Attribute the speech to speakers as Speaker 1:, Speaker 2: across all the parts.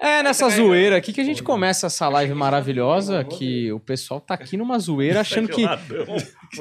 Speaker 1: É, nessa zoeira aqui que a gente começa essa live maravilhosa, que o pessoal tá aqui numa zoeira achando que...
Speaker 2: Tá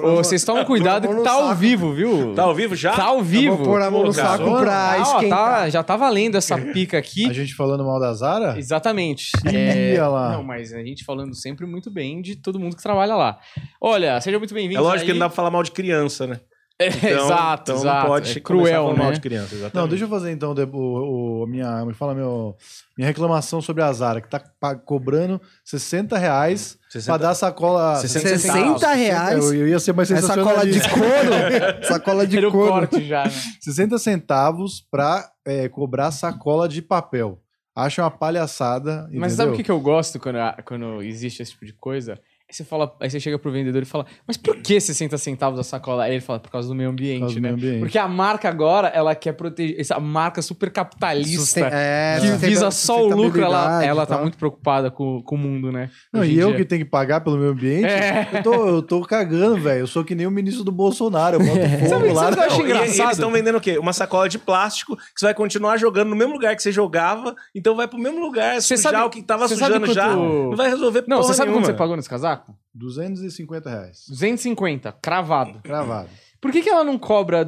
Speaker 1: Ô, vocês tomam cuidado que tá ao vivo, viu?
Speaker 2: Tá ao vivo Tá já?
Speaker 1: Tá ao
Speaker 3: Eu
Speaker 1: vivo.
Speaker 3: vou pôr a mão no
Speaker 2: Pô, cara.
Speaker 3: saco pra
Speaker 1: Ah, ó,
Speaker 3: esquentar.
Speaker 1: tá, já tá valendo essa pica
Speaker 4: A
Speaker 1: aqui.
Speaker 4: gente falando mal da Zara?
Speaker 1: Exatamente. É,
Speaker 4: Ih, olha lá.
Speaker 1: Não, mas a gente falando sempre muito bem de todo mundo que trabalha lá. Olha, seja muito bem-vindo.
Speaker 2: É lógico que não dá pra falar mal de criança, né?
Speaker 1: exato,
Speaker 2: então
Speaker 1: exato.
Speaker 2: não pode
Speaker 1: é
Speaker 2: começar
Speaker 1: cruel,
Speaker 2: falando mal
Speaker 1: né?
Speaker 2: de criança, exatamente.
Speaker 4: Não, deixa eu fazer então de- o, o- minha, me fala meu, minha reclamação sobre a Zara, que tá pa- cobrando 60 reais pra
Speaker 2: 60
Speaker 4: dar sacola.
Speaker 2: 60
Speaker 3: 60 reais.
Speaker 4: Eu, eu ia ser mais
Speaker 3: É sacola de
Speaker 4: sensacionalista.
Speaker 3: couro. sacola de
Speaker 1: Era o
Speaker 3: couro.
Speaker 1: corte já, né?
Speaker 4: 60 centavos pra é, cobrar sacola de papel. Acha uma palhaçada.
Speaker 1: Mas sabe o que, que eu gosto quando, a- quando existe esse tipo de coisa? Aí você, fala, aí você chega pro vendedor e fala, mas por que 60 centavos a sacola? Aí ele fala, por causa do meio ambiente,
Speaker 4: Por causa do
Speaker 1: né?
Speaker 4: meio ambiente.
Speaker 1: Porque a marca agora, ela quer proteger. Essa marca super capitalista.
Speaker 3: Susten- é,
Speaker 1: que visa
Speaker 3: sustenta-
Speaker 1: só o lucro, ela,
Speaker 3: sustentabilidade
Speaker 1: ela
Speaker 3: e
Speaker 1: tá
Speaker 3: tal.
Speaker 1: muito preocupada com, com o mundo, né?
Speaker 4: Não,
Speaker 1: Hoje
Speaker 4: e
Speaker 1: em
Speaker 4: eu
Speaker 1: dia.
Speaker 4: que tenho que pagar pelo meio ambiente,
Speaker 1: É.
Speaker 4: eu, tô, eu tô cagando, velho. Eu sou que nem o ministro do Bolsonaro. Eu boto fogo lá.
Speaker 1: sabe o
Speaker 4: né?
Speaker 1: que eu acho
Speaker 2: Não, e- e
Speaker 1: engraçado?
Speaker 2: eles estão vendendo o quê? Uma sacola de plástico que você vai continuar jogando no mesmo lugar que você jogava, então vai pro mesmo lugar,
Speaker 1: Você
Speaker 2: sujar
Speaker 1: sabe-
Speaker 2: o que tava
Speaker 1: você sabe
Speaker 2: sujando já.
Speaker 1: quanto-
Speaker 2: Não vai resolver
Speaker 1: Não,
Speaker 2: porra
Speaker 1: você sabe
Speaker 2: nenhuma.
Speaker 1: quanto você pagou nesse casaco?
Speaker 4: 250 reais.
Speaker 1: 250, cravado.
Speaker 4: Cravado.
Speaker 1: Por que, que ela não cobra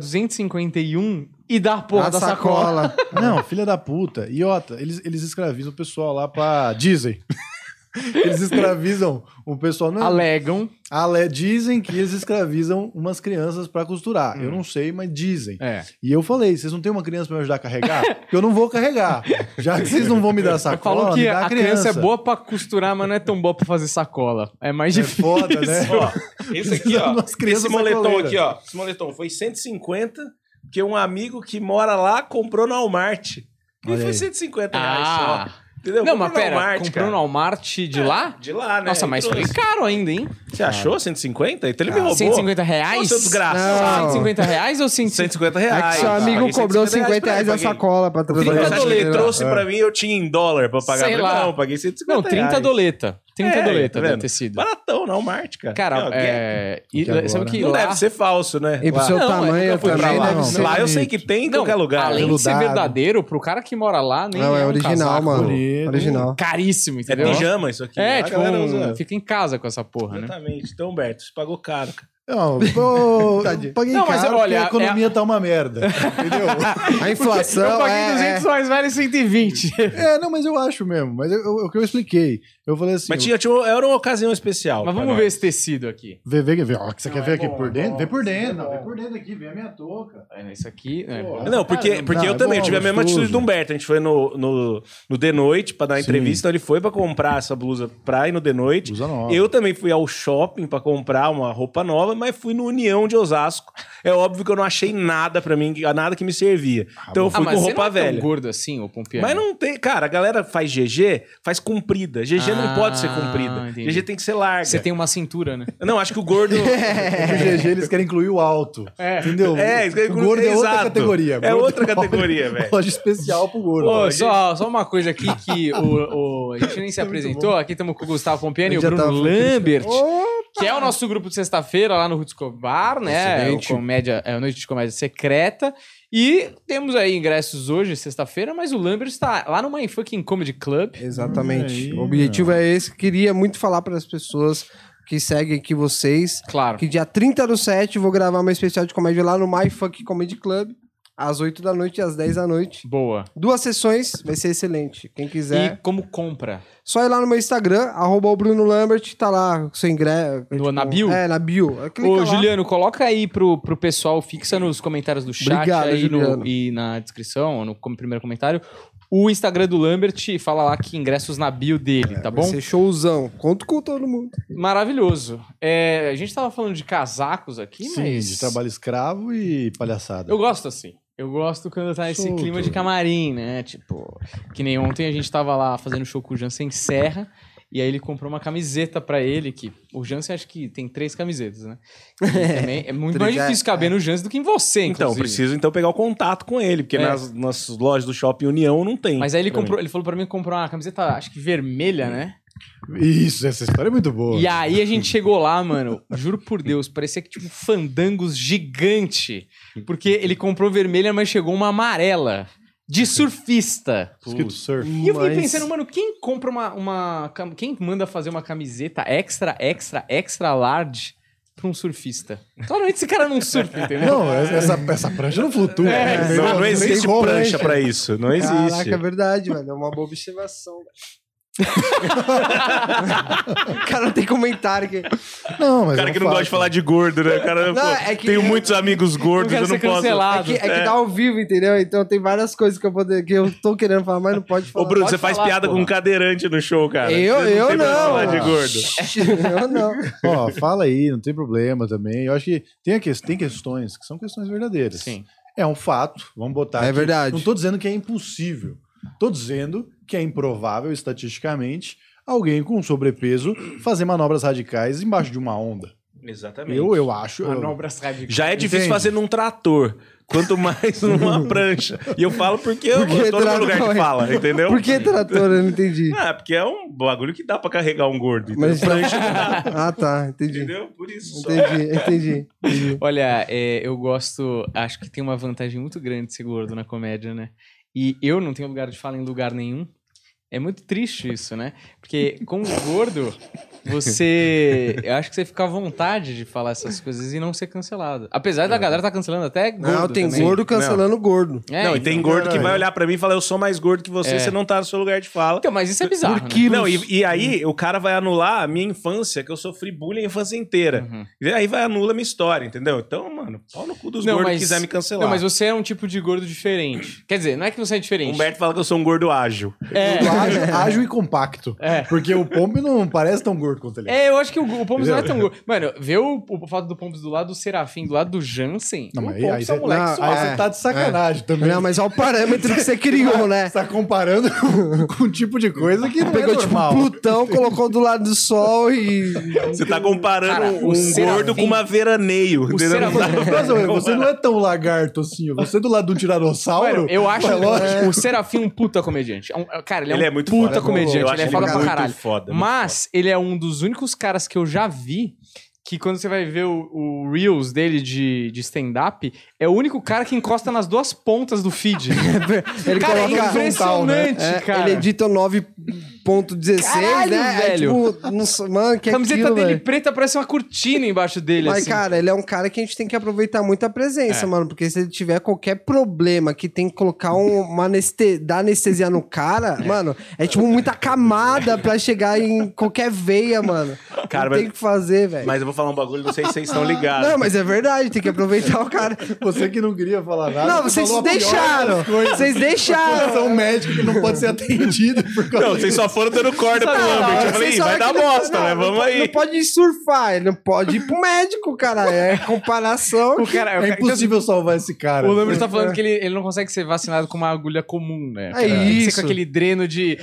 Speaker 1: 251 e dá a porra
Speaker 3: A
Speaker 1: da sacola?
Speaker 4: Não, filha da puta. Iota, eles, eles escravizam o pessoal lá pra. Dizem. Eles escravizam o pessoal. Não,
Speaker 1: Alegam.
Speaker 4: Ale- Dizem que eles escravizam umas crianças pra costurar.
Speaker 1: Hum.
Speaker 4: Eu não sei, mas dizem.
Speaker 1: É.
Speaker 4: E eu falei: vocês não têm uma criança pra me ajudar a carregar? Porque eu não vou carregar. Já que vocês não vão me dar sacola,
Speaker 1: Falou que
Speaker 4: me dá
Speaker 1: a criança. é boa pra costurar, mas não é tão boa pra fazer sacola. É mais
Speaker 4: É
Speaker 1: difícil.
Speaker 4: foda, né?
Speaker 2: Ó, esse aqui, ó.
Speaker 4: Umas crianças
Speaker 2: esse moletom
Speaker 4: sacoleiras.
Speaker 2: aqui, ó. Esse moletom foi 150, porque um amigo que mora lá comprou no Walmart. E
Speaker 4: Olha
Speaker 2: foi
Speaker 4: aí.
Speaker 2: 150 reais
Speaker 1: Ah.
Speaker 2: só. Entendeu?
Speaker 1: Não, mas
Speaker 2: Comprou no
Speaker 1: pera,
Speaker 2: Walmart,
Speaker 1: comprou
Speaker 2: cara.
Speaker 1: no Walmart de lá?
Speaker 2: De lá, né?
Speaker 1: Nossa, mas foi
Speaker 2: Trouxe.
Speaker 1: caro Ah, ainda, hein?
Speaker 2: Você achou 150? Então ele me roubou.
Speaker 1: 150 reais?
Speaker 2: Nossa, desgraça.
Speaker 3: Não.
Speaker 1: 150 reais ou 150?
Speaker 2: 150
Speaker 3: É
Speaker 2: reais.
Speaker 3: que seu
Speaker 2: Ah,
Speaker 3: amigo
Speaker 2: paguei
Speaker 3: cobrou 50 reais
Speaker 2: pra
Speaker 3: a
Speaker 2: ele, paguei.
Speaker 3: sacola pra trazer.
Speaker 2: 30
Speaker 3: pra gente,
Speaker 2: doleta
Speaker 3: entendeu?
Speaker 2: trouxe pra mim, eu tinha em dólar pra pagar.
Speaker 1: É. Sei
Speaker 2: Falei,
Speaker 1: lá.
Speaker 2: Não, eu paguei 150
Speaker 1: Não, 30
Speaker 2: reais.
Speaker 1: doleta. 30
Speaker 2: É,
Speaker 1: doleta
Speaker 2: tá
Speaker 1: deve
Speaker 2: vendo?
Speaker 1: ter sido.
Speaker 2: Baratão, não, Walmart, cara.
Speaker 1: Cara,
Speaker 2: Não,
Speaker 1: é... e-
Speaker 4: Porque agora-
Speaker 1: sabe que
Speaker 2: Não
Speaker 1: lá...
Speaker 2: deve ser falso, né?
Speaker 3: E pro
Speaker 2: Lá.
Speaker 3: seu
Speaker 1: Não,
Speaker 3: tamanho
Speaker 1: nunca fui pra
Speaker 3: também
Speaker 2: lá,
Speaker 3: deve
Speaker 4: não.
Speaker 3: ser.
Speaker 2: Lá eu sei que tem em qualquer lugar. né?
Speaker 1: Além de ser
Speaker 4: Veludado.
Speaker 1: verdadeiro, pro cara que mora lá, nem
Speaker 3: Não, é
Speaker 1: um
Speaker 3: original,
Speaker 1: casaco
Speaker 3: mano.
Speaker 4: bonito.
Speaker 3: Original.
Speaker 1: Caríssimo,
Speaker 2: É
Speaker 1: entendeu?
Speaker 2: pijama isso aqui.
Speaker 1: É,
Speaker 2: A
Speaker 1: tipo,
Speaker 2: galera
Speaker 1: um-
Speaker 2: usa.
Speaker 1: fica em casa com essa porra, né?
Speaker 2: Exatamente. Então, Humberto, você pagou caro. cara.
Speaker 4: Não, pô,
Speaker 3: Tadinho.
Speaker 4: eu paguei
Speaker 1: Não,
Speaker 4: não,
Speaker 1: mas
Speaker 4: mas
Speaker 1: olha,
Speaker 4: a economia tá uma merda. Entendeu?
Speaker 3: A inflação.
Speaker 1: Eu paguei
Speaker 3: é-
Speaker 1: 200 mais velho e 120.
Speaker 4: é, não, mas eu acho mesmo. Mas eu- eu- o que eu expliquei. Eu falei assim.
Speaker 2: Mas tinha, tinha- era uma ocasião especial.
Speaker 1: Mas
Speaker 2: pra
Speaker 1: vamos
Speaker 2: nós.
Speaker 1: ver esse tecido aqui.
Speaker 4: Vê, vê, vê. Ó, que você
Speaker 1: Não,
Speaker 4: quer
Speaker 1: é
Speaker 4: ver aqui
Speaker 1: bom, é
Speaker 4: por dentro?
Speaker 1: bom.
Speaker 4: vem por dentro.
Speaker 1: Isso é
Speaker 4: não,
Speaker 1: bom.
Speaker 4: vem por dentro aqui, vem a minha touca.
Speaker 1: É, Isso aqui... é
Speaker 4: Pô,
Speaker 1: bom.
Speaker 2: Não, porque,
Speaker 1: Caramba.
Speaker 2: porque
Speaker 4: Não,
Speaker 2: eu
Speaker 4: é
Speaker 2: também
Speaker 4: bom,
Speaker 2: tive a mesma
Speaker 4: gostoso.
Speaker 2: atitude do Humberto. A gente foi no, no, no The Noite pra dar uma
Speaker 4: Sim.
Speaker 2: entrevista, então ele foi pra comprar essa blusa pra ir no The Noite.
Speaker 4: Usa nova.
Speaker 2: Eu também fui ao shopping pra comprar uma roupa nova, mas fui no União de Osasco. É óbvio que eu não achei nada pra mim, nada que me servia. então eu
Speaker 1: Ah,
Speaker 2: fui
Speaker 1: mas
Speaker 2: com
Speaker 1: você não
Speaker 2: roupa
Speaker 1: é
Speaker 2: velha.
Speaker 1: tão gordo assim, ô Pompiano?
Speaker 2: Mas não tem. Cara, a galera faz GG, faz comprida. GG
Speaker 1: Ah,
Speaker 2: não pode ser comprida.
Speaker 1: entendi.
Speaker 2: GG tem que ser larga.
Speaker 1: Você tem uma cintura, né?
Speaker 2: Não, acho que o gordo.
Speaker 4: O GG, eles querem incluir o alto.
Speaker 1: É.
Speaker 4: Entendeu?
Speaker 2: É,
Speaker 4: o gordo é, outra
Speaker 2: exato.
Speaker 4: categoria.
Speaker 2: É
Speaker 4: Gordo
Speaker 2: outra
Speaker 4: uma
Speaker 2: categoria,
Speaker 4: loja-
Speaker 2: velho.
Speaker 4: Loja especial pro gordo.
Speaker 1: Ô, só, só uma coisa aqui que o, o- a gente nem se
Speaker 4: É muito
Speaker 1: apresentou. Aqui estamos com o Gustavo Pompiani e o
Speaker 3: Eu já
Speaker 1: Bruno
Speaker 3: tava falando
Speaker 1: Lambert, que é o nosso grupo de sexta-feira lá no Roots Cobar, né? É o
Speaker 3: Excelente.
Speaker 1: comédia, é a noite de comédia secreta. E temos aí ingressos hoje, sexta-feira, mas o Lambert está lá no My Fucking Comedy Club.
Speaker 3: Exatamente.
Speaker 4: Olha aí,
Speaker 3: o objetivo é esse. Queria muito falar para as pessoas que seguem aqui vocês
Speaker 1: Claro.
Speaker 3: que dia 30 do 7 eu vou gravar meu especial de comédia lá no My Funk Comedy Club, às 8 da noite e às 10 da noite.
Speaker 1: Boa.
Speaker 3: Duas sessões, vai ser excelente. Quem
Speaker 1: E
Speaker 3: quiser,
Speaker 1: como compra?
Speaker 3: só ir lá no meu Instagram, arroba o Bruno Lambert, tá lá, seu ingresso.
Speaker 1: No- na bio?
Speaker 3: É, na bio. É, clica
Speaker 1: Ô,
Speaker 3: lá.
Speaker 1: Juliano, coloca aí pro, pro pessoal, fixa nos comentários do chat
Speaker 3: Obrigado,
Speaker 1: aí no-
Speaker 3: Juliano.
Speaker 1: e na descrição, no com- primeiro comentário, o Instagram do Lambert e fala lá que ingressos na bio dele, tá
Speaker 3: É, Vai
Speaker 1: bom?
Speaker 3: ser showzão. Conto com todo mundo.
Speaker 1: Maravilhoso. É, a gente tava falando de casacos aqui,
Speaker 4: Sim,
Speaker 1: mas.
Speaker 4: de trabalho escravo e palhaçada.
Speaker 1: Eu gosto assim. Eu gosto quando tá esse
Speaker 4: Solto.
Speaker 1: clima de camarim, né? Tipo, que nem ontem a gente tava lá fazendo show com o Jansen Serra. E aí ele comprou uma camiseta pra ele, que o Jansen acho que tem três camisetas, né? E também é muito mais
Speaker 3: Três,
Speaker 1: difícil
Speaker 3: é.
Speaker 1: caber no Jansen do que em você,
Speaker 2: Então,
Speaker 1: inclusive.
Speaker 2: preciso então pegar o contato com ele, porque
Speaker 1: É.
Speaker 2: nas, nas lojas do shopping União não tem.
Speaker 1: Mas aí ele
Speaker 2: pra
Speaker 1: comprou, ele falou pra mim que comprou uma camiseta, acho que vermelha, né?
Speaker 4: Isso, essa história é muito boa.
Speaker 1: E aí a gente chegou lá, mano. Juro por Deus, parecia que tipo um fandangos gigante. Porque ele comprou vermelha, mas chegou uma amarela. de surfista.
Speaker 4: Escrito surf.
Speaker 1: E eu fiquei
Speaker 3: Mas-
Speaker 1: pensando, mano, quem compra uma, uma. cam- Quem manda fazer uma camiseta extra, extra, extra large pra um surfista? Claramente esse cara não surfa, entendeu?
Speaker 4: Não, essa, essa prancha não flutua.
Speaker 1: É,
Speaker 4: entendeu?
Speaker 2: Não, não
Speaker 4: tem
Speaker 2: existe
Speaker 4: como,
Speaker 2: prancha
Speaker 4: né?
Speaker 2: pra isso. Não existe.
Speaker 3: Caraca, é verdade, velho. É uma boa observação. o cara não tem comentário aqui.
Speaker 4: Não, mas
Speaker 2: O
Speaker 4: é
Speaker 2: cara
Speaker 4: um
Speaker 2: que não gosta de
Speaker 4: fato.
Speaker 2: falar de gordo, né? O cara,
Speaker 3: Não,
Speaker 2: pô,
Speaker 3: é que-
Speaker 2: tenho muitos amigos gordos,
Speaker 1: quero
Speaker 2: eu não
Speaker 1: ser
Speaker 2: posso.
Speaker 1: cancelado.
Speaker 3: É que, é que tá ao vivo, entendeu? Então tem várias coisas que eu, poder, que eu tô querendo falar, mas não pode falar.
Speaker 2: Ô, Bruno,
Speaker 1: Pode
Speaker 2: você faz
Speaker 1: falar,
Speaker 2: piada
Speaker 1: porra.
Speaker 2: com um cadeirante no show, cara.
Speaker 3: Eu-
Speaker 2: Você
Speaker 3: eu
Speaker 2: tem pra
Speaker 3: não.
Speaker 2: falar de gordo.
Speaker 3: Eu não.
Speaker 4: Ó, fala aí, não tem problema também. Eu acho que tem, a ques- tem questões que são questões
Speaker 3: tá-
Speaker 4: verdadeiras.
Speaker 1: Sim.
Speaker 4: É um fato, vamos botar.
Speaker 3: É
Speaker 4: aqui.
Speaker 3: verdade.
Speaker 4: Não tô dizendo que é impossível. Tô dizendo que é improvável, estatisticamente, alguém com sobrepeso fazer manobras radicais embaixo de uma onda.
Speaker 2: Exatamente.
Speaker 4: Eu, eu acho. eu-
Speaker 1: Manobras radicais.
Speaker 2: Já é difícil
Speaker 4: Entende?
Speaker 2: fazer num trator, quanto mais numa prancha. E eu falo porque eu
Speaker 3: Porque
Speaker 2: tô no meu
Speaker 3: trator,
Speaker 2: lugar que
Speaker 3: é.
Speaker 2: fala, entendeu?
Speaker 3: Por que trator? Eu não entendi.
Speaker 2: Ah, porque é um bagulho que dá pra carregar um gordo. Entendeu?
Speaker 3: Mas... Ah, tá. Entendi.
Speaker 2: entendeu? Por isso. só.
Speaker 3: Entendi, entendi.
Speaker 1: Olha, é, eu gosto. Acho que tem uma vantagem muito grande ser gordo na comédia, né? E eu não tenho lugar de fala em lugar nenhum. É muito triste isso, né? Porque como gordo, você. Eu acho que você fica à vontade de falar essas coisas e não ser cancelado. Apesar da galera tá cancelando até gordo.
Speaker 3: Não, tem
Speaker 1: também.
Speaker 3: gordo cancelando gordo.
Speaker 1: É,
Speaker 2: não, e
Speaker 1: então.
Speaker 2: tem gordo
Speaker 4: Não,
Speaker 2: que
Speaker 4: não,
Speaker 2: vai
Speaker 4: não.
Speaker 2: olhar pra mim e falar, eu sou mais gordo que você,
Speaker 1: É.
Speaker 2: você não tá no seu lugar de fala.
Speaker 1: Então, mas isso é bizarro. né?
Speaker 2: Não, e, e aí o cara vai anular a minha infância, que eu sofri bullying a infância inteira.
Speaker 1: Uhum.
Speaker 2: E aí vai anula a minha história, entendeu? Então, mano, pau no cu dos
Speaker 1: Não,
Speaker 2: gordos
Speaker 1: mas-
Speaker 2: que quiser me cancelar.
Speaker 1: Não, mas você é um tipo de gordo diferente. Quer dizer, não é que você é diferente.
Speaker 2: Humberto fala que eu sou um gordo ágil.
Speaker 1: É.
Speaker 4: Ágil, ágil e compacto.
Speaker 1: É.
Speaker 4: Porque o Pompe não parece tão gordo quanto ele é.
Speaker 1: É, eu acho que o, o Pompos não é tão gordo. Mano, vê o, o fato do Pompos do lado do Serafim, do lado do Jansen.
Speaker 4: Não,
Speaker 1: o
Speaker 4: mas aí-
Speaker 1: Pompos
Speaker 4: aí
Speaker 1: é um
Speaker 4: você-
Speaker 1: moleque
Speaker 3: não,
Speaker 1: suave.
Speaker 4: Aí você tá de sacanagem também.
Speaker 3: Não, mas olha o parâmetro que você criou, né?
Speaker 4: Você tá comparando com um tipo de coisa que não
Speaker 3: Pegou
Speaker 4: é
Speaker 3: tipo
Speaker 4: normal.
Speaker 3: Plutão, colocou do lado do sol e.
Speaker 2: Você tá comparando
Speaker 1: Cara, o
Speaker 2: um
Speaker 1: Serafim-
Speaker 2: gordo com uma veraneio. entendeu?
Speaker 1: Serafim-
Speaker 2: Não dá pra
Speaker 4: Mas, ué, você
Speaker 2: comparar.
Speaker 4: não é tão lagarto assim, ó. você é do lado de um tiranossauro.
Speaker 1: Mano, eu acho
Speaker 4: Ué, lógico.
Speaker 1: o Serafim um puta comediante. É um- cara, ele é,
Speaker 2: Ele
Speaker 1: um
Speaker 2: é muito
Speaker 1: puta
Speaker 2: foda.
Speaker 1: comediante.
Speaker 2: Eu
Speaker 1: Ele
Speaker 2: acho
Speaker 1: é
Speaker 2: ele
Speaker 1: foda pra
Speaker 2: muito
Speaker 1: caralho.
Speaker 2: foda, muito
Speaker 1: Mas ele é um dos únicos caras que eu já vi que quando você vai ver o, o Reels dele de, de stand-up, é o único cara que encosta nas duas pontas do feed.
Speaker 3: Ele
Speaker 1: cara, é
Speaker 3: coloca-
Speaker 1: impressionante,
Speaker 3: É,
Speaker 1: cara.
Speaker 3: Ele edita o 9.16,
Speaker 1: Caralho,
Speaker 3: né?
Speaker 1: velho.
Speaker 3: É, tipo, nossa, mano, que
Speaker 1: a camiseta
Speaker 3: aquilo,
Speaker 1: dele
Speaker 3: velho?
Speaker 1: preta parece uma cortina embaixo dele.
Speaker 3: Mas,
Speaker 1: assim.
Speaker 3: cara, ele é um cara que a gente tem que aproveitar muito a presença,
Speaker 1: É.
Speaker 3: mano. Porque se ele tiver qualquer problema que tem que colocar um- uma aneste... dar anestesia no cara, mano, é tipo muita camada pra chegar em qualquer veia, mano.
Speaker 2: Cara,
Speaker 3: não
Speaker 2: mas-
Speaker 3: tem o que fazer, velho.
Speaker 2: Mas eu vou falar um bagulho, não sei se vocês estão ligados.
Speaker 3: Não, mas é verdade, tem que aproveitar o cara.
Speaker 4: Você que não queria falar nada.
Speaker 3: Não, vocês
Speaker 4: falou a pior
Speaker 3: deixaram.
Speaker 4: das coisas.
Speaker 3: Vocês
Speaker 4: Você é
Speaker 3: deixaram.
Speaker 4: um médico que não pode ser atendido por causa
Speaker 2: Não, vocês só foram dando corda pro Lambert. Eu falei,
Speaker 3: Vocês
Speaker 2: "Ih, vai
Speaker 3: falam
Speaker 2: dar
Speaker 3: que não-
Speaker 2: bosta,
Speaker 3: não,
Speaker 2: né? Vamos
Speaker 3: não, po- Não
Speaker 2: aí.
Speaker 3: pode ir surfar, ele não pode ir pro médico, cara. É comparação.
Speaker 1: o cara, o
Speaker 4: É
Speaker 1: cara- então,
Speaker 4: impossível salvar esse cara. É
Speaker 1: O Lambert tá falando que ele, ele não consegue ser vacinado com uma agulha comum, né?
Speaker 3: É
Speaker 1: Tem que ser
Speaker 3: isso.
Speaker 1: com aquele dreno de, de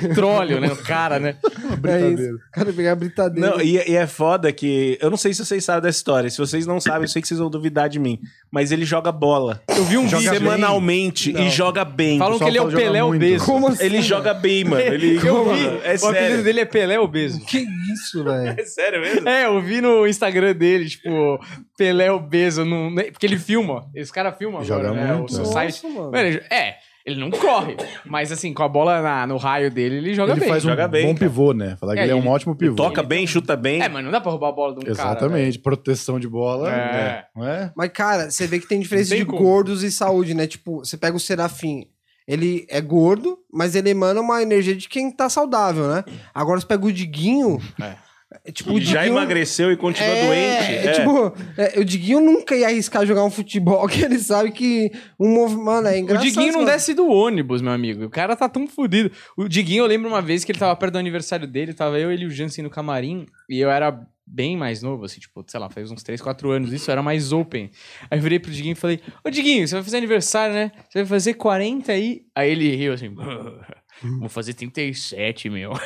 Speaker 1: petróleo, né? O cara, né?
Speaker 4: Uma
Speaker 3: É
Speaker 4: brincadeira.
Speaker 3: isso. O cara pegar a britadeira.
Speaker 2: Não, e, e é foda que. Eu não sei se vocês sabem dessa história. Se vocês não sabem, eu sei que vocês vão duvidar de mim. Mas ele joga bola.
Speaker 1: Eu vi um vídeo.
Speaker 2: semanalmente e joga bem.
Speaker 1: Falam que ele é o
Speaker 4: fala jogar
Speaker 1: Pelé
Speaker 4: muito.
Speaker 1: obeso.
Speaker 3: Como assim?
Speaker 2: Ele joga bem, mano. Ele
Speaker 1: né? Eu vi.
Speaker 2: Mano, É
Speaker 1: o apelido
Speaker 2: sério.
Speaker 1: dele é Pelé obeso.
Speaker 3: Que
Speaker 4: tá-
Speaker 3: isso, velho?
Speaker 2: É sério mesmo?
Speaker 1: É, eu vi no Instagram dele, tipo, Pelé obeso. No... Porque ele filma. Esse cara filma
Speaker 4: Joga
Speaker 1: agora,
Speaker 4: muito,
Speaker 1: né? O
Speaker 4: né?
Speaker 1: Society.
Speaker 3: Nossa, mano.
Speaker 1: Mano, ele- é, ele não corre. Mas assim, com a bola na- no raio dele, ele joga
Speaker 4: Ele
Speaker 1: bem.
Speaker 4: faz um
Speaker 2: joga bem,
Speaker 4: bom
Speaker 2: cara.
Speaker 4: pivô, né? Falar que
Speaker 1: É,
Speaker 4: ele é um
Speaker 1: ele-
Speaker 4: ótimo pivô.
Speaker 2: Toca bem, chuta bem.
Speaker 1: É, mas não dá pra roubar a bola de um cara.
Speaker 4: Exatamente. Proteção de bola.
Speaker 1: É.
Speaker 4: Não é?
Speaker 3: Mas, cara, você vê que tem diferença
Speaker 1: Não tem
Speaker 3: de
Speaker 1: como.
Speaker 3: gordos e saúde, né? Tipo, você pega o Serafim. Ele é gordo, mas ele emana uma energia de quem tá saudável, né? Agora você pega o Diguinho. É. Tipo,
Speaker 2: E já
Speaker 3: Diguinho-
Speaker 2: emagreceu e continua doente.
Speaker 3: é,
Speaker 2: É.
Speaker 3: Tipo, é, o Diguinho nunca ia arriscar jogar um futebol que ele sabe que um movimento. Mano, é
Speaker 1: O
Speaker 3: engraçado.
Speaker 1: Diguinho não
Speaker 3: mano.
Speaker 1: desce do ônibus, meu amigo. O cara tá tão fudido. O Diguinho, eu lembro uma vez que ele tava perto do aniversário dele, tava eu, ele e o Jansen no camarim, e eu era bem mais novo, assim, tipo, sei lá, faz uns 3, 4 anos, isso eu era mais open. Aí eu virei pro Diguinho e falei, ô Diguinho, você vai fazer aniversário, né? Você vai fazer 40 aí? Aí ele riu assim, vou fazer 37, meu.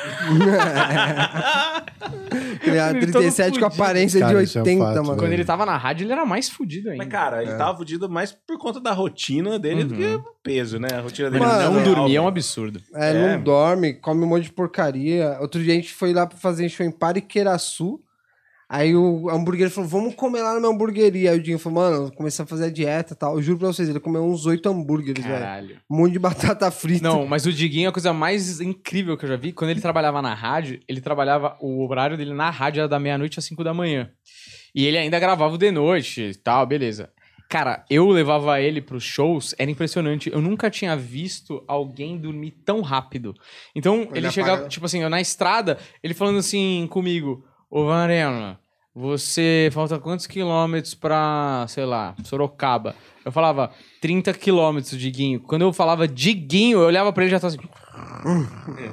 Speaker 3: Ele era
Speaker 1: Ele todo
Speaker 3: 37 com
Speaker 1: fudido.
Speaker 3: aparência de
Speaker 4: Cara, isso é um
Speaker 3: 80,
Speaker 4: fato,
Speaker 3: mano.
Speaker 1: Quando ele tava na rádio, ele era mais fudido ainda.
Speaker 2: Mas,
Speaker 1: É.
Speaker 2: cara, ele tava fudido mais por conta da rotina dele do que o peso, né? A rotina dele
Speaker 3: Mano,
Speaker 1: Uhum. não
Speaker 2: é
Speaker 1: dormir é um
Speaker 2: algo.
Speaker 1: absurdo.
Speaker 3: É,
Speaker 2: É.
Speaker 3: não dorme, come um monte de porcaria. Outro dia a gente foi lá pra fazer show em Pariqueraçu. Aí o hambúrguer falou, vamos comer lá na minha hamburgueria. Aí o Dinho falou, mano, eu comecei a fazer a dieta e tal. Eu juro pra vocês, ele comeu uns oito hambúrgueres, velho.
Speaker 1: Caralho.
Speaker 3: Um monte de batata frita.
Speaker 1: Não, mas o Diguinho é a coisa mais incrível que eu já vi. Quando ele trabalhava na rádio, ele trabalhava, o horário dele na rádio era da meia-noite às 5 da manhã. E ele ainda gravava o de noite e tal, beleza. Cara, eu levava ele pros shows, era impressionante. Eu nunca tinha visto alguém dormir tão rápido. Então, ele
Speaker 3: Olhar
Speaker 1: chegava,
Speaker 3: para-
Speaker 1: tipo assim, eu na estrada, ele falando assim comigo, ô Varena, você falta quantos quilômetros pra, sei lá, Sorocaba? Eu falava, 30 quilômetros, Diguinho. Quando eu falava Diguinho, eu olhava pra ele e já tava assim,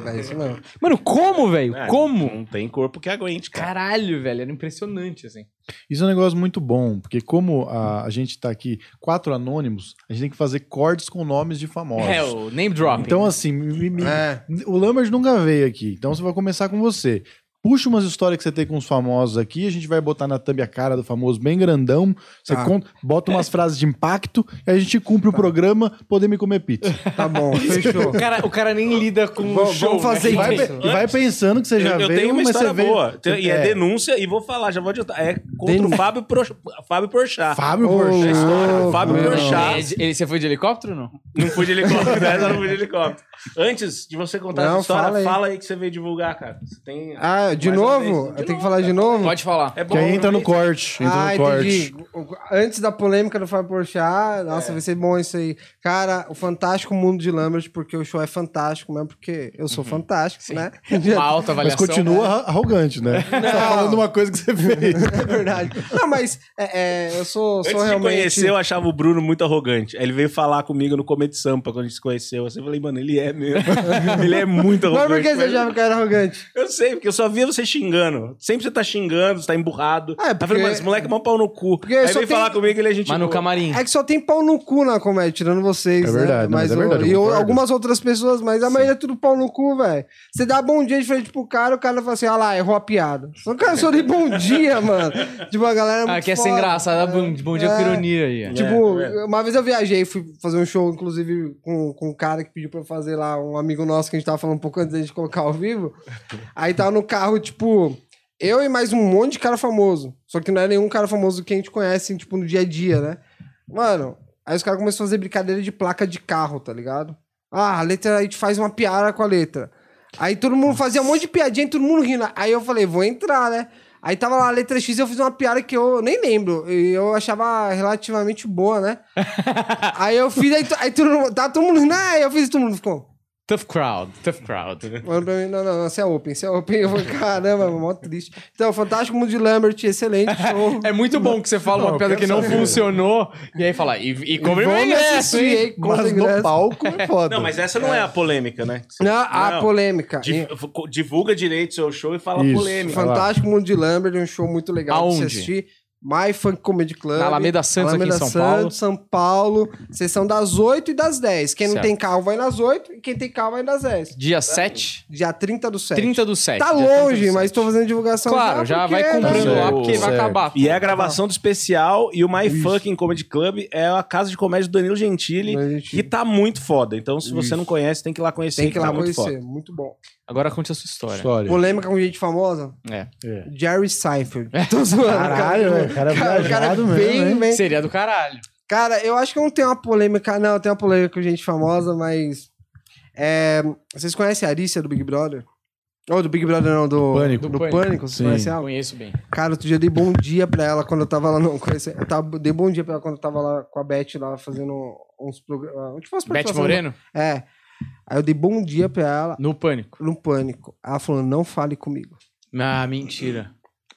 Speaker 3: É isso mesmo.
Speaker 1: mano, como, velho?
Speaker 2: É,
Speaker 1: Como?
Speaker 2: Não tem corpo que aguente, cara.
Speaker 1: Caralho, velho, era impressionante, assim.
Speaker 4: Isso é um negócio muito bom, porque como a, a gente tá aqui, quatro anônimos, a gente tem que fazer cortes com nomes de famosos.
Speaker 1: É, o name drop.
Speaker 2: né?
Speaker 4: Então, assim, me- me-
Speaker 3: É.
Speaker 4: o Lambert nunca veio aqui, então você vai começar com você. Puxa umas histórias que você tem com os famosos aqui, a gente vai botar na thumb a cara do famoso bem grandão, você
Speaker 3: Tá.
Speaker 4: conta- bota umas frases de impacto, e a gente cumpre o programa, poder me comer pizza.
Speaker 3: Tá bom, fechou.
Speaker 1: o, cara, o cara nem lida com o
Speaker 3: Vamos-
Speaker 1: show.
Speaker 3: vamos fazer
Speaker 1: né?
Speaker 4: Vai,
Speaker 3: isso.
Speaker 4: pe- e vai pensando que você já
Speaker 2: eu, eu
Speaker 4: veio,
Speaker 2: tenho uma
Speaker 4: mas
Speaker 2: história
Speaker 4: você veio-
Speaker 2: boa. Tem- e é,
Speaker 4: É.
Speaker 2: denúncia, e vou falar, já vou adiantar. É contra o
Speaker 3: Denúncia.
Speaker 2: Fábio, Pro, Fábio Porchat.
Speaker 4: Fábio
Speaker 3: Ô,
Speaker 4: Porchat.
Speaker 3: louco,
Speaker 2: Fábio
Speaker 3: meu.
Speaker 2: Porchat.
Speaker 1: É, de- Ele, você foi de helicóptero ou não?
Speaker 2: Não fui de helicóptero, essa eu não fui de helicóptero. Antes de você contar
Speaker 3: Não,
Speaker 2: essa história,
Speaker 3: fala
Speaker 2: fala
Speaker 3: aí.
Speaker 2: aí. que você veio divulgar, cara. Você tem.
Speaker 3: Ah, de
Speaker 2: mais uma vez.
Speaker 3: novo? Eu tenho que falar de novo?
Speaker 1: Pode falar.
Speaker 2: É bom.
Speaker 4: Que aí entra no corte. Entra
Speaker 3: ah,
Speaker 4: no corte.
Speaker 3: entendi. O- o- Antes da polêmica do Fábio Porchat,
Speaker 2: É.
Speaker 3: nossa, vai ser bom isso aí. Cara, o fantástico mundo de Lambert, porque o show é fantástico mesmo, porque eu
Speaker 2: Uhum.
Speaker 3: sou fantástico, né?
Speaker 1: Uma alta
Speaker 4: Mas
Speaker 1: avaliação.
Speaker 4: continua arro- arrogante, né? Tá falando uma coisa que você fez.
Speaker 3: É verdade. Não, mas é, é, eu sou,
Speaker 2: Antes
Speaker 3: sou
Speaker 2: de
Speaker 3: realmente...
Speaker 2: conhecer, eu achava o Bruno muito arrogante. Aí ele veio falar comigo no Comedy Sampa quando a gente se conheceu. Assim, eu falei, mano, ele é mesmo. ele é muito
Speaker 3: Mas
Speaker 2: arrogante.
Speaker 3: por que você
Speaker 2: mas-
Speaker 3: achava que eu era arrogante?
Speaker 2: Eu sei, porque eu só via você xingando. Sempre você tá xingando, você tá emburrado.
Speaker 3: Ah, é
Speaker 2: Ah,
Speaker 3: porque-
Speaker 2: porque... falando, mano, esse moleque é mó pau no cu.
Speaker 3: Porque
Speaker 2: Aí
Speaker 3: só
Speaker 2: veio
Speaker 3: tem-
Speaker 2: falar comigo que ele é gente
Speaker 1: Mas no
Speaker 2: boa.
Speaker 1: camarim.
Speaker 3: É que só tem pau no cu na comédia, tirando vocês,
Speaker 4: É
Speaker 3: né?
Speaker 4: verdade, não, mas é
Speaker 3: o-
Speaker 4: verdade, eu
Speaker 3: E eu-
Speaker 4: concordo.
Speaker 3: algumas outras pessoas, mas a maioria é tudo pau no cu, velho. Você dá bom dia de frente pro cara, o cara fala assim, ah lá, errou a piada. Só cara, eu só dei bom dia, mano. Tipo, a galera é muito
Speaker 1: Ah, quer ser
Speaker 3: foda.
Speaker 1: engraçado. Bom, bom dia
Speaker 3: É.
Speaker 1: com ironia aí. ó.
Speaker 2: É,
Speaker 3: Tipo,
Speaker 2: tá vendo?
Speaker 3: uma vez eu viajei, fui fazer um show, inclusive, com, com um cara que pediu pra eu fazer lá, um amigo nosso que a gente tava falando um pouco antes da gente colocar ao vivo. Aí tava no carro, tipo, eu e mais um monte de cara famoso. Só que não é nenhum cara famoso que a gente conhece, tipo, no dia a dia, né? Mano, aí os caras começaram a fazer brincadeira de placa de carro, tá ligado? Ah, a letra, a gente faz uma piada com a letra. Aí todo mundo fazia um monte de piadinha, todo mundo rindo. Aí eu falei, vou entrar, né? Aí tava lá a letra X e eu fiz uma piada que eu nem lembro. E eu achava relativamente boa, né? aí eu fiz, aí, to- aí todo mundo, tá todo mundo rindo, ah, eu fiz e todo mundo ficou.
Speaker 1: Tough crowd, tough crowd.
Speaker 3: Mano, pra mim, não, não, não, você é open, você é open. Eu falei, caramba, mó triste. Então, Fantástico Mundo de Lambert, excelente show.
Speaker 1: É muito bom que você fala
Speaker 4: Não,
Speaker 1: uma
Speaker 4: eu
Speaker 1: piada
Speaker 4: quero
Speaker 1: que não
Speaker 4: saber.
Speaker 1: funcionou e aí fala, e, e cobre meu
Speaker 3: Vão me
Speaker 1: ingresso,
Speaker 3: assistir,
Speaker 1: hein?
Speaker 3: hein? Compra
Speaker 4: Mas
Speaker 3: ingresso.
Speaker 4: no palco é foda.
Speaker 2: Não, mas essa não é, a polêmica, né?
Speaker 3: Não, a
Speaker 2: Não.
Speaker 3: polêmica.
Speaker 2: Di-
Speaker 3: E-
Speaker 2: co- Divulga direito seu show e fala
Speaker 4: Isso.
Speaker 2: polêmica.
Speaker 4: Fala.
Speaker 3: Fantástico Mundo de Lambert, um show muito legal de se
Speaker 1: Aonde?
Speaker 3: assistir. My Funk Comedy Club.
Speaker 1: Na Alameda Santos, aqui em São Paulo.
Speaker 3: São Paulo. Sessão das 8 e das 10. Quem não
Speaker 1: Certo.
Speaker 3: tem carro vai nas 8 e quem tem carro vai nas 10.
Speaker 1: Dia 7,
Speaker 3: Dia 30 do 7.
Speaker 1: 30 do 7.
Speaker 3: Tá
Speaker 1: dia 30 do
Speaker 3: longe,
Speaker 1: sete.
Speaker 3: mas tô fazendo divulgação.
Speaker 1: Claro, já
Speaker 3: porque,
Speaker 1: vai
Speaker 3: né?
Speaker 1: comprando lá
Speaker 4: Certo,
Speaker 1: porque vai
Speaker 4: certo.
Speaker 1: acabar.
Speaker 2: E é a gravação do especial e o My
Speaker 4: Isso.
Speaker 2: Fucking Comedy Club é a casa de comédia do Danilo Gentili,
Speaker 3: Danilo Gentili.
Speaker 2: que tá muito foda. Então, se você
Speaker 4: Isso.
Speaker 2: não conhece, tem que ir lá conhecer.
Speaker 3: Tem que ir lá
Speaker 2: tá muito
Speaker 3: conhecer. Muito bom.
Speaker 1: Agora conte a sua história.
Speaker 4: História.
Speaker 3: Polêmica com gente famosa?
Speaker 1: É.
Speaker 4: É.
Speaker 3: Jerry Seinfeld. Tô zoando,
Speaker 4: Caralho,
Speaker 3: cara.
Speaker 4: velho, cara
Speaker 3: Cara, o cara é
Speaker 4: viajado mesmo,
Speaker 3: bem,
Speaker 4: hein?
Speaker 3: bem.
Speaker 1: Seria do caralho.
Speaker 3: Cara, eu acho que eu não tenho uma polêmica. Não, eu tenho uma polêmica com gente famosa, mas. é, vocês conhecem a Arícia do Big Brother? Ou do Big Brother, não, do
Speaker 4: Pânico.
Speaker 3: Do
Speaker 1: Do
Speaker 3: Pânico,
Speaker 1: Pânico.
Speaker 3: vocês
Speaker 4: Sim.
Speaker 3: conhecem ela?
Speaker 1: Conheço bem.
Speaker 3: Cara, outro dia eu dei bom dia pra ela quando eu tava lá. Não, conheci, eu tava, dei bom dia pra ela quando eu tava lá com a Beth lá fazendo uns programas. Tipo, umas
Speaker 1: Beth
Speaker 3: participações-
Speaker 1: Moreno,
Speaker 3: É. Aí eu dei bom dia pra ela
Speaker 1: no Pânico.
Speaker 3: no pânico. Ela falou: não fale comigo.
Speaker 1: Ah, mentira.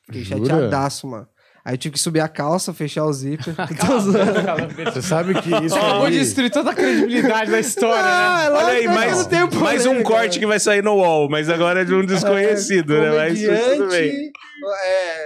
Speaker 3: Fiquei
Speaker 4: Jura?
Speaker 3: chateadaço, mano. Aí eu tive que subir a calça, fechar o zíper. Tô zoando.
Speaker 1: Você
Speaker 4: Você sabe que isso é
Speaker 1: acabou de
Speaker 4: aí...
Speaker 1: destruir toda a credibilidade da história, né?
Speaker 3: Ah, é
Speaker 2: Olha
Speaker 3: lógico
Speaker 2: aí,
Speaker 3: que eu
Speaker 2: mais,
Speaker 3: não tenho
Speaker 2: mais um
Speaker 3: polêmica. né?
Speaker 2: corte que vai sair no UOL, mas agora é de um desconhecido, né? Mas tudo bem.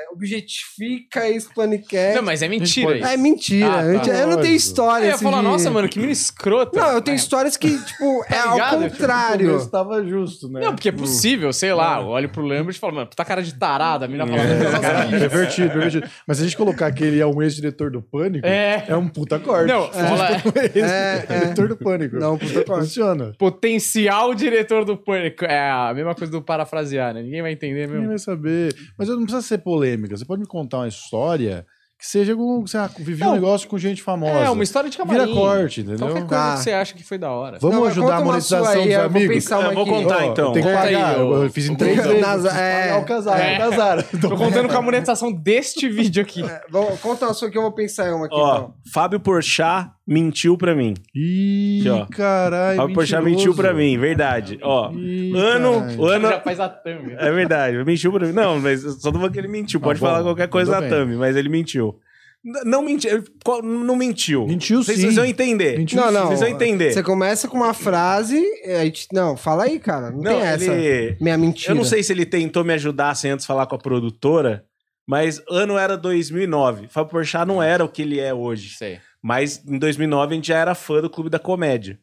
Speaker 3: Comediante, é, objetifica esse panicast.
Speaker 1: Não, mas é mentira isso.
Speaker 3: É mentira.
Speaker 1: Ah, tá.
Speaker 3: eu, tinha- eu não tenho
Speaker 1: Aí
Speaker 3: história.
Speaker 1: eu ia
Speaker 3: assim,
Speaker 1: falar,
Speaker 3: de-
Speaker 1: nossa, mano, que menino escroto.
Speaker 3: Não, eu tenho
Speaker 1: É.
Speaker 3: histórias que, tipo, é ao
Speaker 1: ligado?
Speaker 4: Isso
Speaker 2: Tipo,
Speaker 3: contrário.
Speaker 4: estava justo, né?
Speaker 1: Não, porque é possível, sei lá, eu olho pro Lambert e falo, mano, puta cara de tarada, a mina
Speaker 4: Nossa,
Speaker 1: fala...
Speaker 4: é Pervertido, pervertido. Mas se a gente colocar que ele é um ex-diretor do Pânico,
Speaker 1: É.
Speaker 4: é um puta corte.
Speaker 1: Não, fala
Speaker 4: um ex-diretor do Pânico.
Speaker 3: É, Não, puta corte.
Speaker 4: Funciona.
Speaker 1: potencial diretor do pânico. É a mesma coisa do parafrasear, né? Ninguém vai entender mesmo.
Speaker 4: Ninguém vai saber. Mas eu não precisa ser polêmico. polêmica. Você pode me contar uma história que seja com. Sei lá, vivi um
Speaker 1: Não.
Speaker 4: negócio com gente famosa.
Speaker 1: É, uma história de camarim.
Speaker 4: Vira corte, entendeu?
Speaker 1: Qualquer coisa
Speaker 3: Tá.
Speaker 1: que você acha que foi da hora.
Speaker 4: Vamos
Speaker 3: Não, mas
Speaker 4: ajudar
Speaker 3: conta
Speaker 4: a
Speaker 3: uma sua
Speaker 4: monetização
Speaker 3: aí,
Speaker 4: dos
Speaker 3: eu vou
Speaker 4: amigos.
Speaker 3: pensar uma
Speaker 2: Eu vou
Speaker 3: aqui.
Speaker 2: contar,
Speaker 4: Ó,
Speaker 2: então.
Speaker 4: Tem que
Speaker 1: Conta aí,
Speaker 4: pagar.
Speaker 1: ô.
Speaker 4: eu, eu fiz em três
Speaker 3: Nas-
Speaker 4: vezes.
Speaker 3: é.
Speaker 4: Pagar o casaram,
Speaker 1: É.
Speaker 4: casaram.
Speaker 1: Tô contando com a monetização deste vídeo aqui.
Speaker 3: Vamos- Conta uma sua que eu É, vou pensar em uma aqui,
Speaker 2: Ó,
Speaker 3: então.
Speaker 2: Fábio Porchat mentiu pra mim.
Speaker 4: Ih,
Speaker 2: Aqui, ó.
Speaker 4: caralho.
Speaker 2: Fábio Porchat mentiu pra mim, verdade. Ó,
Speaker 4: Ih,
Speaker 2: ano,
Speaker 4: caralho.
Speaker 2: o ano...
Speaker 1: Já faz a thumb.
Speaker 2: É verdade, mentiu pra mim. Não, mas eu só tô falando que ele mentiu. Pode
Speaker 4: Ah, bom,
Speaker 2: falar qualquer coisa
Speaker 4: tudo
Speaker 2: na
Speaker 4: bem.
Speaker 2: thumb, mas ele mentiu. N- Não mentiu, ele co- não mentiu.
Speaker 4: Mentiu
Speaker 2: Vocês
Speaker 4: sim.
Speaker 2: vocês vão entender.
Speaker 4: Mentiu
Speaker 3: Não, não.
Speaker 2: Vocês vão entender.
Speaker 3: Você começa com uma frase. é, aí te- Não, fala aí, cara. Não,
Speaker 2: Não,
Speaker 3: tem essa.
Speaker 2: ele...
Speaker 3: Minha mentira.
Speaker 2: Eu não sei se ele tentou me ajudar sem antes falar com a produtora, mas ano era 2009. Fábio Porchat não era o que ele é hoje.
Speaker 1: Sei.
Speaker 2: Mas em 2009 a gente já era fã do Clube da Comédia.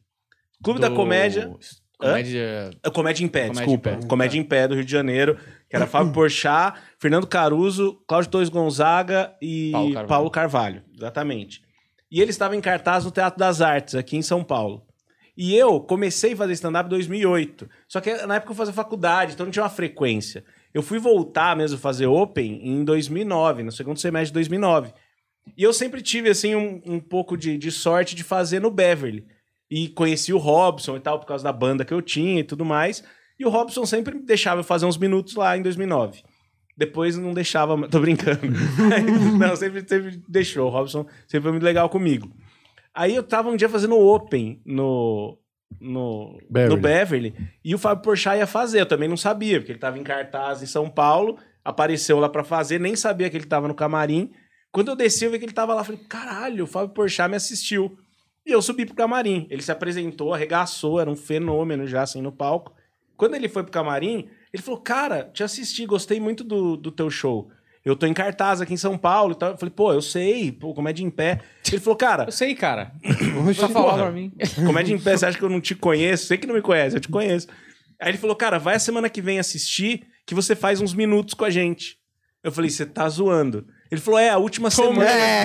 Speaker 2: Clube da
Speaker 1: Do-
Speaker 2: Comédia.
Speaker 1: Comédia.
Speaker 2: é, Comédia em Pé,
Speaker 1: Comédia
Speaker 2: desculpa.
Speaker 1: em Pé.
Speaker 2: Comédia em Pé do Rio de Janeiro, que era Fábio Porchat, Fernando Caruso, Cláudio Torres Gonzaga e
Speaker 1: Paulo Carvalho.
Speaker 2: Paulo Carvalho. Exatamente. E ele estava em cartaz no Teatro das Artes, aqui em São Paulo. E eu comecei a fazer stand-up em 2008. Só que na época eu fazia faculdade, então não tinha uma frequência. Eu fui voltar mesmo fazer Open em 2009, no segundo semestre de 2009. E eu sempre tive, assim, um, um pouco de, de sorte de fazer no Beverly. E conheci o Robson e tal, por causa da banda que eu tinha e tudo mais. E o Robson sempre deixava eu fazer uns minutos lá em 2009. Depois não deixava, ma- tô brincando. não, sempre, sempre deixou. O Robson sempre foi muito legal comigo. Aí eu tava um dia fazendo Open no, no,
Speaker 4: Beverly.
Speaker 2: no Beverly. E o Fábio Porchat ia fazer. Eu também não sabia, porque ele tava em cartaz em São Paulo. Apareceu lá pra fazer, nem sabia que ele tava no camarim. Quando eu desci, eu vi que ele tava lá. Falei, caralho, o Fábio Porchat me assistiu. E eu subi pro camarim. Ele se apresentou, arregaçou, era um fenômeno já, assim, no palco. Quando ele foi pro camarim, ele falou, cara, te assisti, gostei muito do, do teu show. Eu tô em cartaz aqui em São Paulo e tal. Eu falei, pô, eu sei, pô, comédia em pé. Ele falou, cara,
Speaker 1: Eu sei, cara.
Speaker 3: Oxe,
Speaker 1: Só falar
Speaker 2: porra.
Speaker 1: pra mim.
Speaker 2: Comédia em pé, você acha que eu não te conheço? Você que não me conhece, eu te conheço. Aí ele falou, cara, vai a semana que vem assistir que você faz uns minutos com a gente. Eu falei, você tá zoando. Ele falou, é, a última semana.
Speaker 3: É.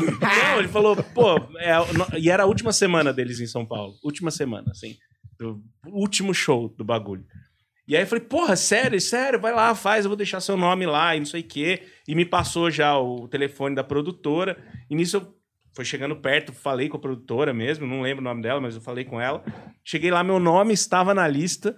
Speaker 2: Não, ele falou, pô, é, no- e era a última semana deles em São Paulo. Última semana, assim. do último show do bagulho. E aí eu falei, porra, sério, sério, vai lá, faz, eu vou deixar seu nome lá e não sei o quê. E me passou já o telefone da produtora. E nisso eu foi chegando perto, falei com a produtora mesmo, não lembro o nome dela, mas eu falei com ela. Cheguei lá, meu nome estava na lista.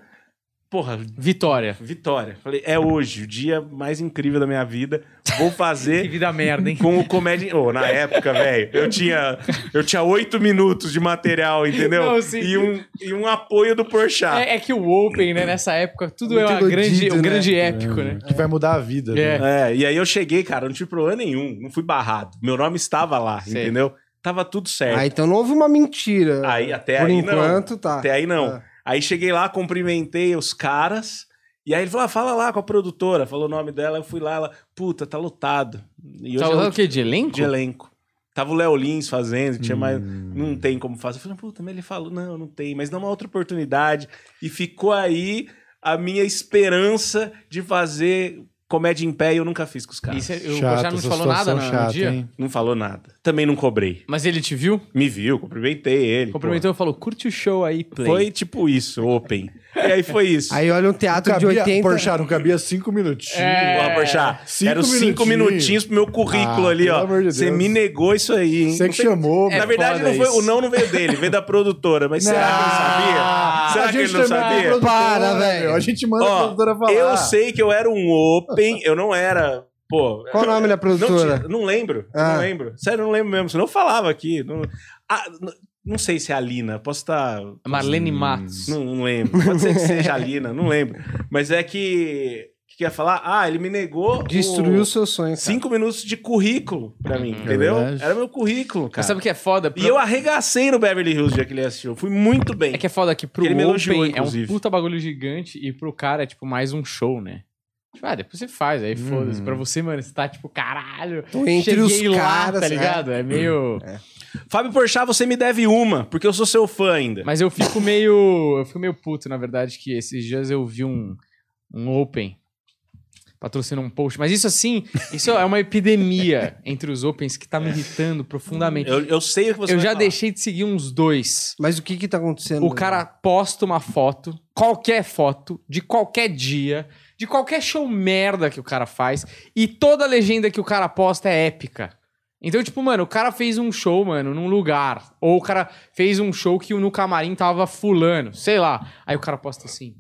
Speaker 2: Porra,
Speaker 1: Vitória.
Speaker 2: Vitória. Falei, é hoje, o dia mais incrível da minha vida. Vou
Speaker 1: Que
Speaker 2: fazer
Speaker 1: vida merda, hein?
Speaker 2: com o comédia. Ô, na época, velho, eu tinha eu tinha oito minutos de material, entendeu?
Speaker 1: Não, sim.
Speaker 2: e, um, e um apoio do Porchat.
Speaker 1: É, é que o Open, né, nessa época, tudo é uma
Speaker 3: Muito
Speaker 1: grande,
Speaker 3: iludido,
Speaker 1: um
Speaker 3: né?
Speaker 1: grande épico, né?
Speaker 4: Que vai mudar a vida.
Speaker 1: É.
Speaker 4: né?
Speaker 2: É, e aí eu cheguei, cara, não tive problema nenhum, não fui barrado. Meu nome estava lá,
Speaker 1: Sei.
Speaker 2: entendeu? Tava tudo certo.
Speaker 3: Ah, então não houve uma mentira.
Speaker 2: aí até
Speaker 3: Por
Speaker 2: É. Ah, aí não.
Speaker 3: enquanto, tá.
Speaker 2: Até aí não.
Speaker 3: Ah.
Speaker 2: Aí cheguei lá, cumprimentei os caras. E aí ele falou: ah, fala lá com a produtora. Falou o nome dela. Eu fui lá, ela, puta, tá lotado. E hoje
Speaker 1: Tá
Speaker 2: é
Speaker 1: usando
Speaker 2: o
Speaker 1: o quê? De elenco?
Speaker 2: de elenco. Tava o Léo Lins fazendo, tinha mais.
Speaker 4: Hum.
Speaker 2: Não tem como fazer. Eu falei, puta, mas ele falou: não, não tem, mas dá uma outra oportunidade. E ficou aí a minha esperança de fazer comédia em pé e eu nunca fiz com os caras.
Speaker 1: Isso é- o
Speaker 4: Chato,
Speaker 1: Porchat não te
Speaker 4: essa
Speaker 1: falou
Speaker 4: situação
Speaker 1: nada no
Speaker 4: chata,
Speaker 1: dia?
Speaker 4: hein?
Speaker 2: Não falou nada. Também não cobrei.
Speaker 1: Mas ele te viu?
Speaker 2: Me viu, cumprimentei ele.
Speaker 1: Cumprimentou e falou, curte o show aí,
Speaker 2: pô.
Speaker 1: play.
Speaker 2: Foi tipo isso, open. E aí foi isso.
Speaker 3: Aí olha um teatro de
Speaker 4: Cabia,
Speaker 3: 80.
Speaker 4: Porchat, não cabia cinco minutinhos.
Speaker 1: É.
Speaker 2: Porra, Porchat,
Speaker 4: Cinco
Speaker 2: eram cinco
Speaker 4: minutinhos.
Speaker 2: minutinhos pro meu currículo
Speaker 4: Ah,
Speaker 2: ali,
Speaker 4: pelo
Speaker 2: ó.
Speaker 4: amor de
Speaker 2: Você
Speaker 4: Deus.
Speaker 2: me negou isso aí, hein?
Speaker 4: Você
Speaker 2: Não
Speaker 4: que
Speaker 2: sei-
Speaker 4: chamou,
Speaker 2: Na verdade, não foi, o não não veio dele, veio da produtora. Mas É. será
Speaker 4: Ah,
Speaker 2: que ele sabia? Será que ele não sabia?
Speaker 3: Para, velho.
Speaker 4: né, A gente manda a
Speaker 2: Ó,
Speaker 4: produtora falar.
Speaker 2: eu sei que eu era um open, eu não era... Pô,
Speaker 3: Qual o nome da produtora?
Speaker 2: Não, tinha- não lembro,
Speaker 3: Ah.
Speaker 2: não lembro. Sério, não lembro mesmo, senão eu falava aqui. Não, Ah, n- não sei se é a Lina, posso estar...
Speaker 1: É Marlene Matos.
Speaker 2: Não, não lembro. Pode ser que seja a Lina, não lembro. Mas é que... O que que eu ia falar? Ah, ele me negou... o-
Speaker 3: Destruiu os seus sonhos. cara.
Speaker 2: cinco minutos de currículo pra mim,
Speaker 1: É
Speaker 2: entendeu?
Speaker 4: verdade.
Speaker 2: Era meu currículo, cara.
Speaker 1: Mas sabe o que é foda?
Speaker 2: E eu arregacei no Beverly Hills já que ele assistiu. Fui muito bem.
Speaker 1: É que é foda que pro
Speaker 2: Ele me
Speaker 1: Open
Speaker 2: elogiou,
Speaker 1: é um
Speaker 2: inclusive.
Speaker 1: puta bagulho gigante e pro cara é tipo mais um show, né? Tipo, ah, depois você faz, aí foda-se. Pra você, mano, você tá tipo, caralho,
Speaker 3: Tô entre
Speaker 1: cheguei
Speaker 3: os
Speaker 1: lá,
Speaker 3: caras,
Speaker 1: tá
Speaker 3: né?
Speaker 1: ligado? É meio...
Speaker 2: Fábio Porchat, você me deve uma, porque eu sou seu fã ainda.
Speaker 1: Mas eu fico meio. Eu fico meio puto, na verdade, que esses dias eu vi um, um Open patrocina um post. Mas isso assim, isso é uma epidemia entre os Opens que tá me irritando profundamente.
Speaker 2: Eu, eu sei o que você
Speaker 1: Eu
Speaker 2: vai
Speaker 1: já
Speaker 2: falar.
Speaker 1: deixei de seguir uns dois.
Speaker 3: Mas o que que tá acontecendo?
Speaker 1: O cara posta uma foto, qualquer foto, de qualquer dia, de qualquer show merda que o cara faz, e toda legenda que o cara posta é épica. Então, tipo, mano, o cara fez um show, mano, num lugar. Ou o cara fez um show que no camarim tava fulano, sei lá. Aí o cara posta assim.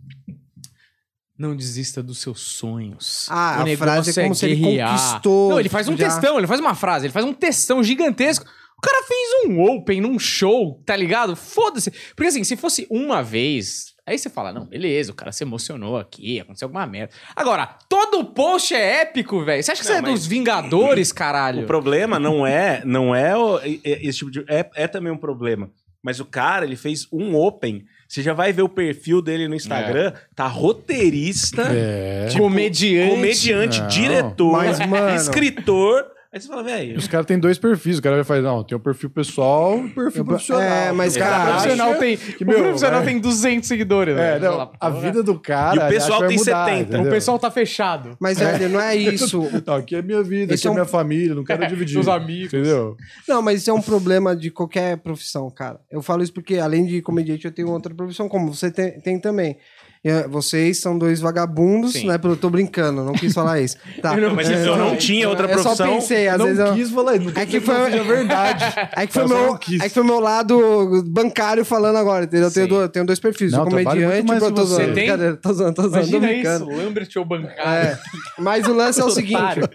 Speaker 1: Não desista dos seus sonhos.
Speaker 3: Ah,
Speaker 1: o
Speaker 3: a
Speaker 1: negócio
Speaker 3: frase é como se ele
Speaker 1: guerrear."
Speaker 3: conquistou, tipo,
Speaker 1: Não, ele faz um
Speaker 3: já.
Speaker 1: textão, ele faz uma frase, ele faz um textão gigantesco. O cara fez um open num show, tá ligado? Foda-se. Porque assim, se fosse uma vez, aí você fala, não, beleza, o cara se emocionou aqui, aconteceu alguma merda. Agora, todo post é épico, velho. Você acha que
Speaker 2: Não,
Speaker 1: você é
Speaker 2: mas-
Speaker 1: dos Vingadores,
Speaker 2: O
Speaker 1: caralho?
Speaker 2: problema não é, não é, o- é- é esse tipo de é, é também um problema. Mas o cara, ele fez um open. Você já vai ver o perfil dele no
Speaker 1: É.
Speaker 2: Instagram, tá roteirista,
Speaker 4: É.
Speaker 2: tipo,
Speaker 1: comediante.
Speaker 2: comediante,
Speaker 4: Não.
Speaker 2: diretor,
Speaker 3: Mas, mano-
Speaker 2: escritor. Aí você fala, velho,
Speaker 4: Os caras têm dois perfis. O cara vai falar, não, tem o perfil pessoal e o perfil
Speaker 3: Eu-
Speaker 4: profissional.
Speaker 3: é, mas,
Speaker 4: O
Speaker 3: cara,
Speaker 1: profissional
Speaker 4: acha-
Speaker 1: tem,
Speaker 4: que,
Speaker 1: o
Speaker 4: meu,
Speaker 1: profissional
Speaker 4: é.
Speaker 1: tem 200 seguidores.
Speaker 4: É,
Speaker 1: velho.
Speaker 4: não,
Speaker 1: Fala,
Speaker 4: a
Speaker 1: "Porra,
Speaker 4: vida do cara.
Speaker 2: E o
Speaker 4: ele
Speaker 2: pessoal
Speaker 4: acha que
Speaker 2: tem
Speaker 4: vai mudar,
Speaker 2: 70,
Speaker 4: entendeu?
Speaker 3: Um
Speaker 1: O pessoal tá fechado.
Speaker 3: Mas, velho, não é isso.
Speaker 4: Não, aqui é minha vida, aqui é,
Speaker 3: Esse é um-
Speaker 4: minha família, não quero dividir.
Speaker 1: Dos amigos.
Speaker 4: Entendeu?
Speaker 3: Não, mas isso é um problema de qualquer profissão, cara. Eu falo isso porque, além de comediante, eu tenho outra profissão, como você tem, tem também. Eh, Vocês são dois vagabundos,
Speaker 1: Sim.
Speaker 3: né? Eu tô brincando, não quis falar isso. Tá.
Speaker 1: Eu não-
Speaker 2: mas se eu não tinha outra
Speaker 3: Eu só
Speaker 2: profissão,
Speaker 3: pensei, às
Speaker 4: não
Speaker 3: vezes eu...
Speaker 4: quis falar isso. não
Speaker 3: É
Speaker 4: quis
Speaker 3: que foi,
Speaker 4: falar isso, é verdade.
Speaker 3: é que foi
Speaker 4: Eu só
Speaker 3: meu,
Speaker 4: não quis.
Speaker 3: é que foi meu lado bancário falando agora, entendeu? Eu tenho,
Speaker 1: Sim.
Speaker 3: dois, eu tenho dois perfis,
Speaker 4: Não,
Speaker 3: o
Speaker 4: eu trabalho muito
Speaker 3: comediante,
Speaker 4: mais
Speaker 3: eu
Speaker 4: que
Speaker 3: tô
Speaker 4: você.
Speaker 3: zoando,
Speaker 1: Tem?
Speaker 3: brincadeira, tô zoando, tô zoando, tô
Speaker 1: Imagina
Speaker 3: brincando.
Speaker 1: isso, Lambert ou bancário.
Speaker 3: É. Mas o lance é o seguinte,
Speaker 1: Otário.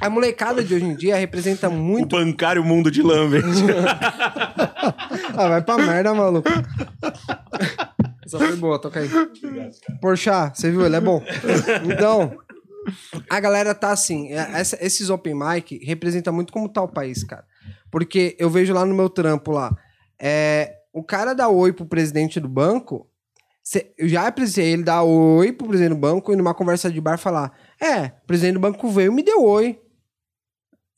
Speaker 3: a molecada de hoje em dia representa
Speaker 2: o
Speaker 3: muito
Speaker 2: bancário mundo de Lambert.
Speaker 3: Ah, vai pra merda, maluco. Essa foi boa, toca aí. Porchá, você viu? Ele é bom. Então, a galera tá assim. é- essa- esses open mic representa muito como tá o país, cara. Porque eu vejo lá no meu trampo lá. é, o cara dá oi pro presidente do banco. cê- eu já precisei ele dar oi pro presidente do banco e numa conversa de bar falar: É, o presidente do banco veio e me deu oi.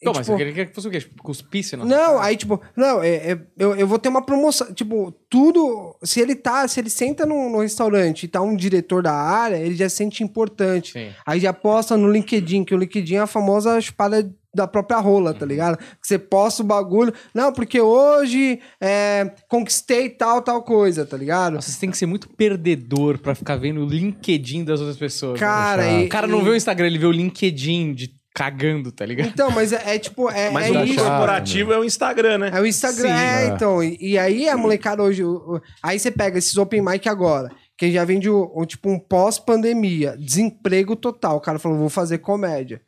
Speaker 3: E,
Speaker 1: Não, mas
Speaker 3: tipo,
Speaker 1: você queria que fosse o quê? Tipo, cuspisse na
Speaker 3: não, aí, tipo, não, é, é- eu, eu vou ter uma promoção. Tipo, tudo. Se ele tá, se ele senta num, num restaurante e tá um diretor da área, ele já se sente importante.
Speaker 1: Sim.
Speaker 3: Aí já posta no LinkedIn, que o LinkedIn é a famosa espada da própria rola,
Speaker 1: Uhum.
Speaker 3: tá ligado? Que você posta o bagulho. Não, porque hoje é, conquistei tal, tal coisa, tá ligado?
Speaker 1: Nossa, você tem que ser muito perdedor pra ficar vendo o LinkedIn das outras pessoas.
Speaker 3: Cara,
Speaker 1: né?
Speaker 3: e-
Speaker 1: o cara não
Speaker 3: e-
Speaker 1: vê o Instagram, ele vê o LinkedIn de cagando, tá ligado?
Speaker 3: Então, mas é, é tipo. É,
Speaker 2: Mas
Speaker 3: é
Speaker 1: um
Speaker 2: o mundo
Speaker 3: isso.
Speaker 2: corporativo é o Instagram, né?
Speaker 3: É o
Speaker 4: Sim.
Speaker 3: Instagram, é,
Speaker 4: né? É.
Speaker 3: então. E, e aí a molecada hoje. o- o- aí você pega esses open mic agora, que já vem de um, um tipo um pós-pandemia, desemprego total. O cara falou, vou fazer comédia.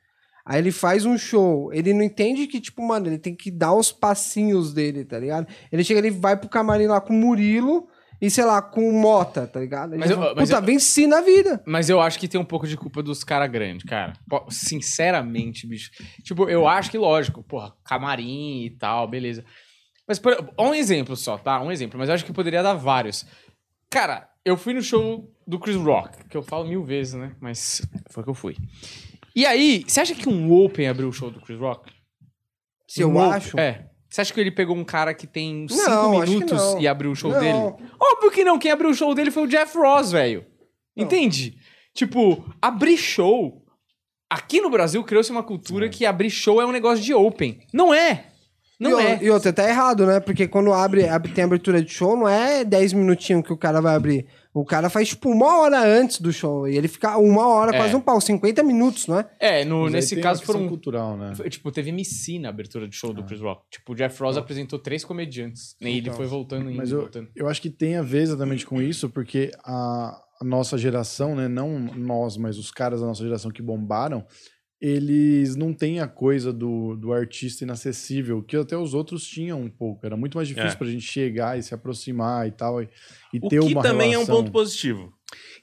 Speaker 3: Aí ele faz um show, ele não entende que, tipo, mano, ele tem que dar os passinhos dele, tá ligado? Ele chega, ele vai pro camarim lá com o Murilo e, sei lá, com o Mota, tá ligado? Ele
Speaker 1: Mas
Speaker 3: já
Speaker 1: eu-
Speaker 3: fala,
Speaker 1: mas
Speaker 3: Puta,
Speaker 1: eu-
Speaker 3: venci na vida.
Speaker 1: Mas eu acho que tem um pouco de culpa dos caras grandes, cara. Po- Sinceramente, bicho. Tipo, eu acho que, lógico, porra, camarim e tal, beleza. Mas por- um exemplo só, tá? Um exemplo, mas eu acho que poderia dar vários. Cara, eu fui no show do Chris Rock, que eu falo mil vezes, né? Mas foi que eu fui. E aí, você acha que um Open abriu o show do Chris Rock?
Speaker 3: Se eu
Speaker 1: Um Open-
Speaker 3: acho.
Speaker 1: É. Você acha que ele pegou um cara que tem uns
Speaker 3: Tipo, Não,
Speaker 1: 5
Speaker 3: acho que
Speaker 1: minutos
Speaker 3: não.
Speaker 1: e abriu o show
Speaker 3: Não.
Speaker 1: dele? Óbvio que não, quem abriu o show dele foi o Jeff Ross, velho.
Speaker 3: Não.
Speaker 1: Entende? Tipo, abrir show. Aqui no Brasil criou-se uma cultura que abrir show é um negócio de open. Não é! Não
Speaker 3: e, o-
Speaker 1: é.
Speaker 3: e outra, tá errado, né? Porque quando abre, abre- tem abertura de show, não é 10 minutinhos que o cara vai abrir. O cara faz, tipo, uma hora antes do show. E ele fica uma hora,
Speaker 1: É.
Speaker 3: quase um pau, 50 minutos, não é?
Speaker 1: É, no,
Speaker 4: Mas aí
Speaker 1: nesse
Speaker 4: tem
Speaker 1: caso
Speaker 4: uma questão
Speaker 1: foram.
Speaker 4: cultural, né?
Speaker 1: foi- Tipo, teve MC na abertura do show do Chris Rock. Tipo, o Jeff Ross apresentou três comediantes. E ele
Speaker 3: Ah. Então.
Speaker 1: foi voltando e
Speaker 4: Mas eu,
Speaker 1: voltando.
Speaker 4: eu acho que tem a ver exatamente com isso, porque a, a nossa geração, né, não nós, mas os caras da nossa geração que bombaram, eles não têm a coisa do, do artista inacessível, que até os outros tinham um pouco. Era muito mais difícil
Speaker 2: É.
Speaker 4: pra gente chegar e se aproximar e tal, e, e
Speaker 2: O
Speaker 4: ter
Speaker 2: que
Speaker 4: uma
Speaker 2: também é um
Speaker 4: relação.
Speaker 2: ponto positivo.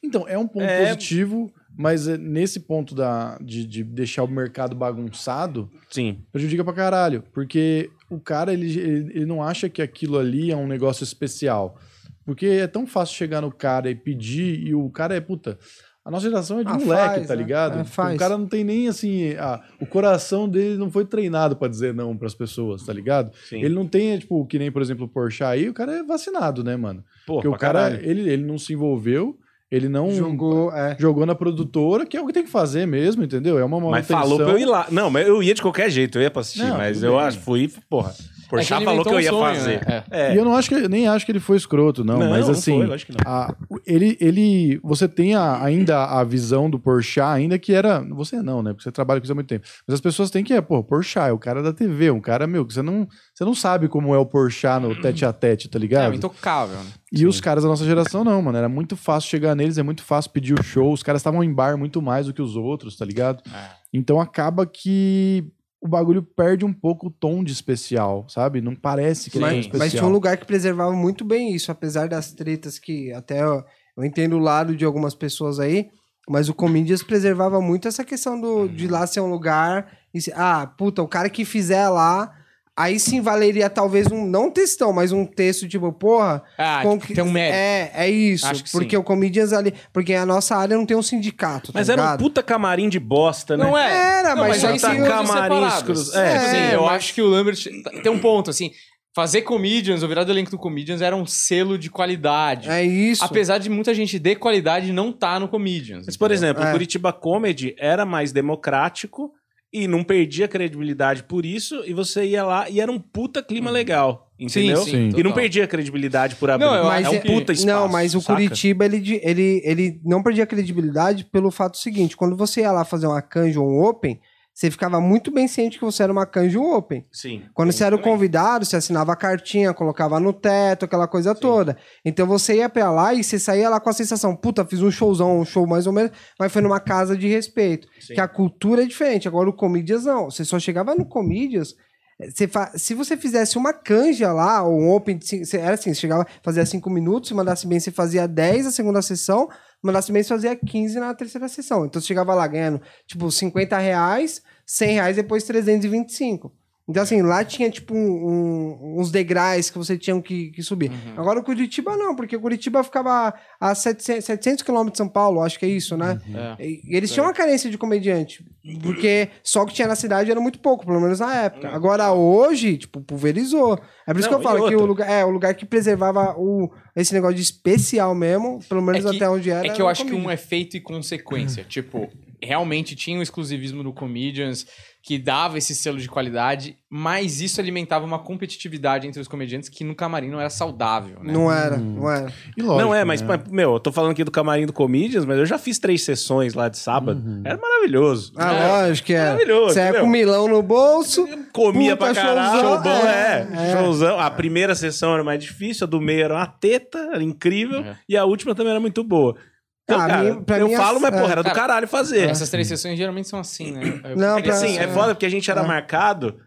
Speaker 4: Então, é um ponto
Speaker 2: É.
Speaker 4: positivo, mas é, nesse ponto da, de, de deixar o mercado bagunçado,
Speaker 2: Sim.
Speaker 4: prejudica pra caralho, porque o cara ele, ele, ele não acha que aquilo ali é um negócio especial. Porque é tão fácil chegar no cara e pedir, e o cara é puta. A nossa geração é de
Speaker 3: Ah,
Speaker 4: moleque,
Speaker 3: faz,
Speaker 4: tá
Speaker 3: né?
Speaker 4: ligado?
Speaker 3: É, faz.
Speaker 4: O cara não tem nem assim. a- o coração dele não foi treinado pra dizer não pras pessoas, tá ligado?
Speaker 2: Sim.
Speaker 4: Ele não tem, tipo, que nem, por exemplo, o Porsche aí, o cara é vacinado, né, mano?
Speaker 2: Pô,
Speaker 4: Porque
Speaker 2: pra
Speaker 4: o cara,
Speaker 2: caralho.
Speaker 4: ele, ele não se envolveu, Ele não jogou,
Speaker 3: Jogou, é.
Speaker 4: na produtora, que é o que tem que fazer mesmo, entendeu? É uma
Speaker 2: Mas
Speaker 4: manutenção.
Speaker 2: falou pra eu ir lá. Não, mas eu ia de qualquer jeito, eu ia pra assistir,
Speaker 4: Não,
Speaker 2: mas
Speaker 4: tudo
Speaker 2: eu
Speaker 4: bem.
Speaker 2: acho, fui, porra.
Speaker 1: É que
Speaker 2: Porchat
Speaker 1: ele
Speaker 2: falou que
Speaker 1: inventou
Speaker 2: eu
Speaker 1: um
Speaker 2: ia
Speaker 1: sonho,
Speaker 2: fazer.
Speaker 1: né? É.
Speaker 2: É.
Speaker 4: E eu não acho que nem acho que ele foi escroto, não. mas assim,
Speaker 2: foi, lógico que não.
Speaker 4: a- ele, ele, você tem a- ainda a visão do Porchat, ainda que era, você não, né? Porque você trabalha com isso há muito tempo. Mas as pessoas têm que é, pô, Porchat é o cara da TV, um cara meu que você não, você não sabe como é o Porchat
Speaker 2: Hum.
Speaker 4: no tete a tete, tá ligado?
Speaker 1: É, intocável, né?
Speaker 4: E os caras da nossa geração não, mano. Era muito fácil chegar neles, é muito fácil pedir o show. Os caras estavam em bar muito mais do que os outros, tá ligado?
Speaker 2: É.
Speaker 4: Então acaba que o bagulho perde um pouco o tom de especial, sabe? Não parece que
Speaker 1: Sim.
Speaker 4: é um
Speaker 1: Mas
Speaker 4: especial.
Speaker 3: Mas tinha um lugar que preservava muito bem isso, apesar das tretas que até ó, eu entendo o lado de algumas pessoas aí, mas o Comedians preservava muito essa questão do, de lá ser um lugar. E, se- ah, puta, o cara que fizer lá, aí sim valeria talvez um, não um textão, mas um texto tipo, porra.
Speaker 1: Ah,
Speaker 3: com
Speaker 1: tem um mérito.
Speaker 3: É, é isso.
Speaker 1: Acho que
Speaker 3: porque
Speaker 1: sim.
Speaker 3: o Comedians ali. Porque a nossa área não tem um sindicato.
Speaker 2: Mas
Speaker 3: tá
Speaker 2: era um
Speaker 3: ligado?
Speaker 2: puta camarim de bosta, né?
Speaker 1: Não é.
Speaker 3: Era,
Speaker 1: Não,
Speaker 2: mas
Speaker 3: mas, aí
Speaker 2: tá
Speaker 3: sim.
Speaker 1: coisas
Speaker 2: camarins
Speaker 1: separadas.
Speaker 2: cruz-
Speaker 1: É,
Speaker 2: é,
Speaker 1: tipo assim,
Speaker 3: é,
Speaker 1: eu
Speaker 3: mas-
Speaker 1: acho que o Lambert tem um ponto, assim. Fazer comedians, o virar do elenco do comedians era um selo de qualidade.
Speaker 3: É isso.
Speaker 1: Apesar de muita gente de qualidade não tá no comedians.
Speaker 2: Mas, por
Speaker 1: entendeu?
Speaker 2: exemplo,
Speaker 3: É.
Speaker 2: o Curitiba Comedy era mais democrático e não perdia credibilidade por isso, e você ia lá e era um puta clima legal, entendeu?
Speaker 1: sim,
Speaker 4: Sim.
Speaker 2: E não
Speaker 1: total.
Speaker 2: perdia credibilidade por abrir.
Speaker 1: Não, eu
Speaker 2: é
Speaker 1: acho
Speaker 2: um
Speaker 1: que-
Speaker 2: puta espaço.
Speaker 3: Não, mas o
Speaker 2: saca?
Speaker 3: Curitiba, ele, de- ele, ele não perdia credibilidade pelo fato seguinte: quando você ia lá fazer uma canja ou um open, você ficava muito bem ciente que você era uma canja ou um open.
Speaker 2: Sim.
Speaker 3: Quando você era o
Speaker 2: Também.
Speaker 3: convidado, você assinava a cartinha, colocava no teto, aquela coisa toda. Então você ia pra lá e você saía lá com a sensação: puta, fiz um showzão, um show mais ou menos, mas foi numa casa de respeito.
Speaker 2: Sim.
Speaker 3: Que a cultura é diferente. Agora o Comedians não. Você só chegava no Comedians. eh, você fa- Se você fizesse uma canja lá, ou um open, de cin- você- era assim, você chegava, fazia cinco minutos, se mandasse bem, você fazia 10 na segunda sessão, mandasse bem, você fazia 15 na terceira sessão. Então você chegava lá ganhando, tipo, 50 reais, 100 reais, depois 325. Então, assim, lá tinha, tipo, um- um- uns degraus que você tinha que, que subir.
Speaker 1: Uhum.
Speaker 3: Agora, o Curitiba não, porque o Curitiba ficava a 700, 700 quilômetros de São Paulo, acho que é isso, né?
Speaker 1: É.
Speaker 3: E eles tinham uma carência de comediante, porque só o que tinha na cidade era muito pouco, pelo menos na época.
Speaker 1: Uhum.
Speaker 3: Agora, hoje, tipo, pulverizou. É por isso
Speaker 2: Não,
Speaker 3: que eu falo
Speaker 2: e
Speaker 3: que o
Speaker 2: outra?
Speaker 3: lugar, é, o lugar que preservava o, esse negócio de especial mesmo, pelo menos
Speaker 1: É que-
Speaker 3: até onde era.
Speaker 1: É que eu
Speaker 3: era
Speaker 1: acho que
Speaker 3: comedian.
Speaker 1: um é feito e consequência. tipo, realmente tinha um exclusivismo no Comedians que dava esse selo de qualidade, mas isso alimentava uma competitividade entre os comediantes que no camarim não era saudável, né?
Speaker 3: Não era, não era.
Speaker 4: E lógico,
Speaker 2: não é, mas,
Speaker 4: né?
Speaker 2: mas, meu, eu tô falando aqui do camarim do Comedians, mas eu já fiz três sessões lá de sábado. Era maravilhoso.
Speaker 3: Ah,
Speaker 1: É.
Speaker 3: lógico que era.
Speaker 2: Maravilhoso,
Speaker 3: Você é
Speaker 2: entendeu?
Speaker 3: com milão no bolso.
Speaker 2: Comia
Speaker 3: Puta,
Speaker 2: pra caralho.
Speaker 3: showzão,
Speaker 2: Show bom, é,
Speaker 3: é, é.
Speaker 2: Showzão. A primeira sessão era mais difícil, a do meio era uma teta, era incrível.
Speaker 1: É.
Speaker 2: E a última também era muito boa. Então,
Speaker 3: Ah, a
Speaker 2: cara,
Speaker 3: minha- pra
Speaker 2: eu
Speaker 3: mim,
Speaker 2: falo,
Speaker 3: as-
Speaker 2: mas, porra,
Speaker 3: é.
Speaker 2: era do
Speaker 1: Cara,
Speaker 2: caralho fazer.
Speaker 1: Essas três sessões geralmente são assim, né? Eu-
Speaker 3: Não,
Speaker 2: É que
Speaker 3: pra-
Speaker 2: assim, é
Speaker 3: é.
Speaker 2: foda porque a gente era
Speaker 3: É.
Speaker 2: marcado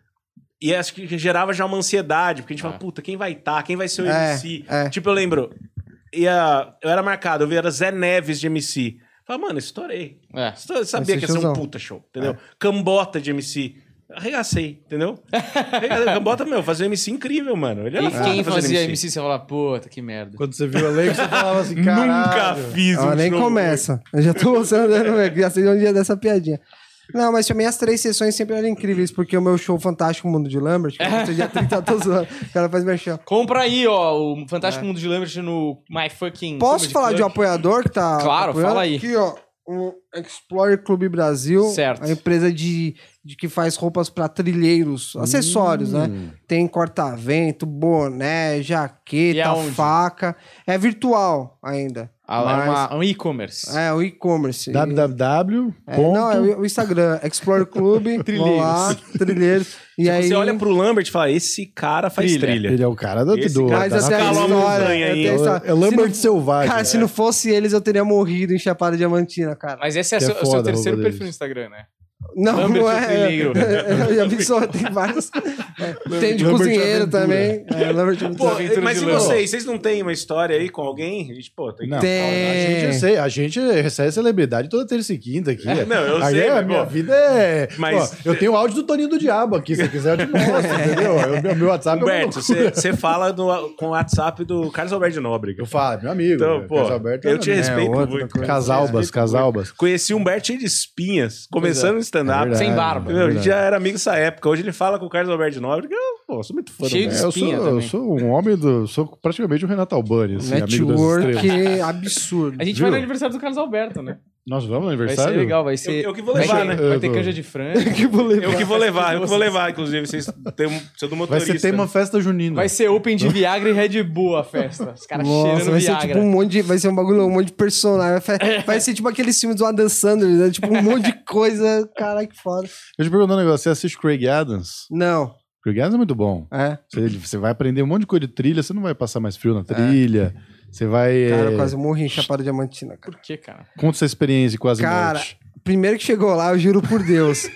Speaker 2: e acho que gerava já uma ansiedade, porque a gente fala,
Speaker 1: É.
Speaker 2: puta, quem vai estar? Quem vai ser o
Speaker 3: É,
Speaker 2: MC?
Speaker 3: é.
Speaker 2: Tipo, eu lembro, ia, eu era marcado, eu vi era Zé Neves de MC. Falei, mano, estourei.
Speaker 1: É.
Speaker 2: Estourei, sabia
Speaker 3: ser
Speaker 2: que ia ser um
Speaker 3: showzão.
Speaker 2: puta show, entendeu? Cambota de MC. Arregacei, entendeu? Arregacei. Cambota, meu, fazia um MC incrível, mano. Ele era
Speaker 1: E
Speaker 2: foda
Speaker 1: quem
Speaker 2: Ah, tá fazendo
Speaker 1: fazia MC, você fala, puta, que merda.
Speaker 4: Quando você viu o elenco, você falava assim,
Speaker 2: Nunca
Speaker 4: caralho.
Speaker 2: fiz um
Speaker 3: Ela nem
Speaker 2: show.
Speaker 3: começa. Eu já tô mostrando, né? já sei de onde ia dessa piadinha. Não, mas também as três sessões sempre eram incríveis, porque o meu show Fantástico Mundo de Lambert, que eu dia 30 todos os anos, o cara faz merchan.
Speaker 1: Compra aí, ó, o
Speaker 2: É.
Speaker 1: Fantástico Mundo de Lambert no My Fucking.
Speaker 3: Posso
Speaker 1: Comedy
Speaker 3: falar de um
Speaker 1: Club.
Speaker 3: apoiador que tá.
Speaker 1: Claro,
Speaker 3: apoiando?
Speaker 1: fala aí.
Speaker 3: Aqui, ó. O Explorer Clube Brasil,
Speaker 1: Certo.
Speaker 3: a empresa de, de que faz roupas pra trilheiros, acessórios,
Speaker 2: Hum.
Speaker 3: né? Tem corta-vento, boné,
Speaker 1: E
Speaker 3: jaqueta,
Speaker 1: aonde?
Speaker 3: faca. É virtual ainda.
Speaker 1: Ah, lá, é uma- é um e-commerce.
Speaker 3: É, o e-commerce.
Speaker 4: www.
Speaker 3: É, não, é o- o Instagram, Explore Clube, vão lá, trilheiros. E aí,
Speaker 2: Tipo, Você olha pro Lambert e fala, esse cara faz
Speaker 1: Trilha.
Speaker 2: trilha.
Speaker 4: Ele é o cara da
Speaker 2: Esse
Speaker 4: do,
Speaker 2: cara tá
Speaker 3: mas
Speaker 4: da
Speaker 3: eu tenho a
Speaker 2: Calou a
Speaker 3: história.
Speaker 2: montanha
Speaker 3: eu
Speaker 2: aí.
Speaker 3: tenho a história.
Speaker 4: tá É o Lambert
Speaker 3: Se não-
Speaker 4: Selvagem. é.
Speaker 3: Cara, se não fosse eles, eu teria morrido em Chapada Diamantina, cara.
Speaker 1: Mas esse é,
Speaker 4: Que é
Speaker 1: seu- o seu
Speaker 4: foda,
Speaker 1: terceiro
Speaker 4: rouba
Speaker 1: perfil no
Speaker 4: deles.
Speaker 1: Instagram, né?
Speaker 3: Não,
Speaker 1: Lambert
Speaker 3: não
Speaker 1: é
Speaker 3: é.
Speaker 1: primeiro.
Speaker 3: Eu já vi só, tem vários. É, tem de
Speaker 4: Lambert
Speaker 3: cozinheiro
Speaker 4: Aventura.
Speaker 3: também. É, Lambert
Speaker 2: Pô,
Speaker 3: Aventura.
Speaker 1: Aventura
Speaker 2: mas
Speaker 1: de
Speaker 2: e
Speaker 1: Lambert.
Speaker 2: vocês? Vocês não têm uma história aí com alguém? A gente, pô, tem
Speaker 4: Não,
Speaker 3: Tem.
Speaker 4: A,
Speaker 2: É.
Speaker 4: gente, é assim, sei- a gente recebe celebridade toda terça e quinta aqui.
Speaker 2: não, eu
Speaker 4: Aí
Speaker 2: sei,
Speaker 4: a
Speaker 2: mas,
Speaker 4: minha
Speaker 2: pô,
Speaker 4: vida é.
Speaker 2: mas-
Speaker 4: Ó, eu tenho o áudio do Toninho do Diabo aqui, se quiser eu te mostro, entendeu? Eu- meu, meu WhatsApp
Speaker 2: Humberto,
Speaker 4: é uma loucura.
Speaker 2: você fala do- com o WhatsApp do Carlos Alberto de Nóbrega.
Speaker 4: Eu falo, meu amigo.
Speaker 2: Então,
Speaker 4: né,
Speaker 2: pô,
Speaker 4: Carlos Alberto é
Speaker 2: eu te
Speaker 4: meu-
Speaker 2: respeito
Speaker 4: outro-
Speaker 2: muito, cara.
Speaker 4: Casalbas, casalbas.
Speaker 2: Conheci o Humberto cheio de espinhas, começando no stand-up.
Speaker 4: É verdade, É
Speaker 1: sem barba.
Speaker 2: Entendeu? a gente
Speaker 4: verdade.
Speaker 2: já era amigo dessa época. Hoje ele fala com o Carlos Alberto de Nobre, que eu, pô, sou muito fã
Speaker 1: Cheio
Speaker 2: do
Speaker 1: de
Speaker 2: Beto.
Speaker 4: É, eu, sou,
Speaker 1: espinha
Speaker 4: eu
Speaker 1: também.
Speaker 4: sou um homem do. Sou praticamente o Renato Albani, assim, amigo das
Speaker 3: Network
Speaker 4: estrelas.
Speaker 3: absurdo.
Speaker 1: A gente
Speaker 4: Viu?
Speaker 1: vai no aniversário do Carlos Alberto, né?
Speaker 4: Nós vamos no
Speaker 1: Vai
Speaker 4: aniversário?
Speaker 1: ser legal, vai ser.
Speaker 2: Eu, eu que vou
Speaker 1: vai,
Speaker 2: levar,
Speaker 1: ter,
Speaker 2: né?
Speaker 1: vai ter canja de frango.
Speaker 2: Eu que vou levar, eu que vou levar, inclusive. Vocês têm um, você é do
Speaker 4: Vai
Speaker 2: motorista.
Speaker 4: ser tema festa junina.
Speaker 1: Vai ser open de Viagra e Red Bull a festa. Os caras
Speaker 3: Nossa,
Speaker 1: cheirando
Speaker 3: vai ser
Speaker 1: Viagra.
Speaker 3: tipo um monte de. Vai ser um bagulho, um monte de personagem. Vai, vai ser tipo aqueles filmes do Adam Sanders, né? Tipo um monte de coisa. Caralho, que foda.
Speaker 4: Eu te pergunto um negócio: você assiste Craig Adams?
Speaker 3: Não,
Speaker 4: Craig Adams é muito bom.
Speaker 3: é.
Speaker 4: Você, você vai aprender um monte de coisa de trilha, você não vai passar mais frio na trilha. Você vai.
Speaker 3: Cara,
Speaker 4: é,
Speaker 3: eu quase morri em Chapada Diamantina, cara.
Speaker 1: Por que, cara?
Speaker 4: Conta sua experiência em quase
Speaker 3: Cara,
Speaker 4: morte.
Speaker 3: primeiro que chegou lá, eu juro por Deus.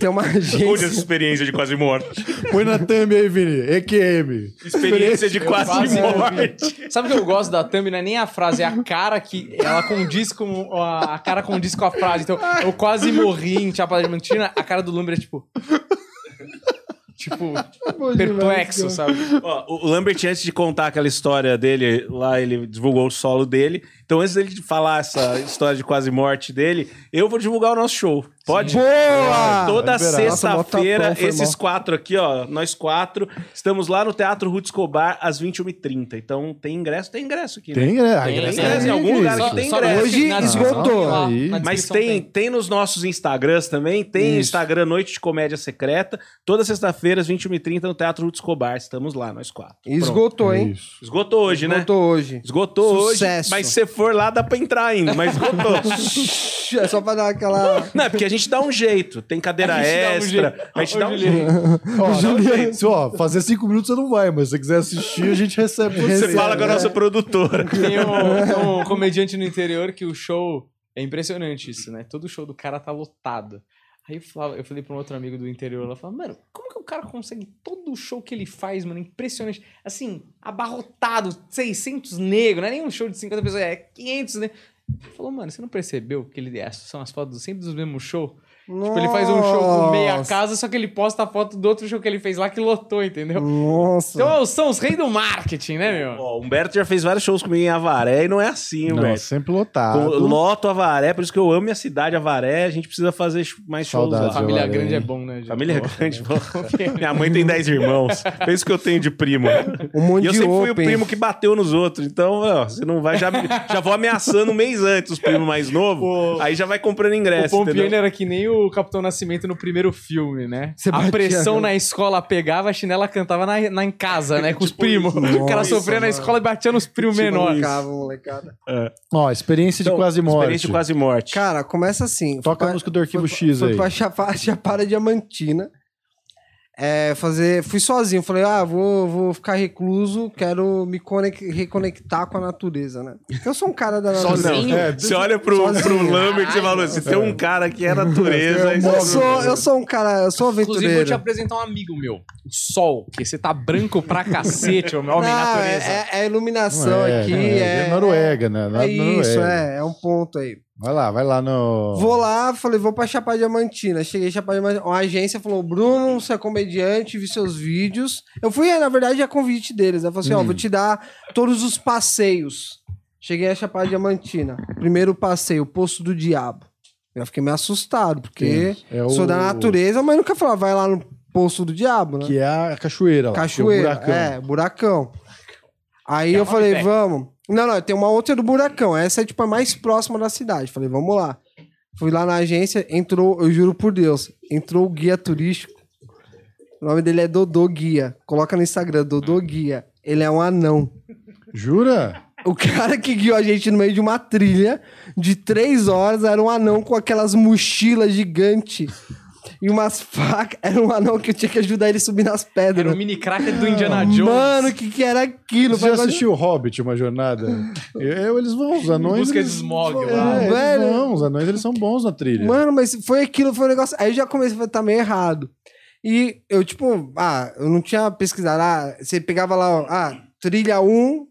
Speaker 3: tem uma
Speaker 2: Onde essa
Speaker 3: agência.
Speaker 2: experiência de quase morte?
Speaker 4: Põe na thumb aí, Vini. EQM.
Speaker 2: Experiência de quase
Speaker 1: quase
Speaker 2: morte.
Speaker 1: Sabe o que eu gosto da thumb? Não é nem a frase, é a cara que ela condiz com. A, a cara condiz com a frase. Então, eu quase morri em Chapada Diamantina, a cara do Lumber é tipo. Tipo, perplexo, sabe?
Speaker 2: Ó, o Lambert, antes de contar aquela história dele, lá ele divulgou o solo dele. Então, antes dele falar essa história de quase morte dele, eu vou divulgar o nosso show. Pode?
Speaker 3: Boa!
Speaker 2: Toda
Speaker 4: Vai liberar.
Speaker 2: sexta-feira,
Speaker 3: Ah, Nossa, mó tapão, foi
Speaker 2: esses
Speaker 3: mal.
Speaker 2: quatro aqui, ó, nós quatro, estamos lá no Teatro Ruth Escobar às 21h30. Então, tem ingresso? Tem ingresso aqui, né?
Speaker 4: Tem, né? Ah,
Speaker 1: Tem,
Speaker 4: engraçado.
Speaker 1: tem,
Speaker 2: ingresso em algum lugar aqui, tem ingresso.
Speaker 3: Hoje
Speaker 1: Na-
Speaker 3: esgotou.
Speaker 1: lá,
Speaker 4: Aí.
Speaker 1: na
Speaker 2: Mas
Speaker 1: descrição
Speaker 2: tem, tem nos nossos Instagrams também, tem o
Speaker 3: Isso.
Speaker 2: Instagram Noite de Comédia Secreta, toda sexta-feira às 21h30 no Teatro Ruth Escobar, estamos lá, nós quatro.
Speaker 3: Esgotou, hein?
Speaker 4: Isso.
Speaker 2: Esgotou hoje, né?
Speaker 3: Esgotou hoje.
Speaker 2: Esgotou hoje,
Speaker 3: Sucesso.
Speaker 2: mas se você for lá dá pra entrar ainda, mas esgotou.
Speaker 3: É só pra dar aquela.
Speaker 2: Não, é porque a gente dá um jeito, tem cadeira
Speaker 1: A gente dá um
Speaker 2: extra,
Speaker 1: jeito.
Speaker 2: a gente dá
Speaker 1: Ô,
Speaker 2: um
Speaker 1: Juliano.
Speaker 2: jeito.
Speaker 4: Ó, se, ó, fazer cinco minutos você não vai, mas se você quiser assistir, a gente recebe um
Speaker 1: é
Speaker 4: você.
Speaker 2: Você fala com a nossa produtora.
Speaker 1: Tem um, tem um comediante no interior que o show. É impressionante isso, né? Todo show do cara tá lotado. Aí eu, falava, eu falei pra um outro amigo do interior lá, falava, mano, como que o cara consegue todo o show que ele faz, mano? Impressionante. Assim, abarrotado, 600 negros, não é nem um show de 50 pessoas, é 500 negros. Ele falou, mano, você não percebeu que ele é, são as fotos sempre dos mesmos show? Tipo, ele faz um show com meia
Speaker 3: Nossa.
Speaker 1: casa, só que ele posta a foto do outro show que ele fez lá que lotou, entendeu?
Speaker 3: Nossa.
Speaker 1: Então são os reis do marketing, né, meu?
Speaker 2: Ó, o Humberto já fez vários shows comigo em Avaré e não é assim,
Speaker 4: Não,
Speaker 2: Humberto.
Speaker 4: sempre
Speaker 2: Com-
Speaker 4: lotado.
Speaker 2: Loto Avaré, por isso que eu amo minha cidade, Avaré. A gente precisa fazer sh- mais shows assim.
Speaker 4: Saudades,
Speaker 2: lá.
Speaker 1: A família
Speaker 4: Avaré.
Speaker 1: grande é bom, né, gente?
Speaker 2: Família
Speaker 1: Pô.
Speaker 2: grande, bom. Minha mãe tem 10 irmãos. Pensa o que eu tenho de primo.
Speaker 3: Um monte
Speaker 2: E eu
Speaker 3: de
Speaker 2: sempre fui o
Speaker 3: open. Tipo,
Speaker 2: primo que bateu nos outros. Então, ó, você não vai. Já, já vou ameaçando um mês antes os primos mais novos.
Speaker 1: O-
Speaker 2: Aí já vai comprando
Speaker 1: O é
Speaker 2: ingresso.
Speaker 1: Pompiano
Speaker 2: entendeu?
Speaker 1: era que nem o Capitão Nascimento no primeiro filme, né?
Speaker 3: Você
Speaker 1: a
Speaker 3: batia,
Speaker 1: pressão
Speaker 3: né?
Speaker 1: na escola pegava, a chinela cantava na, na- em casa, né? Com os
Speaker 2: Tipo
Speaker 1: primos.
Speaker 3: isso.
Speaker 1: o cara
Speaker 3: Nossa,
Speaker 1: sofria na
Speaker 3: mano.
Speaker 1: escola e batia nos primos menores.
Speaker 3: Mancava, molecada.
Speaker 4: Ó, experiência
Speaker 2: Então,
Speaker 4: de quase morte.
Speaker 2: Experiência de quase morte.
Speaker 3: Cara, começa assim.
Speaker 4: Toca a
Speaker 3: Foi-
Speaker 4: música do Arquivo
Speaker 3: foi,
Speaker 4: X
Speaker 3: Fui
Speaker 4: aí.
Speaker 3: pra Chapa- Chapada Diamantina. É, fazer, fui sozinho, falei, ah, vou, vou ficar recluso, quero me conec- reconectar com a natureza, né? Porque eu sou um cara da natureza.
Speaker 2: Não,
Speaker 1: Sozinho?
Speaker 4: É,
Speaker 2: Você olha pro, pro
Speaker 3: Sozinho.
Speaker 2: Lambert e fala assim: tem um cara que é natureza.
Speaker 4: Eu
Speaker 2: isso-
Speaker 3: Eu sou, eu sou um cara, eu sou
Speaker 1: Inclusive, vou te
Speaker 3: aventureiro.
Speaker 1: apresentar um amigo meu, o Sol, que você tá branco pra cacete, homem
Speaker 3: Não,
Speaker 1: natureza.
Speaker 3: é, é- é
Speaker 4: Não
Speaker 3: iluminação
Speaker 4: é,
Speaker 3: aqui,
Speaker 4: não é,
Speaker 3: é,
Speaker 4: é Noruega, né? Na-
Speaker 3: é isso,
Speaker 4: Noruega.
Speaker 3: é, é um ponto aí.
Speaker 4: Vai lá, vai lá no.
Speaker 3: Vou lá, falei, vou pra Chapada Diamantina. Cheguei em Chapada Diamantina. Uma agência falou: Bruno, você é comediante, vi seus vídeos. Eu fui, na verdade, a convite deles. Ela falou assim: ó,
Speaker 4: Hum.
Speaker 3: vou te dar todos os passeios. Cheguei a Chapada Diamantina. Primeiro passeio, Poço do Diabo. Eu fiquei meio assustado, porque
Speaker 4: Isso, é
Speaker 3: sou
Speaker 4: o-
Speaker 3: da natureza, mas nunca falava, vai lá no Poço do Diabo, né?
Speaker 4: Que é a cachoeira lá.
Speaker 3: Cachoeira.
Speaker 4: que é o buracão.
Speaker 3: É, buracão. Aí
Speaker 1: É
Speaker 3: eu
Speaker 1: uma
Speaker 3: falei,
Speaker 1: velha.
Speaker 3: vamos. Não, não, tem uma outra do buracão. Essa é tipo a mais próxima da cidade. Falei, vamos lá. Fui lá na agência, entrou, eu juro por Deus, entrou o guia turístico. O nome dele é Dodô Guia. Coloca no Instagram, Dodô Guia. Ele é um anão.
Speaker 4: Jura?
Speaker 3: O cara que guiou a gente no meio de uma trilha de três horas era um anão com aquelas mochilas gigantes e umas facas. Era um anão que eu tinha que ajudar ele a subir nas pedras.
Speaker 1: Era o mini cracker do Indiana Jones.
Speaker 3: Mano, o que, que era aquilo? um
Speaker 4: Você já
Speaker 3: Parece-
Speaker 4: assistiu Hobbit, uma jornada? Eu, eles vão, os anões.
Speaker 1: busca de
Speaker 4: eles-
Speaker 1: Smaug
Speaker 4: é,
Speaker 1: lá.
Speaker 4: eles
Speaker 3: Velho.
Speaker 4: vão, os anões eles são bons na trilha.
Speaker 3: Mano, mas foi aquilo, foi um negócio. Aí eu já comecei a falar, tá meio errado. E eu, tipo, ah, eu não tinha pesquisado. Ah, você pegava lá, ó, ah, trilha 1,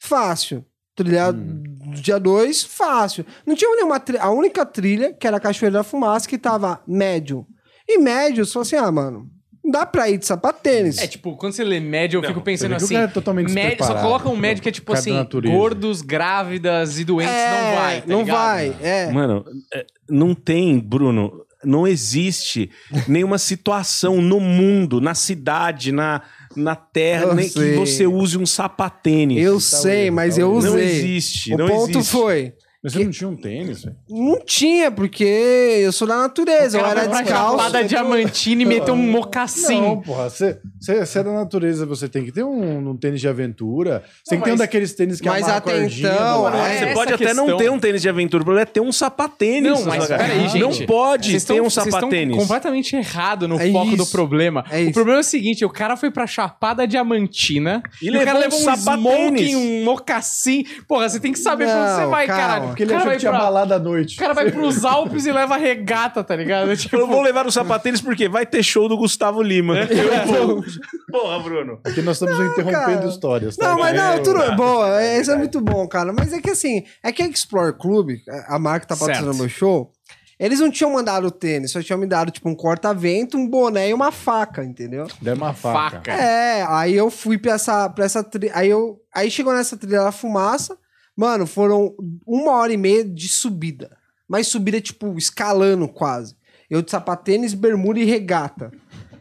Speaker 3: fácil. Trilha do dia 2, fácil. Não tinha nenhuma trilha. A única trilha, que era a Cachoeira da Fumaça, que tava médio. E médio, só assim, ah, mano, não dá pra ir de sapatênis.
Speaker 1: É tipo, quando você lê médio, eu
Speaker 2: Não,
Speaker 1: fico
Speaker 4: Você
Speaker 1: pensando
Speaker 4: vê que o
Speaker 1: assim.
Speaker 4: cara é totalmente
Speaker 1: médio- só
Speaker 4: despreparado.
Speaker 1: coloca um médio que é tipo
Speaker 4: Cara da
Speaker 1: assim,
Speaker 4: natureza.
Speaker 1: gordos, grávidas e doentes,
Speaker 3: É,
Speaker 1: não vai, tá
Speaker 3: não
Speaker 1: ligado?
Speaker 3: vai, é.
Speaker 2: Mano, é, não tem, Bruno. Não existe nenhuma situação no mundo, na cidade, na, na terra,
Speaker 3: Eu
Speaker 2: nem que
Speaker 3: sei.
Speaker 2: você use um sapatênis.
Speaker 3: Eu sei,
Speaker 4: erro,
Speaker 3: mas
Speaker 4: tá
Speaker 3: eu
Speaker 4: o erro.
Speaker 3: usei.
Speaker 2: Não existe,
Speaker 3: O
Speaker 2: não
Speaker 3: ponto
Speaker 2: existe.
Speaker 3: foi,
Speaker 4: Mas você não tinha um tênis, velho?
Speaker 3: não tinha, porque eu sou da natureza, eu
Speaker 1: Cara,
Speaker 3: era
Speaker 1: vai pra
Speaker 3: descalço.
Speaker 1: Chapada Diamantina e meteu um mocassim.
Speaker 4: Não, porra. Você você é da natureza, você tem que ter um, um tênis de aventura. Você
Speaker 1: Não,
Speaker 4: tem que ter um
Speaker 1: mas- né?
Speaker 4: daqueles tênis que
Speaker 3: mas
Speaker 4: amarra a
Speaker 3: até
Speaker 4: cordinha
Speaker 3: então,
Speaker 4: do
Speaker 3: é-
Speaker 4: lado.
Speaker 2: Ah, Você
Speaker 1: essa
Speaker 2: pode
Speaker 1: a
Speaker 2: até não
Speaker 1: questão.
Speaker 2: ter um tênis de aventura, o problema é ter um sapatênis.
Speaker 1: Não, mas
Speaker 2: Zagal.
Speaker 4: peraí, gente.
Speaker 2: Não pode
Speaker 1: Vocês
Speaker 2: ter
Speaker 1: tão-
Speaker 2: um
Speaker 1: vocês tão
Speaker 2: sapatênis.
Speaker 1: completamente errado no
Speaker 3: É
Speaker 1: foco do
Speaker 3: isso.
Speaker 1: problema.
Speaker 3: É
Speaker 1: o
Speaker 3: isso.
Speaker 1: problema é o seguinte: o cara foi pra Chapada Diamantina
Speaker 2: E
Speaker 1: e, o cara levou
Speaker 2: levou um
Speaker 1: um,
Speaker 2: sapatênis.
Speaker 1: smoking, um mocassim. Porra, você tem que saber pra onde
Speaker 3: Não,
Speaker 1: você vai,
Speaker 3: calma,
Speaker 1: cara.
Speaker 4: Porque
Speaker 1: o
Speaker 4: ele
Speaker 1: cara
Speaker 4: achou
Speaker 1: vai
Speaker 4: que tinha
Speaker 1: pra-
Speaker 4: balada à
Speaker 1: O
Speaker 4: noite.
Speaker 1: cara vai pros Alpes e leva regata, tá ligado? Tipo,
Speaker 2: Eu vou levar os sapatênis porque vai ter show do Gustavo Lima. Eu vou. Porra, Bruno.
Speaker 4: Porque nós estamos interrompendo
Speaker 3: cara.
Speaker 4: histórias. tá?
Speaker 3: Não, mas não,
Speaker 2: É,
Speaker 3: tudo
Speaker 2: tá.
Speaker 3: é boa. é, Isso é muito bom, cara. Mas é que assim, é que a Explore Club, a a marca que tá patrocinando
Speaker 1: Certo.
Speaker 3: meu show, eles não tinham mandado o tênis, só tinham me dado tipo um corta-vento, um boné e uma faca, entendeu?
Speaker 4: Deve uma faca.
Speaker 1: faca.
Speaker 3: É, aí eu fui pra essa, pra essa trilha. Aí, eu, aí chegou nessa trilha da fumaça. Mano, foram uma hora e meia de subida. Mas subida, tipo, escalando quase. Eu de sapatênis, bermuda e regata.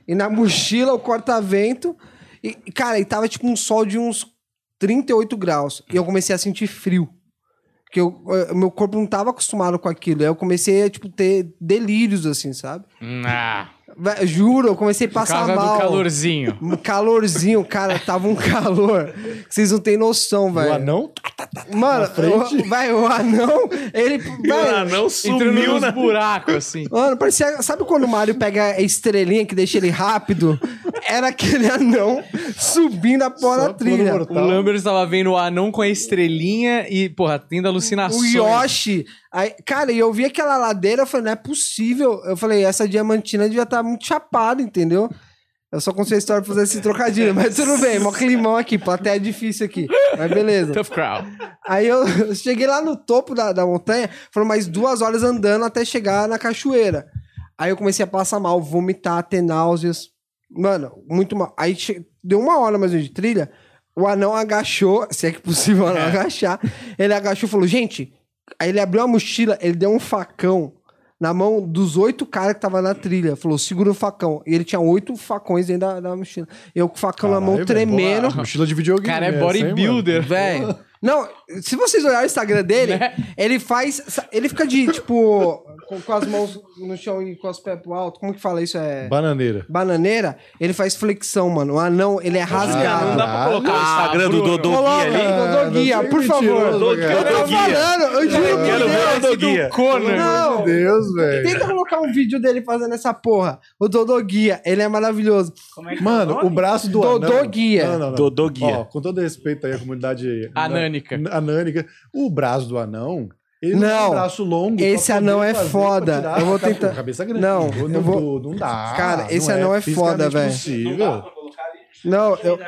Speaker 3: E na mochila, o corta-vento. E, e, cara, e tava tipo um sol de uns 38 graus. E eu comecei a sentir frio. Porque eu, eh, meu corpo não tava acostumado com aquilo. Aí eu comecei a, tipo, ter delírios, assim, sabe?
Speaker 1: Ah,
Speaker 3: Vé- Juro, eu comecei a
Speaker 1: por
Speaker 3: passar
Speaker 1: causa
Speaker 3: mal.
Speaker 1: do calorzinho.
Speaker 3: Um calorzinho, cara, tava um calor. que Vocês não têm noção,
Speaker 4: O
Speaker 3: velho.
Speaker 4: anão tá
Speaker 3: Mano,
Speaker 4: frente.
Speaker 3: o, vai, o anão, ele. Vai,
Speaker 2: Ah, não
Speaker 1: Entrando
Speaker 2: sumiu
Speaker 3: né?
Speaker 1: nos
Speaker 2: na...
Speaker 1: buracos, assim.
Speaker 3: Mano, parecia. Sabe quando o Mario pega a estrelinha que deixa ele rápido? Era aquele anão subindo a porra
Speaker 4: Só
Speaker 3: da trilha.
Speaker 4: pelo
Speaker 1: O
Speaker 4: Tal.
Speaker 1: Lambert estava vendo o anão com a estrelinha e, porra, tendo
Speaker 3: O
Speaker 1: alucinações.
Speaker 3: Yoshi. Aí, cara, e eu vi aquela ladeira, eu falei, não é possível. Eu falei, essa diamantina devia estar muito chapada, entendeu? Eu só contei a história pra fazer esse trocadilho, mas tudo bem, mó climão aqui, plateia difícil aqui. Mas beleza.
Speaker 1: Tough crowd.
Speaker 3: Aí eu eu cheguei lá no topo da, da montanha, foram mais duas horas andando até chegar na cachoeira. Aí eu comecei a passar mal, vomitar, ter náuseas. Mano, muito mal. Aí che- deu uma hora mais ou menos de trilha, o anão agachou, se é que possível o anão agachar. Ele agachou e falou, gente... Aí ele abriu a mochila, ele deu um facão na mão dos oito caras que tava na trilha. Falou, segura o facão. E ele tinha oito facões dentro da, da mochila. Eu com o facão na mão,
Speaker 4: Caralho, velho,
Speaker 3: tremendo.
Speaker 4: boa- Mochila de videogame.
Speaker 1: O cara é
Speaker 4: essa, hein, mano?
Speaker 1: bodybuilder, velho.
Speaker 3: Não, se vocês olharem o Instagram dele,
Speaker 1: Né?
Speaker 3: ele faz. Ele fica de, tipo, com, com as mãos no chão e com os pés pro alto. Como que fala isso? É.
Speaker 4: Bananeira.
Speaker 3: Bananeira? Ele faz flexão, mano. O anão, ele é rasgado.
Speaker 2: Ah, Não dá pra colocar o
Speaker 1: Ah,
Speaker 2: Instagram do
Speaker 1: Bruno.
Speaker 2: Dodô
Speaker 3: Coloca,
Speaker 2: Gui ali?
Speaker 3: Dodô Guia,
Speaker 4: Ah, não sei,
Speaker 3: por
Speaker 2: um
Speaker 4: mentiroso,
Speaker 3: favor.
Speaker 4: cara.
Speaker 3: Eu tô
Speaker 2: Dodô Guia.
Speaker 3: falando, eu juro por
Speaker 2: Quero ver o
Speaker 3: Deus.
Speaker 2: Dodô Guia.
Speaker 1: Conan.
Speaker 3: Não,
Speaker 4: Deus, velho.
Speaker 3: tenta colocar um vídeo dele fazendo essa porra. O Dodô Guia, ele é maravilhoso.
Speaker 4: Mano, o braço do
Speaker 3: Dodô
Speaker 4: anão-
Speaker 3: Guia.
Speaker 4: Não, não, não.
Speaker 2: Dodô Guia.
Speaker 4: Ó, com todo respeito aí à comunidade
Speaker 1: Anânica.
Speaker 4: anânica, o braço do anão, ele
Speaker 3: Não.
Speaker 4: tem um braço longo. pra
Speaker 3: Esse
Speaker 4: poder
Speaker 3: anão é
Speaker 4: fazer, pra
Speaker 3: foda.
Speaker 4: tirar
Speaker 3: Eu vou
Speaker 4: a cabeça-
Speaker 3: tentar-
Speaker 4: Cabeça grande.
Speaker 3: Não,
Speaker 4: não,
Speaker 3: eu vou-
Speaker 4: não dá.
Speaker 3: Cara, esse anão é foda,
Speaker 4: fisicamente
Speaker 3: velho.
Speaker 4: possível.
Speaker 3: Não, eu,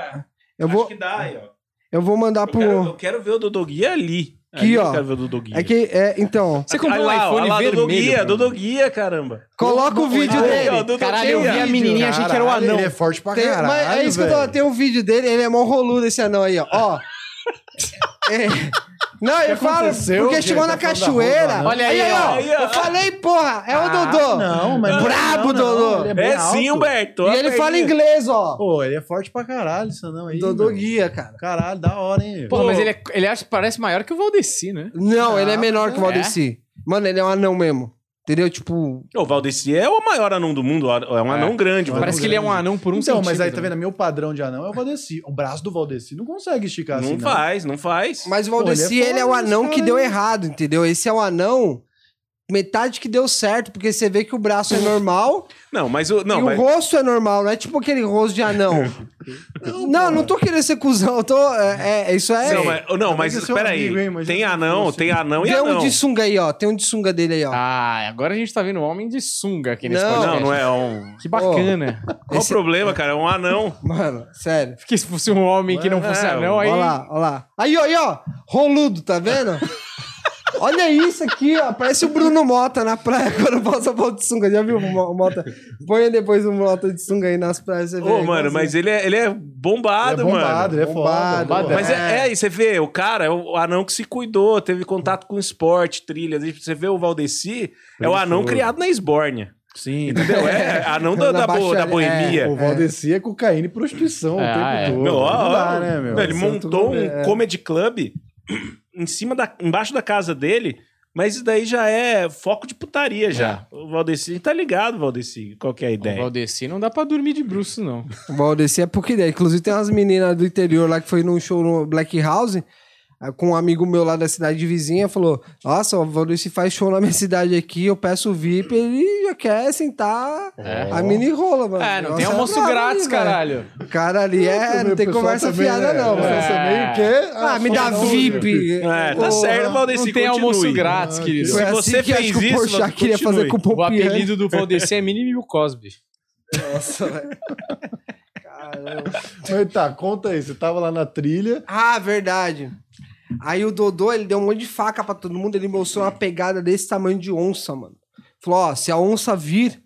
Speaker 3: eu, vou,
Speaker 2: dá aí, ó.
Speaker 3: eu vou mandar pro.
Speaker 2: quero ver o Dodô Guia ali.
Speaker 3: Aqui,
Speaker 2: Ali eu
Speaker 3: ó.
Speaker 2: quero ver o Dodô Guia.
Speaker 3: É que, é, então,
Speaker 1: Você comprou
Speaker 2: Olha
Speaker 1: um
Speaker 2: lá, ó,
Speaker 1: iPhone
Speaker 2: olha lá, Dodô
Speaker 1: vermelho.
Speaker 2: Guia,
Speaker 1: pra mim.
Speaker 2: Dodô Guia, caramba.
Speaker 3: coloca o vídeo
Speaker 2: Aí,
Speaker 3: dele.
Speaker 2: ó, Dodô
Speaker 1: Caralho, eu
Speaker 2: Guia.
Speaker 1: vi a menininha, achei que era o
Speaker 4: Caralho,
Speaker 1: anão.
Speaker 4: Ele é forte pra
Speaker 3: Tem,
Speaker 4: caralho,
Speaker 3: mas é isso que eu tô,
Speaker 4: velho.
Speaker 3: tem um vídeo dele, ele é mó roludo esse anão aí, ó. Ó. É. Não, eu falo,
Speaker 4: aconteceu?
Speaker 3: porque
Speaker 4: Que
Speaker 3: chegou
Speaker 4: ele
Speaker 3: na
Speaker 4: tá falando da
Speaker 3: cachoeira.
Speaker 4: roupa, né? Ah,
Speaker 1: Olha aí,
Speaker 3: ó.
Speaker 2: ó. Aí, ó.
Speaker 3: Eu falei, porra, é o Dodô.
Speaker 4: Não, mas... não, não,
Speaker 3: Brabo, Dodô.
Speaker 4: ele bem
Speaker 2: É sim,
Speaker 4: alto.
Speaker 2: Humberto.
Speaker 3: e ele fala inglês, ó.
Speaker 4: Pô, ele é forte pra caralho, esse anão aí.
Speaker 3: Dodô
Speaker 4: mano.
Speaker 3: Guia, cara.
Speaker 4: Caralho, da hora, hein?
Speaker 1: Porra, mas ele, é, ele acha, parece maior que o Valdeci, né?
Speaker 3: Não, ele é menor que o
Speaker 1: é?
Speaker 3: Valdeci. Mano, ele é um anão mesmo. Entendeu? Tipo.
Speaker 2: O Valdeci é o maior anão do mundo, é um anão grande.
Speaker 4: Parece
Speaker 1: Parece que ele é um anão por um
Speaker 4: então,
Speaker 1: centímetro.
Speaker 4: mas aí, tá vendo? Meu padrão de anão é o Valdeci. O braço do Valdeci não consegue esticar
Speaker 2: Não
Speaker 4: assim,
Speaker 2: faz, não faz.
Speaker 3: Mas o
Speaker 4: Pô, ele é
Speaker 3: Valdeci, ele é, o
Speaker 4: foda, esse
Speaker 3: anão que
Speaker 4: cara
Speaker 3: deu
Speaker 4: aí.
Speaker 3: errado, entendeu? Esse é o anão. Metade que deu certo, porque você vê que o braço é normal
Speaker 2: Não, mas o. Não,
Speaker 3: e
Speaker 2: mas...
Speaker 3: o rosto é normal, não é tipo aquele rosto de anão. não, não, tô querendo ser cuzão, eu tô. É, é, isso é.
Speaker 2: Não, mas, não, mas
Speaker 4: Esse é um
Speaker 2: peraí.
Speaker 4: amigo, hein, mas
Speaker 2: tem
Speaker 4: já-
Speaker 2: anão, tem
Speaker 4: assim.
Speaker 2: anão e
Speaker 3: Tem um
Speaker 2: anão.
Speaker 3: de sunga aí, ó. Tem um de sunga dele aí, ó.
Speaker 1: Ah, agora a gente tá vendo um homem de sunga aqui nesse
Speaker 3: Não,
Speaker 2: Não,
Speaker 1: podcast.
Speaker 2: não é um.
Speaker 1: Que bacana.
Speaker 2: Qual o problema, cara? É um anão.
Speaker 3: Mano, sério.
Speaker 1: Porque se fosse um homem que não
Speaker 2: Ué,
Speaker 1: fosse
Speaker 2: é,
Speaker 1: anão, aí...
Speaker 3: Olha lá, olha lá. Aí, ó, aí, ó. Roludo, tá vendo? Olha isso aqui, ó. Parece o Bruno Mota na praia quando passa a foto de sunga. Já viu o Mo- Mota? Põe depois o Mota de sunga aí nas praias. Você
Speaker 2: Ô,
Speaker 3: vê aí,
Speaker 2: mano,
Speaker 3: igualzinho.
Speaker 2: mas ele é, ele é
Speaker 4: Ele
Speaker 2: bombado,
Speaker 4: é
Speaker 2: mano.
Speaker 4: bombado, ele é
Speaker 3: Bombado,
Speaker 4: foda.
Speaker 1: bombado.
Speaker 2: Mas é, é, aí, você vê, o cara é o anão que se cuidou, teve contato com esporte, trilha. Você vê o Valdeci, é o anão
Speaker 4: Preguiçoso.
Speaker 2: anão criado na esbórnia.
Speaker 4: Sim.
Speaker 2: Entendeu? É, ah, não da,
Speaker 3: Na
Speaker 2: da, bo- da
Speaker 3: baixaria,
Speaker 2: boemia.
Speaker 4: O Valdeci é cocaína e prostituição
Speaker 1: É,
Speaker 4: o tempo
Speaker 1: é.
Speaker 4: todo.
Speaker 2: Meu, ó,
Speaker 4: Não dá,
Speaker 2: ó,
Speaker 4: né, meu?
Speaker 2: meu, ele
Speaker 4: Santo
Speaker 2: montou um
Speaker 4: Deus, é.
Speaker 2: comedy club em cima da, embaixo da casa dele, mas isso daí já é foco de putaria já.
Speaker 1: É.
Speaker 2: O Valdeci tá ligado, Valdeci, qual que é a
Speaker 1: O
Speaker 2: ideia?
Speaker 1: Valdeci não dá pra dormir de bruxo, não.
Speaker 3: Valdeci é pouca ideia. Inclusive, tem umas meninas do interior lá que foi num show no Black House. aí Com um amigo meu lá da cidade vizinha, falou: Nossa, o Valdeci faz show na minha cidade aqui, eu peço VIP, ele já quer sentar
Speaker 1: É.
Speaker 3: a mini rola, mano.
Speaker 1: É, não tem
Speaker 3: Nossa,
Speaker 1: almoço
Speaker 3: brabo,
Speaker 1: grátis,
Speaker 3: velho.
Speaker 1: caralho.
Speaker 3: O cara ali é,
Speaker 4: Também,
Speaker 3: não
Speaker 4: o
Speaker 3: tem
Speaker 4: pessoal
Speaker 3: conversa
Speaker 4: também,
Speaker 3: fiada,
Speaker 4: né?
Speaker 3: não.
Speaker 4: O pessoal
Speaker 1: É.
Speaker 4: também quer a
Speaker 3: Ah, me dá
Speaker 4: sua
Speaker 3: VIP.
Speaker 2: É, tá
Speaker 3: Porra.
Speaker 2: certo, Valdeci,
Speaker 1: Não tem
Speaker 2: continue.
Speaker 1: almoço grátis, querido.
Speaker 3: Foi
Speaker 2: Se
Speaker 3: assim
Speaker 2: você
Speaker 3: que acho
Speaker 2: fez
Speaker 3: que
Speaker 2: isso,
Speaker 3: o Porchat
Speaker 2: continue.
Speaker 3: queria fazer com o
Speaker 1: O
Speaker 3: Popian.
Speaker 1: apelido do Valdeci é Mínimo Cosby.
Speaker 3: Nossa, velho. Caramba.
Speaker 4: Mas tá, conta aí. Você tava lá na trilha.
Speaker 3: Ah, verdade. Aí o Dodô, ele deu um monte de faca pra todo mundo, ele mostrou uma pegada desse tamanho de onça, mano. Falou, ó, se a onça vir,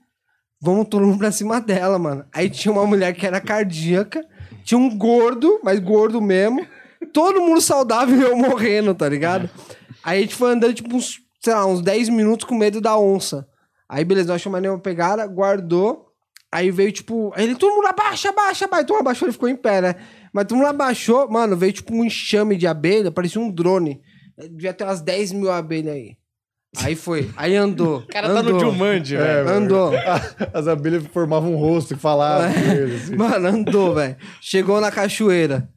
Speaker 3: vamos todo mundo pra cima dela, mano. Aí tinha uma mulher que era cardíaca, tinha um gordo, mas gordo mesmo, todo mundo saudável e eu morrendo, tá ligado? Aí a gente foi andando, tipo, uns, sei lá, uns 10 minutos com medo da onça. Aí, beleza, nós chamamos nenhuma pegada, guardou. Aí veio, tipo, aí ele, todo mundo abaixa, abaixa, abaixa. Todo mundo abaixou, ele ficou em pé, né? Mas todo mundo abaixou, mano, veio tipo um enxame de abelha, parecia um drone. Devia ter umas 10 mil abelhas aí. Aí foi, aí andou.
Speaker 1: O cara
Speaker 3: andou,
Speaker 1: tá no
Speaker 4: É.
Speaker 1: Dilmand, velho.
Speaker 3: Andou.
Speaker 4: As abelhas formavam um rosto e falavam com ele, assim.
Speaker 3: Mano, andou, velho. Chegou na cachoeira.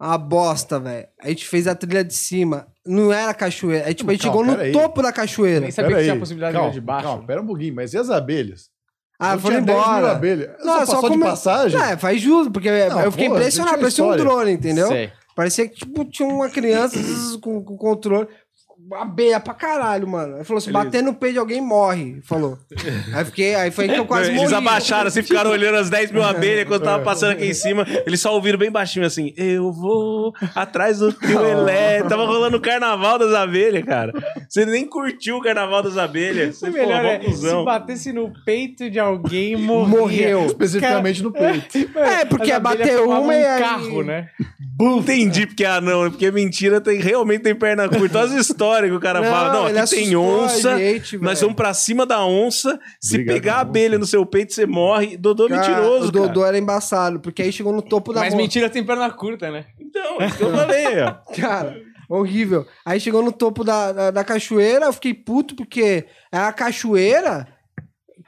Speaker 3: Uma bosta, velho. A gente fez a trilha de cima. Não era cachoeira. Aí, tipo, a gente
Speaker 4: Calma,
Speaker 3: chegou no
Speaker 4: peraí.
Speaker 3: topo da cachoeira.
Speaker 1: Nem sabia que
Speaker 4: Pera
Speaker 1: tinha
Speaker 4: aí,
Speaker 1: a possibilidade
Speaker 4: calma,
Speaker 1: de baixo.
Speaker 4: Calma, pera um pouquinho, mas e as abelhas?
Speaker 3: Ah,
Speaker 4: Não
Speaker 3: foi
Speaker 4: tinha 10 mil
Speaker 3: embora.
Speaker 4: abelhas. Só passou de
Speaker 3: come-
Speaker 4: passagem?
Speaker 3: É, faz justo, porque
Speaker 4: Não,
Speaker 3: eu fiquei
Speaker 4: pô,
Speaker 3: impressionado.
Speaker 4: deixa
Speaker 3: Parecia
Speaker 4: a
Speaker 3: um
Speaker 4: história.
Speaker 3: drone, entendeu?
Speaker 1: Sei.
Speaker 3: Parecia que, tipo, tinha uma criança zzz, com, com controle. Abelha pra caralho, mano. Ele falou, se bater no peito de alguém, morre. Falou. aí fiquei, aí foi que eu quase morri.
Speaker 2: Eles abaixaram assim, ficaram olhando as 10 mil abelhas quando tava passando aqui em cima. Eles só ouviram bem baixinho assim: Eu vou atrás do teu elétrico. Tava rolando o carnaval das abelhas, cara. Você nem curtiu o carnaval das abelhas. Você
Speaker 1: O melhor é, se
Speaker 2: cuzão.
Speaker 1: batesse no peito de alguém, morria.
Speaker 3: Morreu.
Speaker 4: Especificamente no peito.
Speaker 3: É, porque
Speaker 1: As abelhas
Speaker 3: bateu
Speaker 1: formavam
Speaker 3: uma e
Speaker 1: um
Speaker 3: aí-
Speaker 1: carro, né?
Speaker 2: Bum, entendi porque é anão, porque mentira tem, realmente tem perna curta. Olha as histórias que o cara fala. Não,
Speaker 3: ele
Speaker 2: aqui tem
Speaker 3: assustou a
Speaker 2: onça,
Speaker 3: gente,
Speaker 2: nós
Speaker 3: velho.
Speaker 2: vamos pra cima da onça. Se
Speaker 4: Obrigado,
Speaker 2: pegar a
Speaker 4: onça.
Speaker 2: abelha no seu peito, você morre. Dodô é
Speaker 3: Cara,
Speaker 2: mentiroso,
Speaker 3: O Dodô era embaçado, porque aí chegou no topo da
Speaker 1: Mas
Speaker 3: montanha.
Speaker 1: mentira tem perna curta, né?
Speaker 2: Então, é isso que eu falei, ó.
Speaker 3: Cara, horrível. Aí chegou no topo da, da, da cachoeira, eu fiquei puto, porque é a cachoeira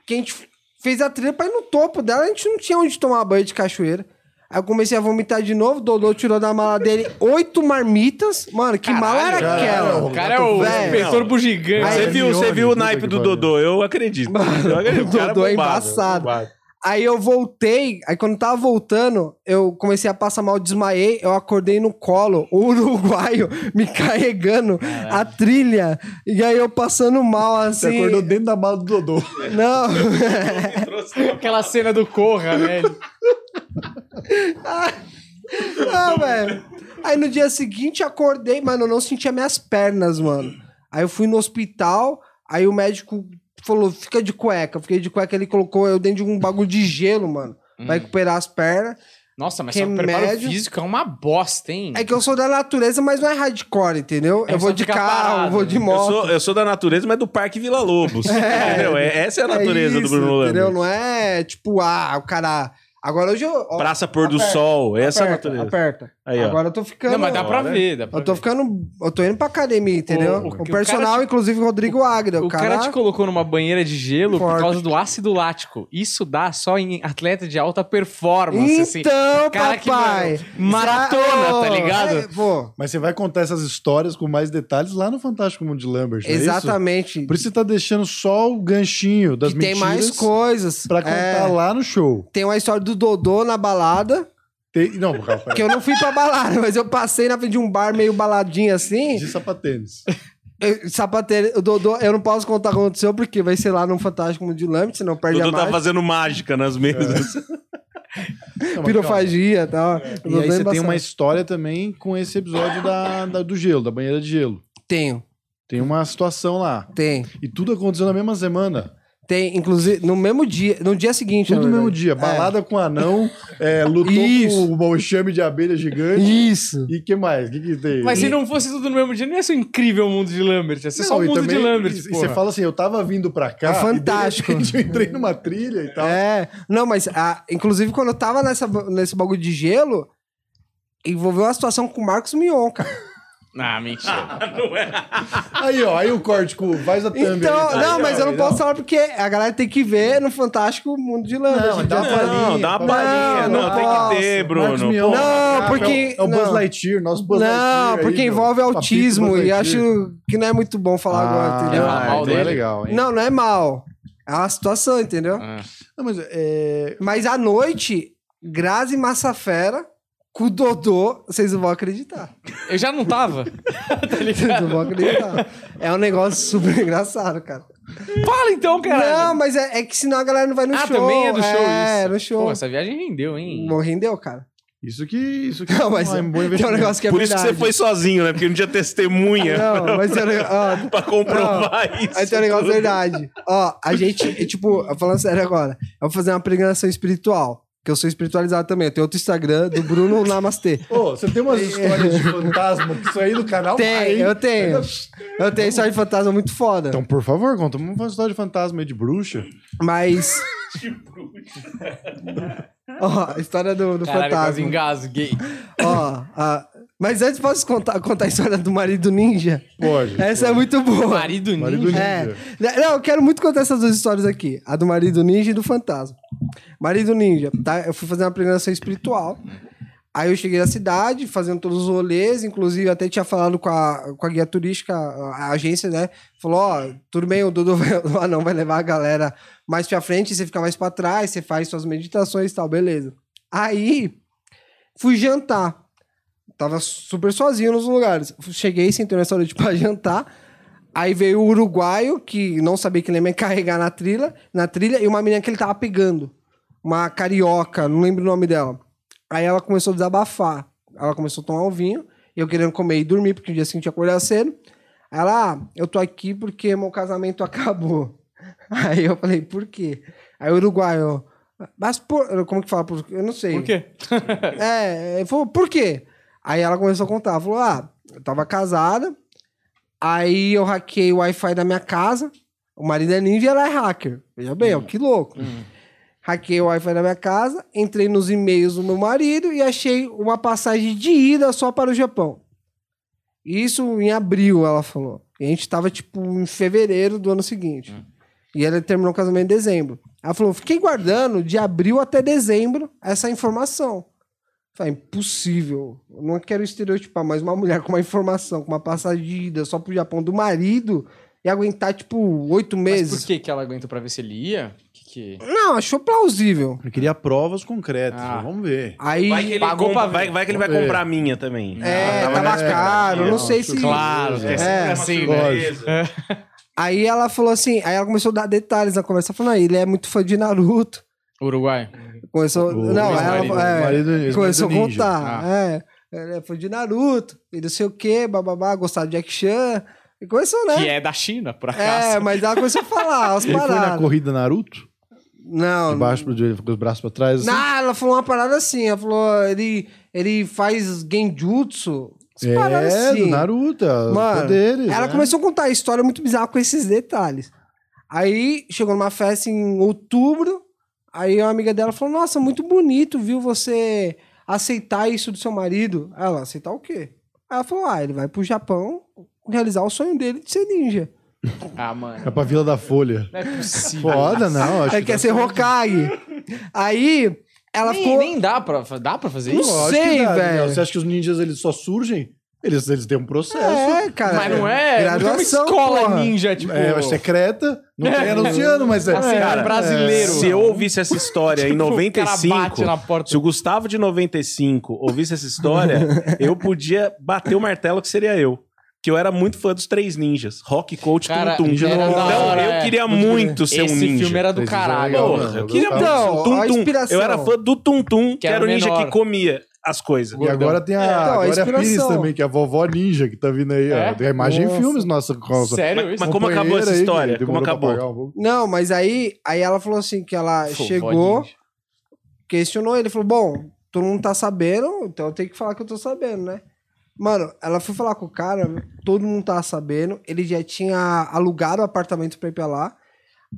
Speaker 3: que a gente fez a trilha pra ir no topo dela, a gente não tinha onde tomar banho de cachoeira. Aí eu comecei a vomitar de novo, o Dodô tirou da mala dele oito marmitas. Mano, que mala era
Speaker 4: Caralho,
Speaker 3: aquela?
Speaker 1: O cara é o
Speaker 3: Velho.
Speaker 1: inspetor bugiganga.
Speaker 3: Aí
Speaker 2: Você
Speaker 4: Hermione,
Speaker 2: viu, você viu o
Speaker 4: puta
Speaker 2: naipe
Speaker 4: que
Speaker 2: do
Speaker 4: pariu.
Speaker 2: Dodô, eu acredito. Eu acredito.
Speaker 3: o
Speaker 2: cara
Speaker 3: Dodô
Speaker 2: bombado,
Speaker 3: é embaçado.
Speaker 2: bombado.
Speaker 3: Aí eu voltei, aí quando eu tava voltando, eu comecei a passar mal, desmaiei, eu acordei no colo, o uruguaio me carregando a trilha, e aí eu passando mal
Speaker 4: Você
Speaker 3: assim.
Speaker 4: acordou dentro da mala do Dodô.
Speaker 3: Não.
Speaker 1: Aquela cena do Corra, né?
Speaker 3: Ah, Não, velho. Aí no dia seguinte acordei, mano, eu não sentia minhas pernas, mano. Aí eu fui no hospital, aí o médico falou: fica de cueca. Eu Fiquei de cueca, ele colocou eu dentro de um bagulho de gelo, mano.
Speaker 4: Hum.
Speaker 3: Vai recuperar as pernas.
Speaker 1: Nossa, mas
Speaker 3: Remédio.
Speaker 1: seu preparo físico é uma bosta, hein?
Speaker 3: É que eu sou da natureza, mas não é hardcore, entendeu?
Speaker 1: É
Speaker 3: eu vou
Speaker 1: só
Speaker 3: de
Speaker 1: ficar
Speaker 3: carro,
Speaker 1: parado,
Speaker 3: vou de
Speaker 1: né?
Speaker 2: Eu
Speaker 3: moto.
Speaker 2: sou, eu sou da natureza, mas do Parque Vila Lobos. entendeu? É, essa é a
Speaker 3: É
Speaker 2: natureza do
Speaker 3: isso,
Speaker 2: Bruno
Speaker 3: Entendeu?
Speaker 2: Lando.
Speaker 3: Não é tipo, ah, o cara. Agora hoje eu. ó,
Speaker 2: Praça Pôr do
Speaker 3: Aperta,
Speaker 2: Sol, essa é a
Speaker 3: aperta,
Speaker 2: natureza.
Speaker 3: aperta.
Speaker 2: Aí, ó.
Speaker 3: Agora eu tô ficando.
Speaker 1: Não, mas dá pra
Speaker 2: Olha.
Speaker 1: ver, dá pra
Speaker 3: Eu tô
Speaker 1: ver.
Speaker 3: ficando. Eu tô indo pra academia, entendeu?
Speaker 1: O-
Speaker 3: O,
Speaker 1: o- o
Speaker 3: personal,
Speaker 1: cara
Speaker 3: inclusive, Rodrigo Agda. O,
Speaker 1: O cara te colocou numa banheira de gelo
Speaker 3: Forte.
Speaker 1: por causa do ácido lático. Isso dá só em atleta de alta performance, assim.
Speaker 3: Então,
Speaker 1: Cara que,
Speaker 3: papai.
Speaker 1: mano, maratona, tá ligado?
Speaker 3: É, pô,
Speaker 4: Mas você vai contar essas histórias com mais detalhes lá no Fantástico Mundo de Lambert, não é isso?
Speaker 3: exatamente.
Speaker 4: Por isso você tá deixando só o ganchinho das
Speaker 3: que tem
Speaker 4: mentiras
Speaker 3: mais coisas.
Speaker 4: pra contar
Speaker 3: É,
Speaker 4: lá no show.
Speaker 3: Tem uma história do Dodô na balada,
Speaker 4: Tem... Não, calma, pera.
Speaker 3: que eu não fui pra balada, mas eu passei na frente de um bar meio baladinho assim.
Speaker 4: De sapatênis.
Speaker 3: Eu, sapateiro, o Dodô, eu não posso contar o que aconteceu, porque vai ser lá num Fantástico Mundo de Lambert, senão perde
Speaker 2: Dodô
Speaker 3: a
Speaker 2: tá
Speaker 3: margem.
Speaker 2: fazendo mágica nas mesas.
Speaker 4: Não, mas
Speaker 3: Pirofagia e tal. O
Speaker 4: calma. E
Speaker 3: Dodô
Speaker 4: aí
Speaker 3: é
Speaker 4: você tem
Speaker 3: embaçado.
Speaker 4: uma história também com esse episódio da, da- do gelo, da banheira de gelo.
Speaker 3: Tenho,
Speaker 4: Tem uma situação lá.
Speaker 3: tem.
Speaker 4: E tudo aconteceu na mesma semana.
Speaker 3: Tem, inclusive, no mesmo dia, no dia seguinte.
Speaker 4: Tudo
Speaker 3: na
Speaker 4: no mesmo
Speaker 3: verdade.
Speaker 4: dia. Balada com anão, é, lutou
Speaker 3: É. Isso.
Speaker 4: com o enxame de abelha gigante.
Speaker 3: Isso.
Speaker 4: E que mais? O que, que tem?
Speaker 1: Mas
Speaker 4: E-
Speaker 1: se não fosse tudo no mesmo dia, não ia ser um incrível mundo de Lambert. Ia ser só
Speaker 4: Não,
Speaker 1: o
Speaker 4: e
Speaker 1: mundo
Speaker 4: também-
Speaker 1: de Lambert,
Speaker 4: e- E
Speaker 1: porra.
Speaker 4: você fala assim, eu tava vindo pra cá.
Speaker 3: É
Speaker 4: e de
Speaker 3: fantástico.
Speaker 4: repente eu entrei numa trilha e tal.
Speaker 3: É. Não, mas ah, inclusive quando eu tava nessa, nesse bagulho de gelo, envolveu uma situação com o Marcos Mion, cara.
Speaker 1: Ah, mentira.
Speaker 3: É.
Speaker 2: é?
Speaker 4: Aí, ó, aí o corte com faz a thumb.
Speaker 3: Então,
Speaker 4: aí, tá?
Speaker 3: não, mas eu não
Speaker 4: Legal.
Speaker 3: posso falar porque a galera tem que ver no Fantástico Mundo de Lambert.
Speaker 4: Não, dá
Speaker 3: então-
Speaker 4: uma palhinha,
Speaker 2: dá uma
Speaker 4: palhinha.
Speaker 2: palhinha. Não,
Speaker 3: Não,
Speaker 2: tem
Speaker 3: nossa,
Speaker 2: que ter,
Speaker 4: Marcos
Speaker 2: Bruno.
Speaker 4: Mion.
Speaker 2: Pô,
Speaker 3: Não,
Speaker 4: Ah,
Speaker 3: porque-
Speaker 4: É o, é o Buzz
Speaker 3: não.
Speaker 4: Lightyear, nosso Buzz Lightyear.
Speaker 3: Não,
Speaker 4: aí,
Speaker 3: porque
Speaker 4: meu.
Speaker 3: envolve
Speaker 4: Papito
Speaker 3: autismo
Speaker 4: Buzz
Speaker 3: e
Speaker 4: Lightyear.
Speaker 3: acho que não é muito bom falar agora, entendeu?
Speaker 1: é falar mal
Speaker 4: então Ah, é
Speaker 1: dele.
Speaker 4: legal, hein?
Speaker 3: Não, não é mal. É uma situação, entendeu?
Speaker 1: Ah.
Speaker 4: Não, mas é.
Speaker 3: Mas à noite, Grazi Massafera com o Dodô, vocês não vão acreditar.
Speaker 1: Eu já não tava.
Speaker 3: Vocês não vão acreditar. É um negócio super engraçado, cara.
Speaker 1: Fala então,
Speaker 3: Não,
Speaker 1: cara.
Speaker 3: mas é, é que senão a galera não vai no
Speaker 1: ah,
Speaker 3: show.
Speaker 1: também é do show
Speaker 3: É,
Speaker 1: isso.
Speaker 3: no show.
Speaker 1: Pô, assim. essa viagem rendeu, hein?
Speaker 3: Não rendeu, cara.
Speaker 4: Isso que. Isso que
Speaker 3: Não, mas
Speaker 4: é um bom
Speaker 3: tem um
Speaker 4: investimento.
Speaker 3: negócio que é
Speaker 2: Por isso que
Speaker 3: verdade.
Speaker 2: você foi sozinho, né? Porque não tinha testemunha
Speaker 3: Não, mas é um negócio... ó,
Speaker 2: pra comprovar isso.
Speaker 3: Aí tem um negócio
Speaker 2: tudo.
Speaker 3: verdade. Ó, a gente, é, tipo, falando sério agora, eu vou fazer uma pregação espiritual. Que eu sou espiritualizado também. Eu tenho outro Instagram do Bruno Namastê.
Speaker 4: Ô, você tem umas histórias de fantasma que isso aí do canal vai,
Speaker 3: É. Tem,
Speaker 4: hein?
Speaker 3: eu tenho. Eu tenho história de fantasma muito foda.
Speaker 4: Então, por favor, conta uma história de fantasma e de bruxa.
Speaker 3: Mas. Ó, a história do, do
Speaker 1: Caralho, é quase um
Speaker 3: fantasma.
Speaker 1: engasguei.
Speaker 3: Ó, a- mas antes posso contar, contar a história do marido ninja?
Speaker 4: Pode.
Speaker 3: Essa é muito boa.
Speaker 1: Marido
Speaker 4: Marido
Speaker 1: ninja.
Speaker 4: ninja.
Speaker 3: É. Não, eu quero muito contar essas duas histórias aqui. A do marido ninja e do fantasma. Marido ninja, tá? Eu fui fazer uma pregação espiritual. Aí eu cheguei na cidade, fazendo todos os rolês, inclusive até tinha falado com a, com a guia turística, a, a agência, né? Falou, ó, tudo bem, o Dudu vai, o anão vai levar a galera mais pra frente, você fica mais pra trás, você faz suas meditações e tal, beleza. Aí, fui jantar. Tava super sozinho nos lugares. Cheguei, sentei no restaurante pra jantar. Aí veio o uruguaio, que não sabia que ele ia me carregar na trilha, na trilha, e uma menina que ele tava pegando. Uma carioca, não lembro o nome dela. Aí ela começou a desabafar. Ela começou a tomar um vinho, e eu querendo comer e dormir, porque no dia seguinte eu acordar cedo. Aí Ela, ah, eu tô aqui porque meu casamento acabou. Aí eu falei, por quê? Aí o uruguaio, mas por... Como que fala? Por... Eu não sei.
Speaker 1: Por quê?
Speaker 3: É, ele falou, por quê? Aí ela começou a contar, falou, ah, eu tava casada, aí eu hackei o Wi-Fi da minha casa, o marido é ninja e ela é hacker. Veja bem, ó, que louco. Hackei o Wi-Fi da minha casa, entrei nos e-mails do meu marido e achei uma passagem de ida só para o Japão. Isso em abril, ela falou. E a gente tava, tipo, em fevereiro do ano seguinte. E ela terminou o casamento em dezembro. Ela falou, fiquei guardando de abril até dezembro essa informação. Falei, impossível. Eu não quero estereotipar, mas uma mulher com uma informação, com uma passagem de ida só pro Japão do marido e aguentar, tipo, oito
Speaker 1: Mas
Speaker 3: meses.
Speaker 1: por que que ela aguenta pra ver se ele ia? Que que...
Speaker 3: Não, achou plausível.
Speaker 4: Eu queria provas concretas,
Speaker 1: Ah.
Speaker 4: mas vamos ver.
Speaker 3: Aí.
Speaker 2: Vai que ele,
Speaker 1: Pagou
Speaker 2: compra-
Speaker 1: pra ver.
Speaker 2: vai, vai que ele vai
Speaker 4: É.
Speaker 2: comprar a minha também. Ah,
Speaker 3: É, tava
Speaker 2: mas-
Speaker 3: caro, não sei se-
Speaker 1: Claro,
Speaker 4: É.
Speaker 1: né?
Speaker 2: É,
Speaker 1: assim,
Speaker 2: assim,
Speaker 4: lógico.
Speaker 3: Aí ela falou assim, aí ela começou a dar detalhes na conversa, falando, ah, ele é muito fã de Naruto.
Speaker 1: Uruguai.
Speaker 3: Começou.
Speaker 4: O
Speaker 3: não,
Speaker 1: ex-marido,
Speaker 3: ela. é,
Speaker 4: o marido- ex-marido
Speaker 3: começou a
Speaker 4: ninja. Ah.
Speaker 3: contar. É. Ele é fã de Naruto, e não sei o quê, bababá, gostava de Jack Chan. E começou, né?
Speaker 1: Que é da China, por
Speaker 3: É,
Speaker 1: acaso.
Speaker 3: mas ela começou a falar as
Speaker 4: Ele foi na
Speaker 3: paradas.
Speaker 4: corrida Naruto?
Speaker 3: Não,
Speaker 4: De baixo pro joelho, com os braços pra trás. assim?
Speaker 3: não, ela falou uma parada assim. Ela falou, ele, ele faz genjutsu. As paradas
Speaker 4: É,
Speaker 3: assim.
Speaker 4: do Naruto, os
Speaker 3: Mano,
Speaker 4: poderes.
Speaker 3: Ela
Speaker 4: né?
Speaker 3: começou a contar a história muito bizarra com esses detalhes. Aí chegou numa festa em outubro. Aí uma amiga dela falou: Nossa, muito bonito, viu? Você aceitar isso do seu marido. Aí Ela, aceitar o quê? Aí ela falou: Ah, ele vai pro Japão realizar o sonho dele de ser ninja.
Speaker 1: Ah, mano.
Speaker 4: É pra Vila da Folha.
Speaker 1: Não é possível.
Speaker 4: Foda, não. Acho
Speaker 3: Ele
Speaker 4: que
Speaker 3: quer É ser Hokage. Aí ela
Speaker 1: nem,
Speaker 3: ficou.
Speaker 1: nem dá pra, fa- dá pra fazer
Speaker 3: Não
Speaker 1: isso?
Speaker 4: Lógico
Speaker 3: sei,
Speaker 4: que dá,
Speaker 3: velho.
Speaker 4: Daniel. Você acha que os ninjas eles só surgem? Eles, eles têm um processo.
Speaker 3: É, cara.
Speaker 1: Mas não é,
Speaker 3: Graduação,
Speaker 1: não tem uma escola
Speaker 3: porra.
Speaker 1: ninja, tipo...
Speaker 4: É, mas secreta. Não tem anunciando, mas é.
Speaker 1: Assim,
Speaker 4: é,
Speaker 1: cara, brasileiro.
Speaker 2: Se eu ouvisse essa história em
Speaker 1: Tipo, o cara
Speaker 2: 95,
Speaker 1: bate na porta.
Speaker 2: se o Gustavo de 95 ouvisse essa história, eu podia bater o martelo que seria eu. Que eu era muito fã dos três ninjas. Rock, Coach,
Speaker 1: Cara,
Speaker 2: Tum Tum.
Speaker 1: era
Speaker 2: Então,
Speaker 1: da hora,
Speaker 2: eu
Speaker 1: é.
Speaker 2: queria muito ser
Speaker 1: Esse
Speaker 2: um ninja.
Speaker 1: filme era do
Speaker 4: Esse
Speaker 1: caralho.
Speaker 2: né?
Speaker 4: jogo é legal,
Speaker 1: mano.
Speaker 4: mano.
Speaker 2: eu queria
Speaker 4: Então,
Speaker 2: muito ser um
Speaker 3: ó, a
Speaker 2: Tum Tum.
Speaker 3: inspiração.
Speaker 2: Eu era fã do Tum Tum, que,
Speaker 1: era
Speaker 2: era o ninja
Speaker 1: menor.
Speaker 2: que comia. as coisas.
Speaker 4: E agora tem a,
Speaker 3: É, então, a
Speaker 4: Glória Pires
Speaker 3: inspiração.
Speaker 4: também, que é a vovó ninja que tá vindo aí.
Speaker 1: É?
Speaker 4: Ó. A imagem em
Speaker 3: Nossa.
Speaker 4: filmes, nossa. nossa
Speaker 1: Sério
Speaker 2: Mas-
Speaker 1: isso?
Speaker 2: mas- como acabou
Speaker 4: companheira
Speaker 2: essa
Speaker 4: aí,
Speaker 2: história?
Speaker 4: que
Speaker 2: Como
Speaker 4: demorou pra
Speaker 2: acabou?
Speaker 4: pagar um pouco.
Speaker 3: Não, mas aí, aí ela falou assim que ela
Speaker 1: Pô,
Speaker 3: chegou,
Speaker 1: vodinha.
Speaker 3: questionou ele, falou, bom, todo mundo tá sabendo, então eu tenho que falar que eu tô sabendo, né? Mano, ela foi falar com o cara, todo mundo tava sabendo, ele já tinha alugado o apartamento pra ir pra lá.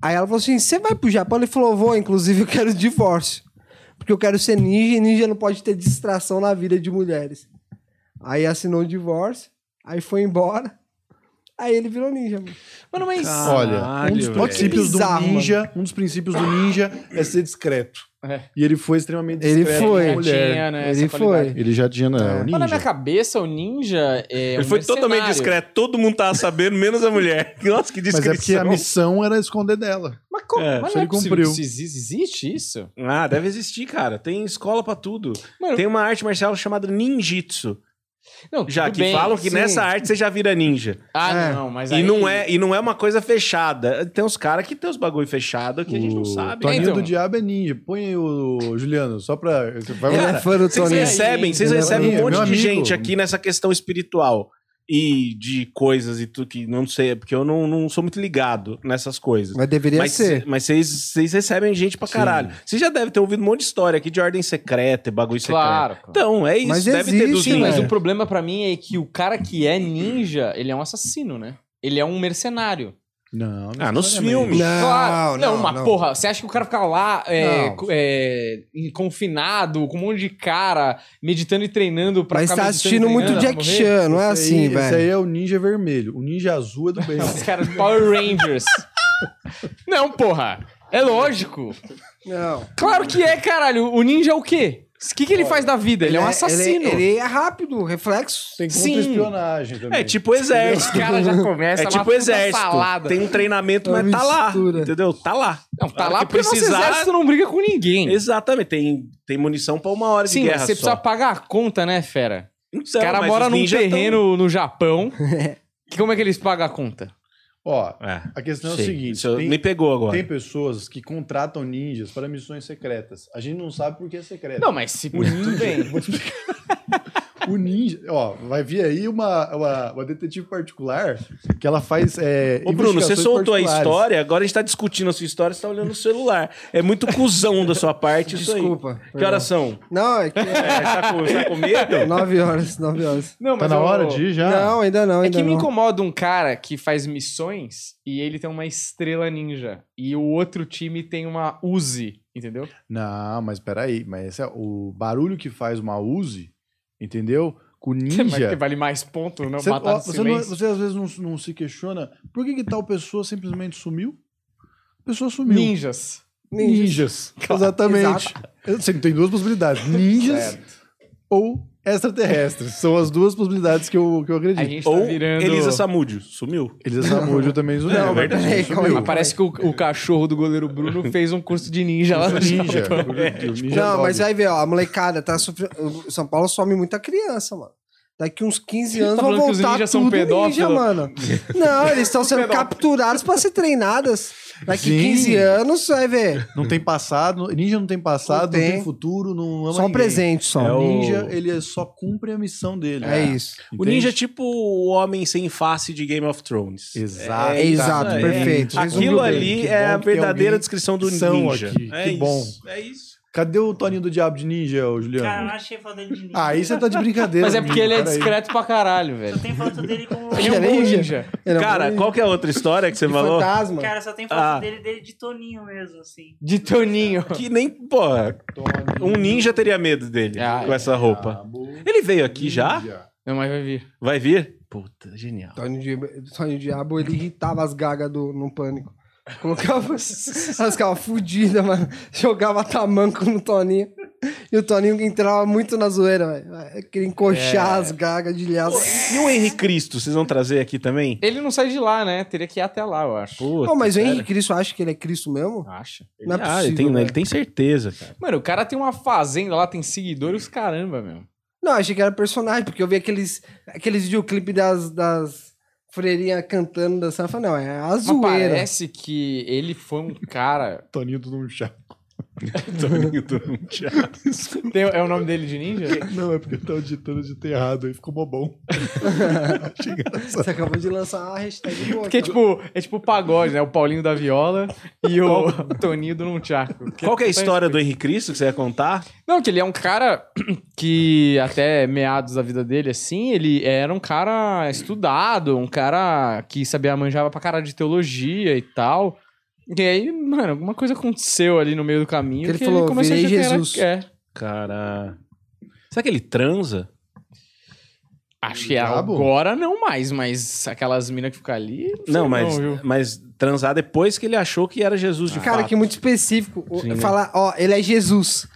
Speaker 3: Aí ela falou assim, você vai pro Japão? Ele falou, vou, inclusive eu quero divórcio. Porque eu quero ser ninja e ninja não pode ter distração na vida de mulheres. Aí assinou o divórcio, aí foi embora, aí ele virou ninja, mano.
Speaker 1: Mano, mas. é
Speaker 4: Olha, um dos
Speaker 2: velho.
Speaker 4: princípios
Speaker 3: Bizarro,
Speaker 4: do ninja, um dos princípios do ninja é ser discreto.
Speaker 1: É.
Speaker 4: E ele foi extremamente
Speaker 3: Ele
Speaker 4: discreto.
Speaker 3: foi. É.
Speaker 4: com
Speaker 1: Ele
Speaker 4: a
Speaker 1: já
Speaker 4: mulher.
Speaker 1: tinha, né,
Speaker 3: Ele
Speaker 1: essa qualidade.
Speaker 4: Ele já tinha, né, o
Speaker 1: Mas na
Speaker 4: ninja.
Speaker 1: minha cabeça, o ninja é.
Speaker 2: Ele
Speaker 1: um
Speaker 2: foi totalmente
Speaker 1: mercenário.
Speaker 2: discreto, todo mundo tava sabendo, menos a mulher. Nossa, que
Speaker 4: Mas
Speaker 2: descrição.
Speaker 4: é porque a missão era esconder dela.
Speaker 1: Mas como?
Speaker 2: É,
Speaker 1: mas
Speaker 4: só
Speaker 1: não é
Speaker 4: ele
Speaker 1: possível
Speaker 4: cumpriu.
Speaker 1: que isso exi- existe isso?
Speaker 2: Ah, deve existir, cara. Tem escola pra tudo.
Speaker 1: Mano-
Speaker 2: Tem uma arte marcial chamada ninjitsu.
Speaker 1: Não, tudo
Speaker 2: Já que
Speaker 1: bem.
Speaker 2: falam que
Speaker 3: sim.
Speaker 2: nessa arte você já vira ninja.
Speaker 1: Ah,
Speaker 3: É.
Speaker 1: não, mas aí.
Speaker 2: E não, é, e não é uma coisa fechada. Tem uns caras que tem uns bagulho fechado que a gente não
Speaker 4: O
Speaker 2: sabe.
Speaker 4: Toninho
Speaker 1: Então.
Speaker 4: do Diabo é ninja. Põe aí o Juliano, só pra. Vai
Speaker 3: Ele é
Speaker 4: mandar.
Speaker 3: fã do
Speaker 2: Vocês
Speaker 3: Tony.
Speaker 2: recebem, vocês
Speaker 4: Ele é
Speaker 2: recebem um
Speaker 4: meu
Speaker 2: monte de
Speaker 4: amigo.
Speaker 2: gente aqui nessa questão espiritual e de coisas e tudo que não sei, é porque eu não, não sou muito ligado nessas coisas.
Speaker 3: Mas deveria
Speaker 2: Mas
Speaker 3: ser.
Speaker 2: mas vocês vocês recebem gente pra
Speaker 4: Sim.
Speaker 2: caralho. Vocês já devem ter ouvido um monte de história aqui de ordem secreta e bagulho secreto.
Speaker 1: Claro. claro.
Speaker 2: Então, é isso.
Speaker 3: Mas
Speaker 2: deve ter
Speaker 3: existe,
Speaker 2: dos
Speaker 1: Sim,
Speaker 2: ninjas.
Speaker 1: mas
Speaker 3: É.
Speaker 1: o problema pra mim é que o cara que é ninja, ele é um assassino, né? Ele é um mercenário.
Speaker 4: Não,
Speaker 2: Ah, nos
Speaker 4: necessariamente.
Speaker 2: filmes.
Speaker 3: Não,
Speaker 1: claro. Não,
Speaker 3: não,
Speaker 1: uma
Speaker 3: não.
Speaker 1: porra. Você acha que o cara fica lá é,
Speaker 4: Não.
Speaker 1: co- é, em- confinado, com um monte de cara, meditando e treinando pra
Speaker 3: Mas
Speaker 1: ficar
Speaker 3: tá
Speaker 1: meditando
Speaker 3: assistindo
Speaker 1: e
Speaker 3: muito
Speaker 1: treinando pra
Speaker 3: Jack
Speaker 1: morrer?
Speaker 3: Chan, não
Speaker 4: Esse
Speaker 3: é assim,
Speaker 4: aí- Esse aí
Speaker 3: velho.
Speaker 4: é o ninja vermelho. O ninja azul é do bem.
Speaker 1: Esses caras Power Rangers. não, porra. É lógico.
Speaker 3: Não.
Speaker 1: Claro que é, caralho. O ninja é o quê? O que, que ele faz da vida? Ele, é um assassino.
Speaker 3: Ele, ele é rápido, reflexo.
Speaker 4: Tem
Speaker 1: Sim.
Speaker 4: contra-espionagem também.
Speaker 2: É tipo exército.
Speaker 1: Os caras já começam
Speaker 2: É tipo exército. Tem um treinamento,
Speaker 3: É Uma
Speaker 2: mas tá lá.
Speaker 3: mistura.
Speaker 2: Entendeu? Tá lá.
Speaker 1: Não,
Speaker 2: Na
Speaker 1: tá
Speaker 2: hora
Speaker 1: lá
Speaker 2: que
Speaker 1: porque o nosso
Speaker 2: precisar-
Speaker 1: exército não briga com ninguém.
Speaker 2: Exatamente. Tem, tem munição pra uma hora
Speaker 1: Sim,
Speaker 2: de
Speaker 1: mas
Speaker 2: guerra
Speaker 1: você
Speaker 2: só.
Speaker 1: precisa pagar a conta, né, fera? Os
Speaker 2: Então,
Speaker 1: caras
Speaker 2: mas
Speaker 1: moram
Speaker 2: os
Speaker 1: num
Speaker 2: ninjas tão-
Speaker 1: terreno no Japão. Que- como é que eles pagam a conta?
Speaker 4: Ó,
Speaker 2: É,
Speaker 4: a questão
Speaker 2: sei.
Speaker 4: é o seguinte.
Speaker 2: Isso
Speaker 4: tem-
Speaker 2: me pegou agora.
Speaker 4: Tem pessoas que contratam ninjas para missões secretas. A gente não sabe por que é secreto.
Speaker 1: Não, mas se tudo bem.
Speaker 4: Vou te explicar. O ninja, ó, vai vir aí uma, uma, uma detetive particular que ela faz. É,
Speaker 2: Ô, Bruno, você
Speaker 4: investigações
Speaker 2: soltou a
Speaker 4: particulares.
Speaker 2: história, agora a gente tá discutindo a sua história, você tá olhando no celular. É muito cuzão da sua parte isso aí.
Speaker 3: Desculpa.
Speaker 2: Que horas são?
Speaker 3: Não, é que é
Speaker 2: É, tá com, tá com medo?
Speaker 3: 9 horas, 9 horas.
Speaker 1: Não,
Speaker 4: Tá na
Speaker 1: eu-
Speaker 4: hora de ir já?
Speaker 3: Não, ainda não,
Speaker 1: É
Speaker 3: ainda
Speaker 1: que me
Speaker 3: não.
Speaker 1: incomoda um cara que faz missões e ele tem uma estrela ninja. E o outro time tem uma Uzi, entendeu?
Speaker 4: Não, mas peraí. Mas esse é o barulho que faz uma Uzi, entendeu? Com o ninja.
Speaker 1: Mas que vale mais ponto, não
Speaker 4: Você,
Speaker 1: matar
Speaker 4: ó,
Speaker 1: no
Speaker 4: você, não- é,
Speaker 1: silêncio.
Speaker 4: você às vezes não, não se questiona por que, que tal pessoa simplesmente sumiu? A pessoa sumiu.
Speaker 1: Ninjas.
Speaker 4: Ninjas. Exatamente. Eu sei que tem duas possibilidades: ninjas ou extraterrestres. São as duas possibilidades que eu, que eu
Speaker 1: A
Speaker 4: acredito.
Speaker 1: gente tá
Speaker 2: Ou
Speaker 1: virando...
Speaker 2: Elisa Samúdio, sumiu.
Speaker 4: Eles Samúdio também sumiu.
Speaker 2: Não,
Speaker 4: verdade.
Speaker 3: peraí, calma aí.
Speaker 4: Sumiu. É.
Speaker 1: Parece que o, o cachorro do goleiro Bruno fez um curso de ninja lá no
Speaker 4: Ninja.
Speaker 1: Japão.
Speaker 4: O ninja
Speaker 3: Não,
Speaker 4: Dog.
Speaker 3: mas é- vai ver, ó, a molecada tá sofrendo. O São Paulo some muita criança, mano. Daqui uns 15 anos
Speaker 1: Tá
Speaker 3: vão
Speaker 1: falando que os
Speaker 3: voltar
Speaker 1: ninjas são
Speaker 3: tudo ninja,
Speaker 1: pedófilo?
Speaker 3: mano. Não, eles estão sendo
Speaker 1: Pedófilo.
Speaker 3: capturadas pra ser treinadas. Daqui
Speaker 4: Sim.
Speaker 3: 15 anos, vai ver.
Speaker 4: Não tem passado, ninja não tem passado, não
Speaker 3: Não
Speaker 4: tem,
Speaker 3: tem.
Speaker 4: futuro, não ama
Speaker 3: Só um
Speaker 4: ninguém.
Speaker 3: presente, só.
Speaker 2: É
Speaker 4: O
Speaker 2: o-
Speaker 4: ninja, ele só cumpre a missão dele.
Speaker 3: É isso.
Speaker 2: O ninja é tipo o homem sem face de Game of Thrones.
Speaker 4: Exato.
Speaker 2: É isso
Speaker 3: Exato,
Speaker 2: aí.
Speaker 3: perfeito.
Speaker 2: Aquilo
Speaker 3: Resumiu bem.
Speaker 2: ali
Speaker 4: Que
Speaker 2: é
Speaker 4: um bom
Speaker 2: a
Speaker 4: que tem
Speaker 2: verdadeira
Speaker 4: alguém
Speaker 2: descrição do
Speaker 4: são
Speaker 2: ninja.
Speaker 4: aqui,
Speaker 2: É
Speaker 4: que
Speaker 2: isso,
Speaker 4: bom.
Speaker 2: É isso.
Speaker 4: Cadê o Toninho do Diabo de Ninja, ô, Juliano?
Speaker 5: Cara, eu achei falta dele de ninja.
Speaker 4: Aí você tá de brincadeira.
Speaker 1: Mas é porque
Speaker 4: comigo,
Speaker 1: ele é
Speaker 4: peraí.
Speaker 1: discreto pra caralho,
Speaker 5: Só
Speaker 1: velho.
Speaker 5: tem foto dele com.
Speaker 1: Ele é um
Speaker 3: Ele é
Speaker 1: bom
Speaker 3: ninja.
Speaker 1: ninja.
Speaker 3: Era
Speaker 2: Cara,
Speaker 3: um
Speaker 2: qual que é a outra história que você falou?
Speaker 3: fantasma.
Speaker 5: Cara, só tem foto
Speaker 2: Ah.
Speaker 5: dele, dele de Toninho mesmo, assim.
Speaker 1: De Toninho.
Speaker 2: Que nem, pô, um ninja teria medo dele
Speaker 1: Ah,
Speaker 2: com essa roupa. Ele veio aqui já?
Speaker 4: Ah,
Speaker 1: Não, mas vai vir.
Speaker 2: Vai vir? Puta, genial.
Speaker 3: Tony, Di- Tony Diabo, ele irritava as gagas do, no pânico. Colocava. elas ficavam fodidas, mano. Jogava tamanco no Toninho. E o Toninho entrava muito na zoeira, velho. Queria encoxar
Speaker 1: É.
Speaker 3: as gagas de lhas.
Speaker 2: E o Henrique Cristo, vocês vão trazer aqui também?
Speaker 1: Ele não sai de lá, né? Teria que ir até lá, eu acho.
Speaker 2: Puta,
Speaker 3: Pô, mas o
Speaker 2: cara.
Speaker 3: Henrique Cristo acha que ele é Cristo mesmo?
Speaker 1: Acha.
Speaker 3: Não é
Speaker 2: Ah, ele
Speaker 3: possível,
Speaker 2: tem,
Speaker 3: velho.
Speaker 2: ele tem certeza, cara.
Speaker 1: Mano, o cara tem uma fazenda lá, tem seguidores, caramba, meu.
Speaker 3: Não, achei que era personagem, porque eu vi aqueles, aqueles videoclipes das, das freirinhas cantando, dançando. Eu falei, não, é a
Speaker 1: Mas
Speaker 3: zoeira.
Speaker 1: parece que ele foi um cara.
Speaker 4: Toninho do Nunchaku.
Speaker 2: Toninho do Mundial.
Speaker 1: Tem- é o nome dele de ninja?
Speaker 4: Não, é porque eu tava digitando de ter errado, aí ficou mó bom. Achei engraçado.
Speaker 3: Você acabou de lançar uma hashtag boa.
Speaker 1: Porque é tipo, é tipo o pagode, né? O Paulinho da Viola e o Toninho do Nunchaku.
Speaker 2: Qual que é a história do Henrique Cristo que você ia contar?
Speaker 1: Não, que ele é um cara que até meados da vida dele, assim, ele era um cara estudado, um cara que sabia, manjava pra caralho de teologia e tal. E aí, mano, alguma coisa aconteceu ali no meio do caminho
Speaker 3: Que
Speaker 1: que
Speaker 3: ele
Speaker 1: ele,
Speaker 3: falou,
Speaker 1: começou a achar
Speaker 3: "Virei
Speaker 1: que era-
Speaker 3: Jesus."
Speaker 1: é.
Speaker 2: Cara. Será que ele transa?
Speaker 1: Acho que é
Speaker 4: Diabo?
Speaker 1: agora não mais, mas aquelas minas que ficam ali... sei
Speaker 2: Não, mas,
Speaker 1: viu?
Speaker 2: mas transar depois que ele achou que era Jesus de
Speaker 3: Cara,
Speaker 2: Ah, fato.
Speaker 3: que é muito específico. O-
Speaker 2: Sim, né?
Speaker 3: Falar, ó, ele é Jesus.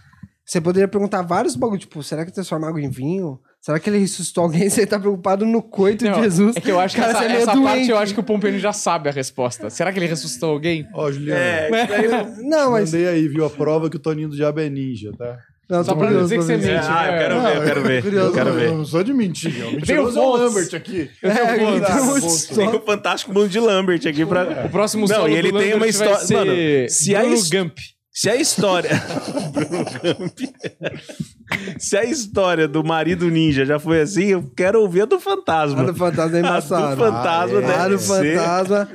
Speaker 3: Você poderia perguntar vários bagulho, tipo, será que transforma água em vinho? Será que ele ressuscitou alguém? Você tá preocupado no coito de
Speaker 1: Não,
Speaker 3: Jesus?
Speaker 1: É que eu acho que
Speaker 3: Cara,
Speaker 1: essa,
Speaker 3: você é meio
Speaker 1: essa parte
Speaker 3: doente.
Speaker 1: eu acho que o Pompeu já sabe a resposta. Será que ele ressuscitou alguém?
Speaker 4: Ó, Juliano,
Speaker 2: É.
Speaker 3: Não, mas...
Speaker 4: mandei aí, viu? A prova que o Toninho do Diabo é ninja, tá?
Speaker 3: Não,
Speaker 1: Só
Speaker 3: tô
Speaker 1: pra
Speaker 3: curioso
Speaker 1: dizer que você
Speaker 3: pra ver.
Speaker 1: mente.
Speaker 2: Ah, eu quero ver, eu quero ver. Eu
Speaker 3: Curioso. né?
Speaker 2: quero ver.
Speaker 4: Não, só de mentira. O
Speaker 1: mentiroso é
Speaker 4: mentiroso é
Speaker 1: o
Speaker 4: o
Speaker 1: Lambert
Speaker 4: Lambert aqui.
Speaker 3: É,
Speaker 4: vou
Speaker 1: Ah,
Speaker 4: dar
Speaker 3: tem
Speaker 4: uma
Speaker 3: muitos
Speaker 4: bolsa.
Speaker 2: Tem
Speaker 3: toques.
Speaker 2: o fantástico mundo de Lambert aqui pra.
Speaker 1: O próximo
Speaker 2: Não,
Speaker 1: solo
Speaker 2: e ele
Speaker 1: do
Speaker 2: tem
Speaker 1: Lambert
Speaker 2: uma
Speaker 1: vai
Speaker 2: histó-
Speaker 1: ser
Speaker 2: Mano, se a
Speaker 1: Bruno
Speaker 2: his-
Speaker 1: Gump.
Speaker 3: é,
Speaker 2: Se a história. Bruno Camp. Se a história do marido ninja já foi assim, eu quero ouvir a do fantasma.
Speaker 3: Ah, do fantasma é
Speaker 2: A do
Speaker 3: embaçado.
Speaker 2: fantasma
Speaker 4: Ah, é.
Speaker 2: deve
Speaker 3: Ah, do
Speaker 2: ser.
Speaker 3: fantasma.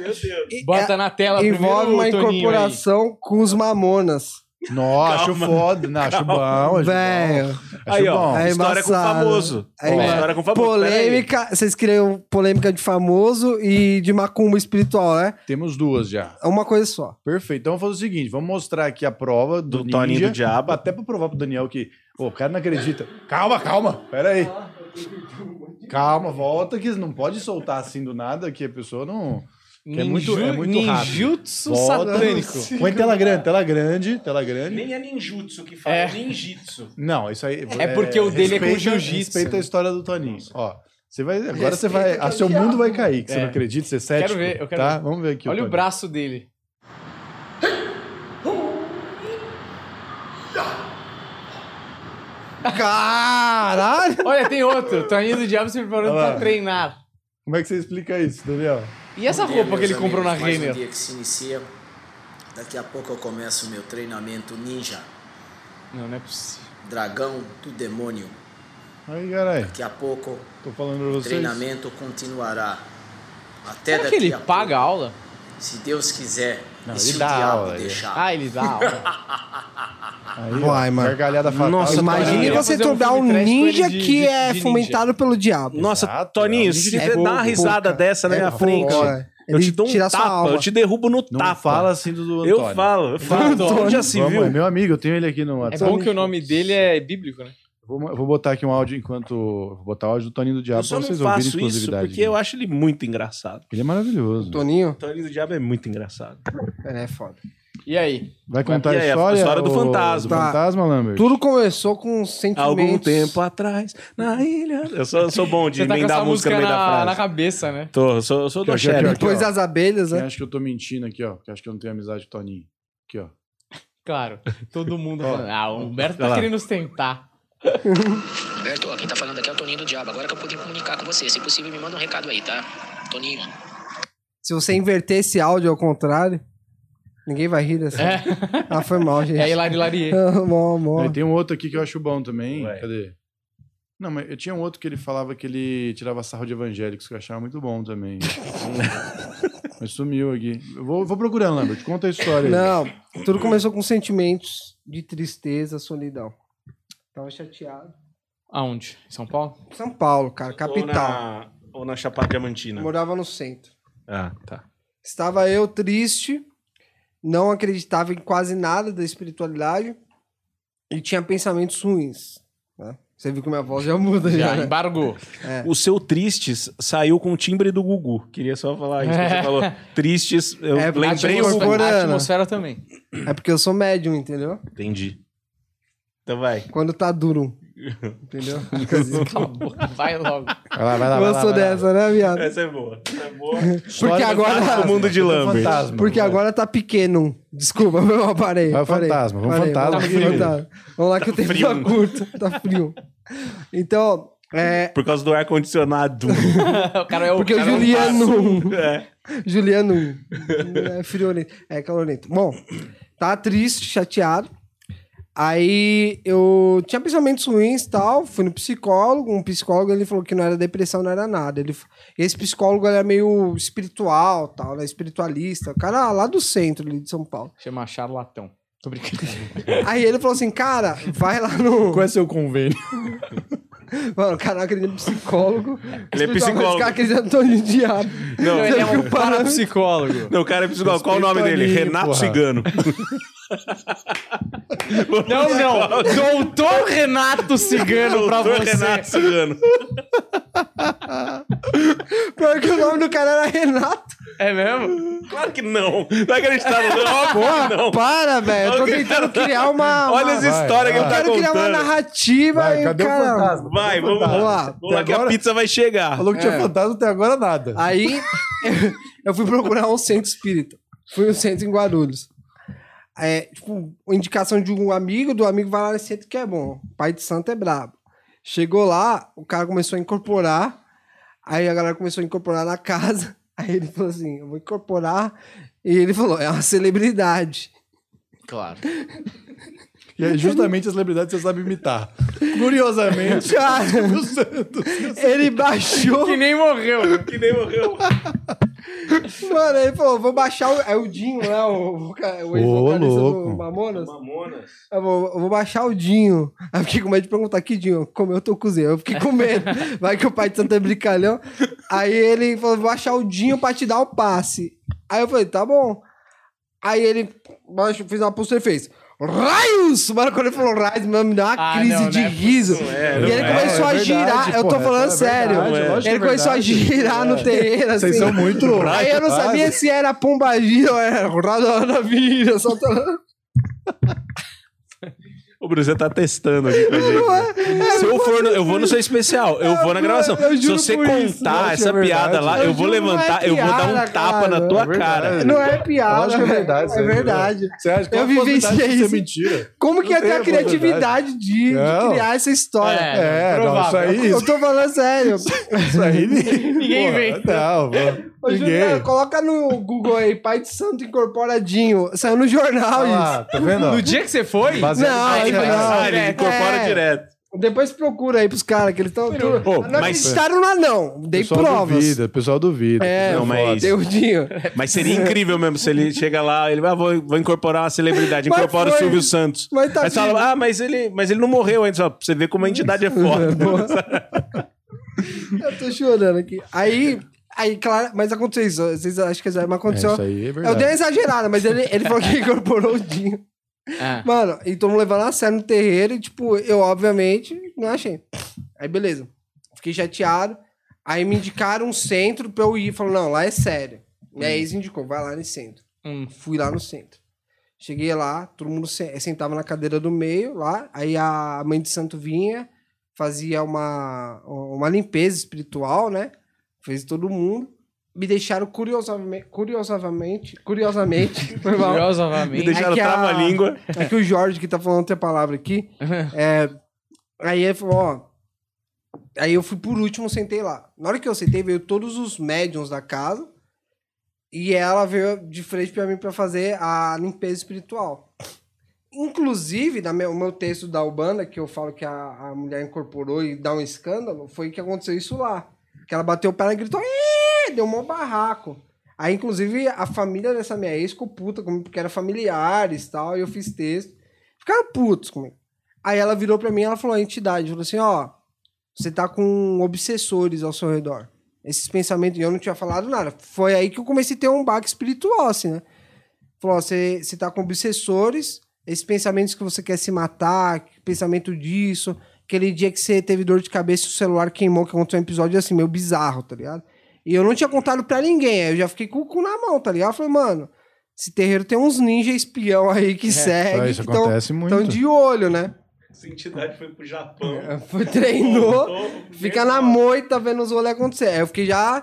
Speaker 3: E-
Speaker 1: Bota na tela
Speaker 3: é- Envolve
Speaker 1: primeiro,
Speaker 3: uma
Speaker 1: Toninho, aí.
Speaker 3: incorporação com os mamonas.
Speaker 4: Nossa, acho
Speaker 2: Calma.
Speaker 4: foda. Não, acho bom, acho
Speaker 3: Velho.
Speaker 4: bom. Acho
Speaker 2: Aí, ó,
Speaker 4: bom.
Speaker 3: É
Speaker 2: história com o
Speaker 3: embaçado.
Speaker 2: famoso.
Speaker 3: É
Speaker 2: Ó,
Speaker 1: embaçado.
Speaker 2: história com o famoso. Peraí.
Speaker 3: Polêmica, vocês criam polêmica de famoso e de macumba espiritual, né?
Speaker 4: Temos duas já.
Speaker 3: É uma coisa só.
Speaker 4: Perfeito. Então vamos fazer o seguinte: vamos mostrar aqui a prova do,
Speaker 2: Do
Speaker 4: ninja,
Speaker 2: Toninho do Diabo.
Speaker 4: Até pra provar pro Daniel que. Pô, o cara não acredita. Calma, calma. Pera aí. Calma, volta que não pode soltar assim do nada que a pessoa não. que é muito- é muito
Speaker 1: ninjutsu
Speaker 4: Volta.
Speaker 1: é um satânico.
Speaker 4: Põe tela grande, tela grande, tela grande.
Speaker 2: Nem é ninjutsu que fala,
Speaker 1: É.
Speaker 2: ninjitsu.
Speaker 4: Não, isso aí.
Speaker 1: É porque o dele é com
Speaker 4: respeita-
Speaker 1: jiu-jitsu.
Speaker 4: Respeita a história do Toninho. Ó. Você vai, agora você vai. A seu mundo vai cair, que você
Speaker 1: É.
Speaker 4: não acredita, você é cético.
Speaker 1: ver, eu quero
Speaker 4: tá?
Speaker 1: ver.
Speaker 4: Vamos ver aqui.
Speaker 1: Olha o
Speaker 4: Toninho.
Speaker 1: braço dele.
Speaker 3: Caralho!
Speaker 1: Olha, tem outro. Toninho do Diabo se preparando
Speaker 4: Olha lá.
Speaker 1: pra treinar.
Speaker 4: Como é que você explica isso, Daniel?
Speaker 1: E essa
Speaker 6: Bom dia,
Speaker 1: roupa que
Speaker 6: meus
Speaker 1: ele comprou na
Speaker 6: amigos. mais
Speaker 1: Renner?
Speaker 6: Um dia que se inicia. Daqui a pouco eu começo o meu treinamento ninja,
Speaker 1: Não, não é possível.
Speaker 6: dragão do demônio.
Speaker 4: Aí, caralho,
Speaker 6: Daqui a pouco
Speaker 4: tô falando pra
Speaker 6: o
Speaker 4: vocês.
Speaker 6: treinamento continuará. Até
Speaker 1: Será
Speaker 6: é daqui
Speaker 1: que ele
Speaker 6: a
Speaker 1: paga a aula?
Speaker 6: pouco, se Deus quiser,
Speaker 4: Não,
Speaker 6: e
Speaker 4: ele
Speaker 6: se o
Speaker 4: dá
Speaker 6: diabo
Speaker 4: aula, ele-
Speaker 6: deixar.
Speaker 1: Ah, ele dá aula.
Speaker 4: Aí,
Speaker 3: Uai,
Speaker 4: ó,
Speaker 3: mano.
Speaker 4: Gargalhada fatal.
Speaker 2: Nossa,
Speaker 3: Imagine
Speaker 1: Toninho.
Speaker 3: você
Speaker 1: Fazer um
Speaker 3: trocar um
Speaker 1: filme trash com ele
Speaker 3: ninja
Speaker 1: de-
Speaker 3: que
Speaker 1: de-
Speaker 3: é
Speaker 1: de
Speaker 3: fomentado pelo diabo.
Speaker 2: Nossa,
Speaker 4: Exato, é
Speaker 2: Toninho,
Speaker 4: um
Speaker 2: se
Speaker 4: ninja
Speaker 2: você
Speaker 3: pouco,
Speaker 2: dá uma risada
Speaker 3: pouca.
Speaker 2: dessa na
Speaker 3: É
Speaker 2: minha
Speaker 3: pouco,
Speaker 2: frente,
Speaker 3: ó.
Speaker 2: eu
Speaker 3: Ele
Speaker 2: te dou um
Speaker 3: tira sua
Speaker 2: tapa,
Speaker 3: alma.
Speaker 2: eu te derrubo no
Speaker 4: Não
Speaker 2: tapa.
Speaker 4: fala assim do do Antônio.
Speaker 2: eu falo, eu falo.
Speaker 1: Antônio.
Speaker 2: Onde já se
Speaker 4: Vamos,
Speaker 2: viu?
Speaker 4: é meu amigo, eu tenho ele aqui no
Speaker 1: É
Speaker 4: WhatsApp.
Speaker 1: bom que o nome dele é bíblico, né?
Speaker 4: Vou, vou botar aqui um áudio enquanto... Vou botar o áudio do Toninho do
Speaker 2: Eu
Speaker 4: Diabo pra
Speaker 2: só não
Speaker 4: vocês ouvirem
Speaker 2: faço isso
Speaker 4: exclusividade.
Speaker 2: porque eu acho ele muito engraçado.
Speaker 4: Ele é maravilhoso.
Speaker 3: Toninho?
Speaker 2: Toninho do Diabo é muito engraçado.
Speaker 3: É, foda.
Speaker 1: E aí?
Speaker 4: Vai contar
Speaker 2: E aí, é
Speaker 4: a
Speaker 2: a
Speaker 4: história,
Speaker 2: história do
Speaker 4: ô-
Speaker 2: fantasma.
Speaker 4: Do fantasma, Lambert?
Speaker 3: Tudo começou com um
Speaker 2: Há
Speaker 3: sentimentos...
Speaker 2: algum tempo atrás, na ilha. Eu sou, sou bom de
Speaker 1: Você tá com
Speaker 2: emendar
Speaker 1: essa
Speaker 2: a música
Speaker 1: música
Speaker 2: no meio da
Speaker 1: na,
Speaker 2: frase.
Speaker 1: na cabeça, né?
Speaker 2: Tô, eu sou, eu sou do
Speaker 4: Aqui, aqui,
Speaker 2: axé. então.
Speaker 4: aqui, é, aqui.
Speaker 3: Depois
Speaker 4: ó.
Speaker 3: das abelhas,
Speaker 4: Quem
Speaker 3: né?
Speaker 4: acha que eu tô mentindo aqui, ó? Que acha que eu não tenho amizade com o Toninho. Aqui, ó.
Speaker 1: Claro. Todo mundo
Speaker 4: Ó.
Speaker 1: falando. Ah, o Humberto
Speaker 2: Olha
Speaker 1: tá
Speaker 2: lá.
Speaker 1: querendo nos tentar.
Speaker 7: Roberto, ó, quem tá falando aqui é o Toninho do Diabo. Agora que eu pude comunicar com você, se possível, me manda um recado aí, tá? Toninho.
Speaker 3: Se você inverter esse áudio ao contrário, ninguém vai rir dessa.
Speaker 1: É,
Speaker 3: Ah, foi mal, gente.
Speaker 1: é a Hilari Larier.
Speaker 3: Mó, mó.
Speaker 4: Aí tem um outro aqui que eu acho bom também.
Speaker 2: Ué.
Speaker 4: Cadê? Não, mas eu tinha um outro que ele falava que ele tirava sarro de evangélicos, que eu achava muito bom também. mas sumiu aqui. Eu vou, vou procurando, Lambert. Conta a história. aí.
Speaker 3: Não, tudo começou com sentimentos de tristeza, solidão. Tava chateado.
Speaker 1: Aonde? Em São Paulo?
Speaker 3: São Paulo, cara, capital.
Speaker 2: Ou na, ou na Chapada Diamantina.
Speaker 3: Morava no centro.
Speaker 2: Ah, tá.
Speaker 3: Estava eu triste, não acreditava em quase nada da espiritualidade e tinha pensamentos ruins. né? Você viu que minha voz já muda já.
Speaker 1: Já,
Speaker 3: né?
Speaker 1: embargou.
Speaker 2: O seu Tristes saiu com o timbre do Gugu. Queria só falar isso.
Speaker 1: É.
Speaker 2: que Você falou Tristes, eu
Speaker 3: É,
Speaker 2: lembrei
Speaker 1: a
Speaker 2: o Gugu.
Speaker 3: concordo.
Speaker 1: atmosfera, a atmosfera também.
Speaker 3: É porque eu sou médium, entendeu?
Speaker 2: Entendi. Então vai.
Speaker 3: Quando tá duro. Entendeu?
Speaker 1: Cala a boca, vai logo.
Speaker 4: Vai lá, vai lá, vai
Speaker 3: Eu
Speaker 4: lá,
Speaker 3: sou
Speaker 4: vai lá.
Speaker 3: dessa, né, viado?
Speaker 2: Essa é boa. Essa é boa.
Speaker 3: Porque
Speaker 2: Fantástico
Speaker 3: agora,
Speaker 2: mundo de
Speaker 4: Vai o
Speaker 2: Lambert.
Speaker 4: fantasma.
Speaker 3: porque agora tá pequeno. Desculpa, meu, parei.
Speaker 4: Vai é. o
Speaker 3: parei.
Speaker 4: fantasma, vamos
Speaker 3: Parei,
Speaker 4: fantasma.
Speaker 3: vamos
Speaker 1: Tá frio.
Speaker 3: fantasma. Vamos lá que o tempo tá
Speaker 2: frio.
Speaker 3: curto. Tá frio. Então, é,
Speaker 2: Por causa do ar-condicionado.
Speaker 1: o cara é o
Speaker 3: Porque o
Speaker 1: cara é um
Speaker 3: Juliano.
Speaker 2: É.
Speaker 3: Juliano. É friorento. É calorento. Bom, tá triste, chateado. Aí eu tinha pensamentos ruins e tal, fui no psicólogo, um psicólogo ele falou que não era depressão, não era nada. Ele, esse psicólogo era meio espiritual, tal, né? espiritualista, o cara lá do centro ali de São Paulo.
Speaker 1: Chama charlatão. Tô brincando.
Speaker 3: Aí ele falou assim, cara, vai lá no...
Speaker 4: Qual é seu convênio?
Speaker 3: Mano, o cara não acredita em psicólogo.
Speaker 2: Ele é
Speaker 3: Espiritual,
Speaker 2: psicólogo.
Speaker 3: Esse cara acredita no Tony Diabo.
Speaker 2: Não,
Speaker 1: ele é um
Speaker 3: Fica parado.
Speaker 1: parapsicólogo.
Speaker 2: Não, o cara é psicólogo. Qual o nome
Speaker 4: Respeita
Speaker 2: dele?
Speaker 4: ali,
Speaker 2: Renato
Speaker 4: porra.
Speaker 2: Cigano.
Speaker 1: Não, não. Doutor Renato Cigano pra
Speaker 2: Doutor
Speaker 1: você.
Speaker 2: Renato Cigano.
Speaker 3: Pior que o nome do cara era Renato.
Speaker 1: É mesmo?
Speaker 2: Claro que não. Não acreditava, não. Óbvio que não.
Speaker 3: Para, velho. Eu tô tentando criar uma...
Speaker 2: Olha
Speaker 3: uma...
Speaker 2: as histórias que ele
Speaker 4: vai.
Speaker 3: Eu
Speaker 2: tá
Speaker 3: quero criar uma
Speaker 2: contando.
Speaker 3: narrativa
Speaker 4: Vai,
Speaker 3: e
Speaker 4: cadê
Speaker 3: o
Speaker 4: o
Speaker 3: cara...
Speaker 4: fantasma? É.
Speaker 2: Vai, vamos lá.
Speaker 3: Vamos lá.
Speaker 2: Vamos lá
Speaker 4: Até
Speaker 2: que a
Speaker 4: agora-
Speaker 2: pizza vai chegar.
Speaker 4: Falou que
Speaker 3: É.
Speaker 4: tinha fantasma até agora nada.
Speaker 3: Aí eu fui procurar um centro espírita. Fui um centro em Guarulhos. É, tipo, uma indicação de um amigo, do amigo vai lá nesse centro que é bom. Pai de santo é brabo. Chegou lá, o cara começou a incorporar. Aí a galera começou a incorporar na casa. Aí ele falou assim: eu vou incorporar. E ele falou: é uma celebridade.
Speaker 1: Claro.
Speaker 4: E é justamente as celebridades que você sabe imitar. Curiosamente,
Speaker 3: Cara,
Speaker 4: Silvio Santos.
Speaker 3: ele baixou.
Speaker 1: Que nem morreu.
Speaker 2: Que nem morreu.
Speaker 3: Mano, ele falou: vou baixar o. É o Dinho, né? O, o, ca- o ex-vocalista do
Speaker 4: louco.
Speaker 3: Mamonas.
Speaker 2: Mamonas.
Speaker 3: Eu vou, eu vou baixar o Dinho. Aí eu fiquei com medo de perguntar, que Dinho? Como eu tô cozinhando? Eu fiquei com medo. Vai que o pai de Santo é brincalhão. Aí ele falou, vou baixar o Dinho pra te dar o passe. Aí eu falei, tá bom. Aí ele baixou, fez uma postura e fez... Raios! Mano, quando ele falou raios, mano, me deu uma
Speaker 1: Ah,
Speaker 3: crise
Speaker 1: não,
Speaker 3: de
Speaker 1: não é
Speaker 3: riso.
Speaker 2: é,
Speaker 3: e ele
Speaker 2: não é,
Speaker 3: começou
Speaker 4: é
Speaker 3: a
Speaker 4: verdade,
Speaker 3: girar, eu tô
Speaker 4: porra,
Speaker 3: falando
Speaker 4: é
Speaker 3: sério.
Speaker 4: verdade, lógico,
Speaker 3: ele
Speaker 4: é
Speaker 3: começou a
Speaker 4: verdade. É.
Speaker 3: girar no terreiro, assim.
Speaker 4: Vocês são muito.
Speaker 3: Aí eu não sabia se era pombagira ou era rodovia, só tô...
Speaker 2: O Bruno, você tá testando aqui com a gente.
Speaker 3: é,
Speaker 2: Se eu for, no- eu vou no seu especial, eu vou na gravação.
Speaker 3: eu
Speaker 2: Se
Speaker 3: juro
Speaker 2: você
Speaker 3: por isso,
Speaker 2: contar
Speaker 4: eu acho
Speaker 2: essa
Speaker 4: que é
Speaker 2: piada
Speaker 4: verdade.
Speaker 2: lá,
Speaker 3: Eu
Speaker 2: eu vou
Speaker 3: juro, não é
Speaker 2: levantar, eu vou dar um
Speaker 3: piada,
Speaker 2: tapa na
Speaker 3: cara.
Speaker 2: tua
Speaker 4: É verdade.
Speaker 2: cara.
Speaker 3: Não é piada.
Speaker 4: Lógico que é
Speaker 3: velho.
Speaker 4: verdade,
Speaker 3: É
Speaker 4: isso aí,
Speaker 3: verdade.
Speaker 4: Você acha que
Speaker 3: Eu
Speaker 4: eu
Speaker 3: vivenciei
Speaker 4: vivenciei
Speaker 3: isso.
Speaker 4: isso? é mentira?
Speaker 3: Como que
Speaker 4: Não
Speaker 3: ia ter
Speaker 4: tem
Speaker 3: a
Speaker 4: a
Speaker 3: criatividade de, de
Speaker 4: Não.
Speaker 3: criar essa história?
Speaker 1: É,
Speaker 4: É, não, isso
Speaker 1: provável.
Speaker 4: aí.
Speaker 3: Eu tô falando sério.
Speaker 4: Isso aí
Speaker 1: Ninguém inventa.
Speaker 4: Não, mano.
Speaker 3: Ô, Juliano,
Speaker 4: Ninguém.
Speaker 3: coloca no Google aí, pai de santo incorporadinho. Saiu no jornal
Speaker 4: Olha lá,
Speaker 3: isso.
Speaker 4: tá vendo? ó?
Speaker 1: No dia que você foi,
Speaker 4: Baseado
Speaker 3: Não,
Speaker 4: em fatos
Speaker 3: aí
Speaker 1: não.
Speaker 4: reais.
Speaker 2: Ah, ele
Speaker 1: direto.
Speaker 2: incorpora
Speaker 3: É.
Speaker 2: direto.
Speaker 3: Depois procura aí pros caras que eles estão.
Speaker 2: Pô,
Speaker 3: Não
Speaker 2: mas-
Speaker 3: acreditaram lá, não. Dei
Speaker 4: pessoal
Speaker 3: provas.
Speaker 4: duvida, o pessoal duvida.
Speaker 3: É,
Speaker 4: Não,
Speaker 2: Não, mas-
Speaker 3: Deu o dinho.
Speaker 2: Mas seria incrível mesmo se ele chega lá, ele vai, ah, vou, vou incorporar uma celebridade,
Speaker 3: Mas
Speaker 2: incorpora
Speaker 3: foi.
Speaker 2: o Silvio Santos.
Speaker 3: Mas tá
Speaker 2: Aí você
Speaker 3: vivo.
Speaker 2: fala, ah, mas ele, mas ele não morreu ainda, só pra você ver como a entidade é forte.
Speaker 3: Eu tô chorando aqui. Aí, aí, claro, mas aconteceu isso. Vocês acham que é mas
Speaker 4: é,
Speaker 3: aconteceu.
Speaker 4: isso aí é
Speaker 3: eu
Speaker 4: verdade.
Speaker 3: dei uma exagerada, mas ele, ele falou que incorporou o dinho.
Speaker 1: Ah,
Speaker 3: Mano, então e todo mundo levando a sério no terreiro e, tipo, eu, obviamente, não achei. Aí, beleza. Fiquei chateado. Aí me indicaram um centro pra eu ir. Falou, não, lá é sério. Minha ex indicou, vai lá nesse centro.
Speaker 1: Hum.
Speaker 3: Fui lá no centro. Cheguei lá, todo mundo se- eh, sentava na cadeira do meio lá. Aí a mãe de santo vinha, fazia uma, uma limpeza espiritual, né? Fez todo mundo. Me deixaram curiosamente. Curiosamente. Curiosamente. foi mal.
Speaker 2: Me
Speaker 1: curiosamente.
Speaker 2: deixaram
Speaker 3: que a-
Speaker 2: trava-língua.
Speaker 3: É que o Jorge, que tá falando outra palavra aqui, é, aí ele falou, ó... Aí eu fui por último, sentei lá. Na hora que eu sentei, veio todos os médiums da casa e ela veio de frente pra mim pra fazer a limpeza espiritual. Inclusive, na meu, o meu texto da Ubanda, que eu falo que a, a mulher incorporou e dá um escândalo, foi que aconteceu isso lá. Que ela bateu o pé e gritou, "Ê!", deu um barraco. Aí, inclusive, a família dessa minha ex ficou puta comigo, porque era familiares e tal, e eu fiz texto. Ficaram putos comigo. Aí ela virou pra mim e ela falou, a entidade, falou assim, ó, você tá com obsessores ao seu redor. Esses pensamentos, e eu não tinha falado nada. Foi aí que eu comecei a ter um baque espiritual, assim, né? Falou, ó, você você tá com obsessores, esses pensamentos que você quer se matar, que pensamento disso, aquele dia que você teve dor de cabeça e o celular queimou, que aconteceu um episódio assim, meio bizarro, tá ligado? E eu não tinha contado pra ninguém. Aí eu já fiquei com o cu na mão, tá ligado? Eu Falei, mano, esse terreiro tem uns ninja espião aí que
Speaker 4: Isso
Speaker 3: segue.
Speaker 4: É, isso
Speaker 3: que tão-
Speaker 4: acontece
Speaker 3: tão
Speaker 4: muito.
Speaker 3: então, de olho, né? É,
Speaker 2: Essa entidade foi pro Japão.
Speaker 3: Foi, treinou, fica na moita tá vendo os rolês acontecer. Aí eu fiquei já.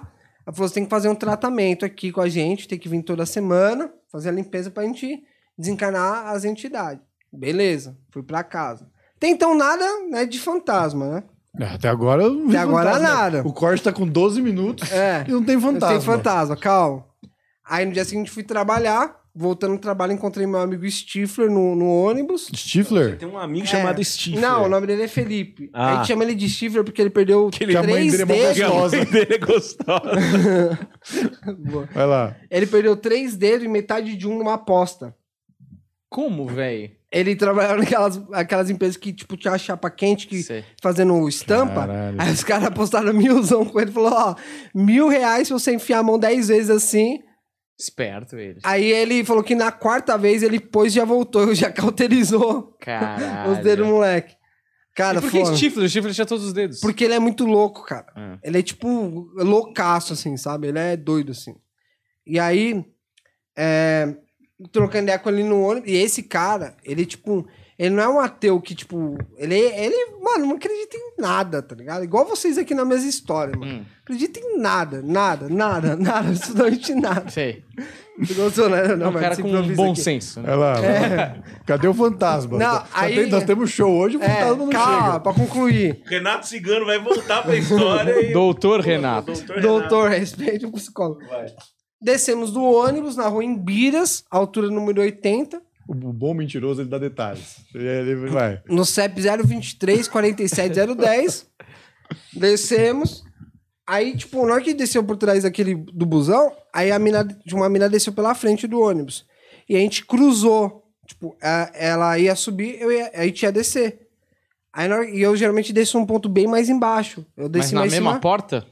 Speaker 3: Ela falou: você tem que fazer um tratamento aqui com a gente, tem que vir toda semana, fazer a limpeza pra gente desencarnar as entidades. Beleza, fui pra casa. Até então nada né, de fantasma, né?
Speaker 4: É, Até agora eu não vi
Speaker 3: Até agora
Speaker 4: fantasma.
Speaker 3: nada.
Speaker 4: O corte tá com 12 minutos
Speaker 3: É.
Speaker 4: e não tem
Speaker 3: Tem
Speaker 4: fantasma.
Speaker 3: fantasma, calma. Aí no dia seguinte fui trabalhar, voltando do trabalho, encontrei meu amigo Stifler no, no ônibus.
Speaker 4: Stifler?
Speaker 2: Tem um amigo
Speaker 3: É.
Speaker 2: chamado Steve.
Speaker 3: Não, o nome dele é Felipe.
Speaker 2: Ah.
Speaker 3: A gente chama ele de Stifler porque ele perdeu
Speaker 4: ele- Que a mãe
Speaker 3: três
Speaker 4: dele é mó
Speaker 3: dedos.
Speaker 4: gostosa.
Speaker 2: gostosa. dele é gostosa.
Speaker 3: Boa.
Speaker 4: Vai lá.
Speaker 3: ele perdeu três dedos e metade de um numa aposta.
Speaker 1: Como, velho?
Speaker 3: Ele trabalhava naquelas aquelas empresas que, tipo, tinha a chapa quente que
Speaker 1: é
Speaker 3: fazendo estampa.
Speaker 4: Caralho.
Speaker 3: Aí os caras apostaram milzão com ele. Falou, ó, mil reais se você enfiar a mão dez vezes assim.
Speaker 1: Esperto ele.
Speaker 3: Aí ele falou que na quarta vez ele pôs e já voltou. Já cauterizou
Speaker 1: Caralho.
Speaker 3: os dedos do moleque. Cara,
Speaker 1: E por que
Speaker 3: foda.
Speaker 1: Stifler? O Stifler tinha todos os dedos.
Speaker 3: Porque ele é muito louco, cara.
Speaker 1: Ah.
Speaker 3: Ele é tipo loucaço, assim, sabe? Ele é doido, assim. E aí, é, trocando ideia com ele no ônibus. E esse cara, ele, tipo, ele não é um ateu que, tipo. Ele, ele mano, não acredita em nada, tá ligado? Igual vocês aqui na mesma história, mano.
Speaker 1: Hum,
Speaker 3: Acredita em nada, nada, nada, nada, absolutamente nada.
Speaker 1: sei.
Speaker 3: Bolsonaro, né? não,
Speaker 1: É um
Speaker 3: mas
Speaker 1: cara
Speaker 3: se
Speaker 1: com um
Speaker 3: improvisa
Speaker 1: bom
Speaker 3: aqui.
Speaker 1: senso, né?
Speaker 4: Vai lá. Cadê o fantasma?
Speaker 3: É. Não,
Speaker 4: Só
Speaker 3: aí-
Speaker 4: tem- nós temos show hoje, o fantasma não
Speaker 3: É, calma,
Speaker 4: chega.
Speaker 3: pra concluir.
Speaker 2: Renato Cigano vai voltar pra história
Speaker 3: É.
Speaker 2: e...
Speaker 1: Doutor Renato.
Speaker 2: Doutor Renato.
Speaker 3: Doutor, respeite o psicólogo. Descemos do ônibus na rua Embiras, altura número 80,
Speaker 4: O bom mentiroso, ele dá detalhes. Ele vai.
Speaker 3: no CEP 023 47010. Descemos. Aí, tipo, na hora que desceu por trás daquele do busão, aí a mina, de uma mina desceu pela frente do ônibus. E a gente cruzou. Tipo, a- ela ia subir, eu ia, a gente ia descer. Aí na hora- e eu geralmente desço um ponto bem mais embaixo. Eu
Speaker 1: Mas
Speaker 3: desci
Speaker 1: na
Speaker 3: mais em
Speaker 1: mesma
Speaker 3: cima-
Speaker 1: porta?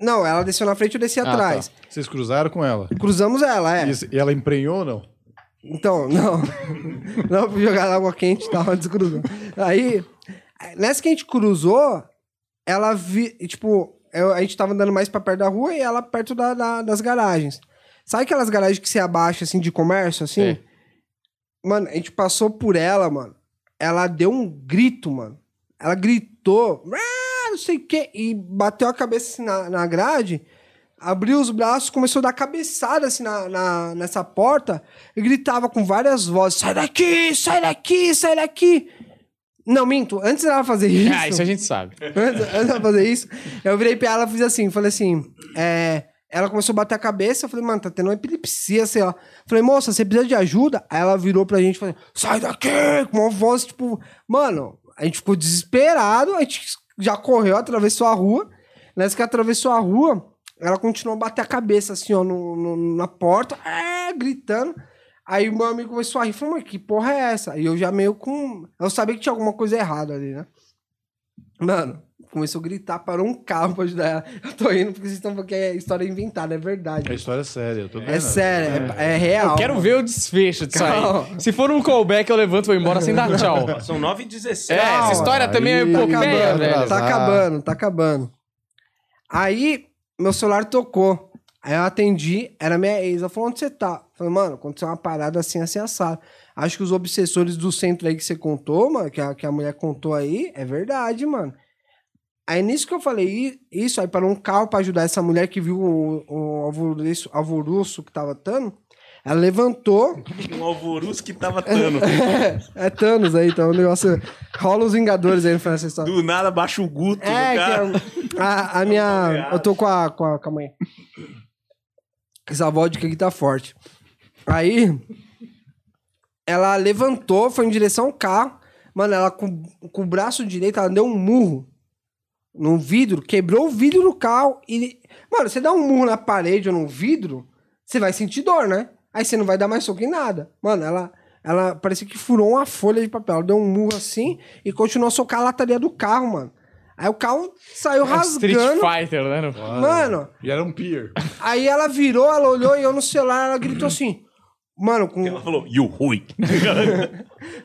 Speaker 3: Não, ela desceu na frente, eu desci
Speaker 1: Ah, tá.
Speaker 3: atrás.
Speaker 4: Vocês cruzaram com ela.
Speaker 3: Cruzamos ela, é.
Speaker 4: E esse- E ela emprenhou ou não?
Speaker 3: Então, não. não, pra jogar na água quente e tal, descruzou. Aí, nessa que a gente cruzou, ela vi. Tipo, eu- a gente tava andando mais pra perto da rua e ela perto da- da- das garagens. Sabe aquelas garagens que você abaixa, assim, de comércio, assim?
Speaker 1: Sei.
Speaker 3: Mano, a gente passou por ela, mano. Ela deu um grito, mano. Ela gritou, "Ah, não sei o quê, e bateu a cabeça assim, na, na grade, abriu os braços, começou a dar cabeçada assim na, na- nessa porta e gritava com várias vozes: sai daqui, sai daqui, sai daqui. Não, minto, antes dela fazer isso.
Speaker 1: Ah, isso a gente sabe.
Speaker 3: Antes, antes dela fazer isso, eu virei pra ela e fiz assim, falei assim, é, Ela começou a bater a cabeça, eu falei, mano, tá tendo uma epilepsia, sei lá. Falei, moça, você precisa de ajuda? Aí ela virou pra gente e falou, sai daqui! Com uma voz, tipo... Mano, a gente ficou desesperado, a gente já correu, atravessou a rua. Nessa que atravessou a rua, ela continuou a bater a cabeça, assim, ó, no- no- na porta, é, gritando. Aí o meu amigo começou a rir, falou, mano, que porra é essa? E eu já meio com... Eu sabia que tinha alguma coisa errada ali, né? Mano, começou a gritar, parou um carro pra ajudar ela. Eu tô indo porque vocês estão falando que é história inventada, é verdade.
Speaker 4: A história é séria, eu tô vendo.
Speaker 3: É sério, é, é real.
Speaker 1: Eu quero
Speaker 3: mano.
Speaker 1: ver o desfecho disso aí.
Speaker 3: Calma.
Speaker 1: Se for um callback, eu levanto e vou embora sem dar tchau.
Speaker 2: São 9 e 17
Speaker 1: É, essa história também é
Speaker 4: Aí,
Speaker 3: Tá
Speaker 1: hipopeia,
Speaker 3: acabando,
Speaker 1: velho.
Speaker 4: atrasado.
Speaker 3: tá acabando, tá acabando. Aí, meu celular tocou. Aí eu atendi, era minha ex. Ela falou, onde você tá? Eu falei, mano, aconteceu uma parada assim, assim, assada. Acho que os obsessores do centro aí que você contou, mano, que a, que a mulher contou aí, é verdade, mano. Aí nisso que eu falei "Ih, isso, aí parou um carro pra ajudar essa mulher que viu o, o alvoroço, alvoroço que tava tando. Ela levantou,
Speaker 2: Um alvoroço que tava tando.
Speaker 3: é Thanos aí, então o negócio. Rola os Vingadores aí no final dessa história.
Speaker 2: Do nada baixa o guto
Speaker 3: É,
Speaker 2: do
Speaker 3: que
Speaker 2: cara.
Speaker 3: eu- a, a minha. Eu tô com a, com a, com a mãe. Essa vodka aqui tá forte. Aí. Ela levantou, foi em direção ao carro. Mano, ela com, com o braço direito, ela deu um murro num vidro, quebrou o vidro do carro e. Mano, você dá um murro na parede ou num vidro, você vai sentir dor, né? Aí você não vai dar mais soco em nada. Mano, ela. Ela parecia que furou uma folha de papel. Ela deu um murro assim e continuou a socar a lataria do carro, mano. Aí o carro saiu
Speaker 1: É Street
Speaker 3: tá rasgando.
Speaker 1: Fighter, né? no-
Speaker 3: Mano,
Speaker 4: E era um pier.
Speaker 3: aí ela virou, ela olhou e eu no celular, ela gritou assim. Mano, com.
Speaker 2: Ela falou, e o Rui?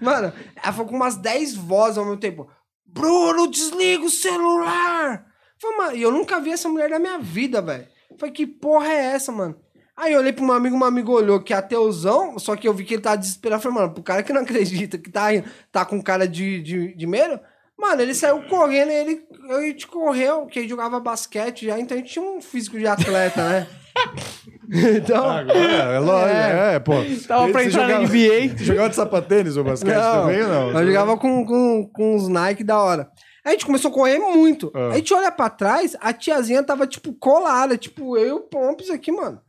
Speaker 3: Mano, ela falou com umas 10 vozes ao mesmo tempo. Bruno, desliga o celular! Falei, mano, e eu nunca vi essa mulher na minha vida, velho. Falei, que porra é essa, mano? Aí eu olhei pro meu amigo, meu amigo olhou que é ateuzão, só que eu vi que ele tava desesperado. Falei, mano, pro cara que não acredita, que tá, rindo, tá com cara de, de, de medo, mano, ele saiu correndo e ele, ele te correu, porque ele jogava basquete já, então a gente tinha um físico de atleta, né? então.
Speaker 4: Agora, é lógico, é, pô.
Speaker 1: Tava pra
Speaker 4: Você
Speaker 1: entrar na
Speaker 4: jogava-
Speaker 1: NBA.
Speaker 4: Você jogava de sapatênis ou basquete também ou não?
Speaker 3: Eu jogava com, com, com os Nike da hora. Aí a gente começou a correr muito.
Speaker 4: Ah.
Speaker 3: Aí a gente olha pra trás, a tiazinha tava, tipo, colada, tipo, eu e o Pompis aqui, mano.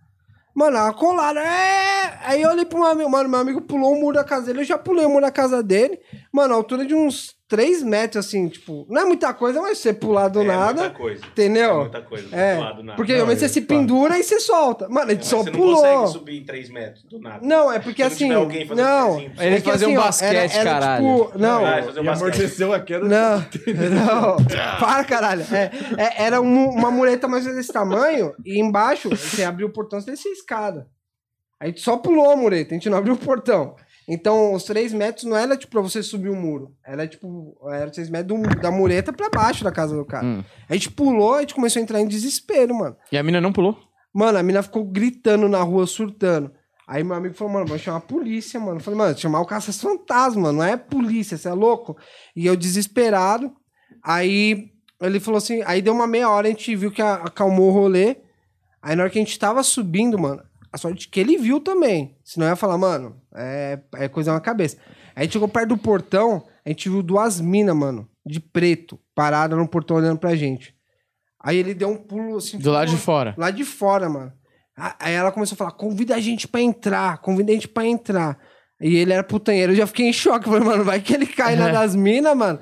Speaker 3: Mano, ela colada. É! Aí eu olhei pro meu amigo. Mano, meu amigo pulou o muro da casa dele. Eu já pulei o muro da casa dele. Mano, a altura de uns 3 metros, assim, tipo. Não é muita coisa, mas você pular do
Speaker 2: É
Speaker 3: nada.
Speaker 2: muita coisa.
Speaker 3: Entendeu?
Speaker 2: É muita coisa, não
Speaker 3: É,
Speaker 2: pular do nada. É,
Speaker 3: Porque
Speaker 4: Não,
Speaker 3: realmente você
Speaker 4: eu-
Speaker 3: se
Speaker 4: pá.
Speaker 3: pendura e você solta. Mano, a gente
Speaker 2: Mas
Speaker 3: só
Speaker 2: você
Speaker 3: pulou.
Speaker 2: não consegue subir em 3 metros do nada.
Speaker 3: Não, é porque
Speaker 2: Se não
Speaker 3: assim.
Speaker 2: tiver alguém fazendo
Speaker 3: não,
Speaker 2: pezinho,
Speaker 3: é
Speaker 1: Ele
Speaker 3: que,
Speaker 1: fazia um
Speaker 3: ó,
Speaker 1: basquete, caralho.
Speaker 3: Tipo, não,
Speaker 2: Ah, fazer um
Speaker 4: E
Speaker 2: basquete.
Speaker 4: amorteceu a queda.
Speaker 3: não, não. Para, caralho. É, é, era um- uma mureta mais ou menos desse tamanho, e embaixo, você abriu o portão, você descia a escada. A gente só pulou a mureta, a gente não abriu o portão. Então, os três metros não era, tipo, pra você subir o muro. Era, tipo, era três metros do- da mureta pra baixo da casa do cara.
Speaker 1: Hum.
Speaker 3: A gente pulou, a gente começou a entrar em desespero, mano.
Speaker 1: E a mina não pulou?
Speaker 3: Mano, a mina ficou gritando na rua, surtando. Aí meu amigo falou, mano, vou chamar a polícia, mano. Eu falei, mano, chamar o caça-fantasma, não é polícia, você é louco? E eu desesperado. Aí ele falou assim, aí deu uma meia hora, a gente viu que a- acalmou o rolê. Aí na hora que a gente tava subindo, mano, a sorte que ele viu também. Senão eu ia falar, mano, é, é coisa na cabeça. Aí a gente chegou perto do portão, a gente viu duas minas, mano, de preto, parada no portão olhando pra gente. Aí ele deu um pulo assim.
Speaker 1: Do lado de
Speaker 3: falou,
Speaker 1: fora.
Speaker 3: Lá de fora, mano. A- Aí ela começou a falar: convida a gente pra entrar, convida a gente pra entrar. E ele era putanheiro. Eu já fiquei em choque. Falei, mano, vai que ele cai na
Speaker 1: É.
Speaker 3: das minas, mano.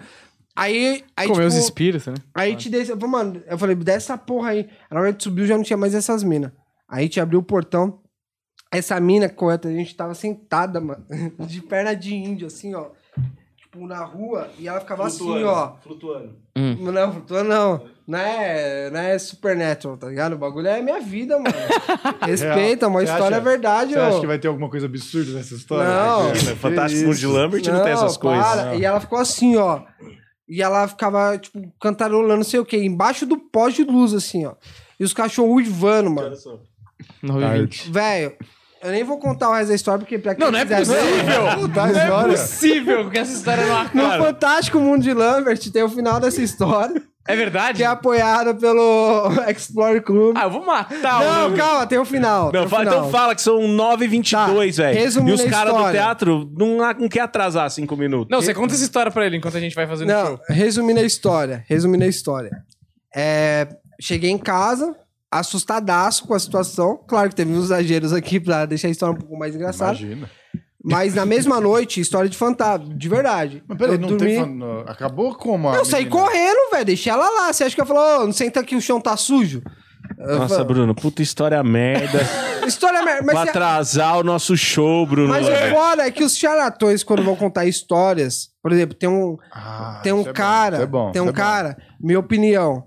Speaker 3: Aí. aí
Speaker 1: Comeu os
Speaker 3: tipo,
Speaker 1: espíritos, né?
Speaker 3: Aí te desceu. Eu falei, mano, eu falei, desce essa porra aí. Na hora de subiu, já não tinha mais essas minas. Aí te abriu o portão. Essa mina, correta, a gente tava sentada, mano. De perna de índio, assim, ó. Tipo, na rua. E ela ficava assim, ó.
Speaker 2: Flutuando.
Speaker 3: Não, flutuando não. Não é, não é Supernatural, tá ligado? O bagulho é minha vida, mano. Respeita, uma
Speaker 4: Você acha-
Speaker 3: história é verdade,
Speaker 4: Você acha que
Speaker 3: ó.
Speaker 4: vai ter alguma coisa absurda nessa história?
Speaker 3: Não.
Speaker 4: Imagina, né?
Speaker 2: Fantástico
Speaker 4: que
Speaker 2: Mundo de Lambert não, tem essas
Speaker 3: para.
Speaker 2: coisas.
Speaker 3: E ela ficou assim, ó. E ela ficava, tipo, cantarolando, não sei o quê, embaixo do pó de luz, assim, ó. E os cachorros uivando, mano.
Speaker 4: Tarde.
Speaker 1: 9h20.
Speaker 3: Velho, eu nem vou contar o resto da história, porque pra quem
Speaker 1: Não, não é
Speaker 3: quiser ver-
Speaker 1: possível!
Speaker 4: Tá a
Speaker 1: Não é
Speaker 4: história.
Speaker 1: possível que essa história não
Speaker 3: No
Speaker 1: acabe.
Speaker 3: Fantástico Mundo de Lambert tem o final dessa história,
Speaker 1: É verdade?
Speaker 3: que é apoiada pelo Explore Club.
Speaker 1: Ah, eu vou matar o
Speaker 3: não,
Speaker 1: Lambert.
Speaker 3: calma, tem o final. tem
Speaker 2: Não,
Speaker 3: o
Speaker 2: fala-
Speaker 3: final.
Speaker 2: então fala que são 9h22,
Speaker 3: Tá,
Speaker 2: velho. E
Speaker 3: resumindo
Speaker 2: os
Speaker 3: a
Speaker 2: caras do
Speaker 3: história.
Speaker 2: teatro não, não quer atrasar 5 minutos.
Speaker 1: Não, você conta essa história pra ele enquanto a gente vai fazendo o
Speaker 3: Não,
Speaker 1: show.
Speaker 3: resumindo a história, resumindo a história. É, cheguei em casa, assustadaço com a situação. Claro que teve uns exageros aqui pra deixar a história um pouco mais engraçada.
Speaker 4: Imagina.
Speaker 3: Mas na mesma noite, história de fantasma, de verdade.
Speaker 4: Mas peraí,
Speaker 3: eu
Speaker 4: não
Speaker 3: dormi...
Speaker 4: tem. né? fan- não, Acabou como? a
Speaker 3: Eu saí
Speaker 4: menina?
Speaker 3: correndo, velho. Deixei ela lá. Você acha que eu falou, ô, não senta aqui, o chão tá sujo? Eu
Speaker 2: Nossa,
Speaker 3: falo,
Speaker 2: Bruno, puta história merda.
Speaker 3: História é merda. Mas
Speaker 2: Vai
Speaker 3: você-
Speaker 2: atrasar o nosso show, Bruno.
Speaker 3: Mas
Speaker 4: né?
Speaker 3: o foda é que os charlatões, quando vão contar histórias, por exemplo, tem um,
Speaker 4: Ah,
Speaker 3: tem um
Speaker 4: isso é bom,
Speaker 3: cara.
Speaker 4: isso é bom,
Speaker 3: tem
Speaker 4: isso
Speaker 3: um
Speaker 4: é bom.
Speaker 3: cara, minha opinião.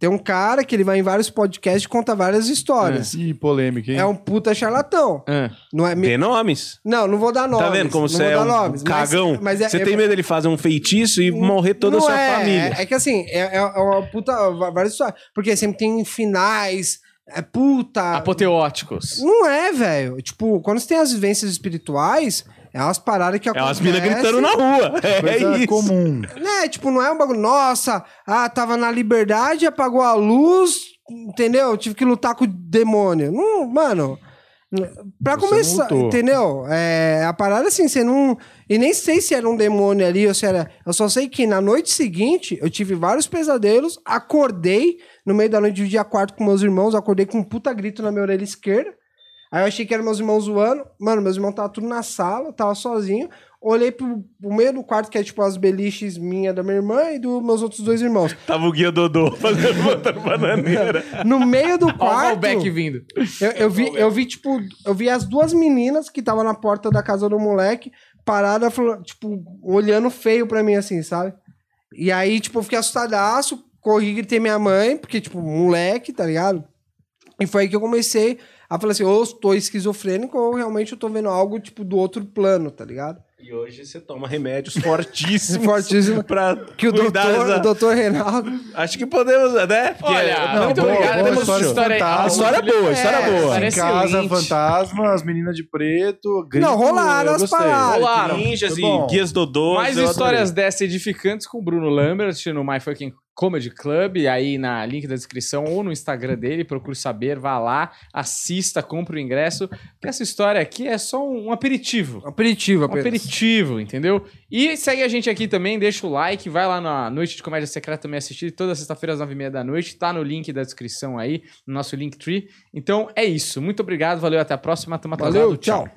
Speaker 3: Tem um cara que ele vai em vários podcasts e conta várias histórias.
Speaker 4: Ih, polêmica,
Speaker 3: É,
Speaker 4: hein?
Speaker 3: um puta charlatão.
Speaker 1: É.
Speaker 3: Não é mi-
Speaker 2: Tem nomes.
Speaker 3: Não, não vou dar nome.
Speaker 2: tá vendo como você é um cagão?
Speaker 3: é
Speaker 2: você tem medo dele fazer um feitiço e morrer toda a sua família.
Speaker 3: É, que assim, é, é uma puta. va- Várias histórias. Porque sempre tem finais. É puta.
Speaker 1: Apoteóticos.
Speaker 3: Não é, velho. Tipo, quando você tem as vivências espirituais, é umas paradas que
Speaker 2: É
Speaker 3: acontecem.
Speaker 2: umas minas gritando na rua.
Speaker 4: Coisa
Speaker 2: É isso.
Speaker 4: comum.
Speaker 3: né? Tipo, não é um bagulho. Nossa, ah, tava na liberdade, apagou a luz, entendeu? Tive que lutar com o demônio. Não, mano. Pra
Speaker 4: Você
Speaker 3: começar,
Speaker 4: não lutou.
Speaker 3: entendeu? É, a parada assim, você não. E nem sei se era um demônio ali ou se era. Eu só sei que na noite seguinte eu tive vários pesadelos, acordei no meio da noite do dia 4 com meus irmãos, acordei com um puta grito na minha orelha esquerda. Aí eu achei que eram meus irmãos zoando. Mano, meus irmãos tava tudo na sala, eu tava sozinho. Olhei pro, pro meio do quarto, que é tipo as beliches minha, da minha irmã e dos meus outros dois irmãos.
Speaker 2: Tava o guia Dodô fazendo botando bananeira.
Speaker 3: No meio do
Speaker 1: Olha o
Speaker 3: quarto,
Speaker 1: callback vindo.
Speaker 3: eu, eu vi, eu vi, tipo, eu vi as duas meninas que estavam na porta da casa do moleque, parada, fala- tipo, olhando feio pra mim, assim, sabe? E aí, tipo, eu fiquei assustadaço, corri, gritei minha mãe, porque, tipo, moleque, tá ligado? E foi aí que eu comecei a falar assim, ou eu tô esquizofrênico, ou realmente eu tô vendo algo, tipo, do outro plano, tá ligado?
Speaker 2: E hoje você toma remédios fortíssimos.
Speaker 3: Fortíssimo.
Speaker 2: Pra
Speaker 3: Que o
Speaker 2: cuidar
Speaker 3: doutor,
Speaker 2: dessa-
Speaker 3: o doutor Reinaldo...
Speaker 2: Acho que podemos, né? Porque-
Speaker 1: Olha,
Speaker 4: Não,
Speaker 1: muito
Speaker 4: boa,
Speaker 1: obrigado.
Speaker 4: boa
Speaker 1: Temos
Speaker 4: história
Speaker 1: história aí.
Speaker 4: fantástica.
Speaker 2: A história é boa, a história é boa.
Speaker 1: Parece
Speaker 4: Em casa,
Speaker 1: excelente.
Speaker 4: fantasma, as meninas de preto. Grito,
Speaker 3: Não, rolaram
Speaker 4: eu
Speaker 3: as
Speaker 4: gostei.
Speaker 3: paradas.
Speaker 1: Rolaram.
Speaker 2: Ninjas
Speaker 4: Foi
Speaker 2: e
Speaker 4: bom.
Speaker 2: assim, guias Dodô.
Speaker 1: Mais
Speaker 2: eu
Speaker 1: histórias dessas edificantes com Bruno Lambert no My Fucking Comedy Club, aí na link da descrição ou no Instagram dele, procure saber, vá lá, assista, compre o ingresso, porque essa história aqui é só um aperitivo.
Speaker 3: Aperitivo,
Speaker 1: Um aperitivo, entendeu? E segue a gente aqui também, deixa o like, vai lá na Noite de Comédia Secreta também assistir, toda sexta-feira às nove e meia da noite, tá no link da descrição aí, no nosso Linktree. Então é isso, muito obrigado, valeu, até a próxima, tamo atrasado,
Speaker 3: Valeu, tchau.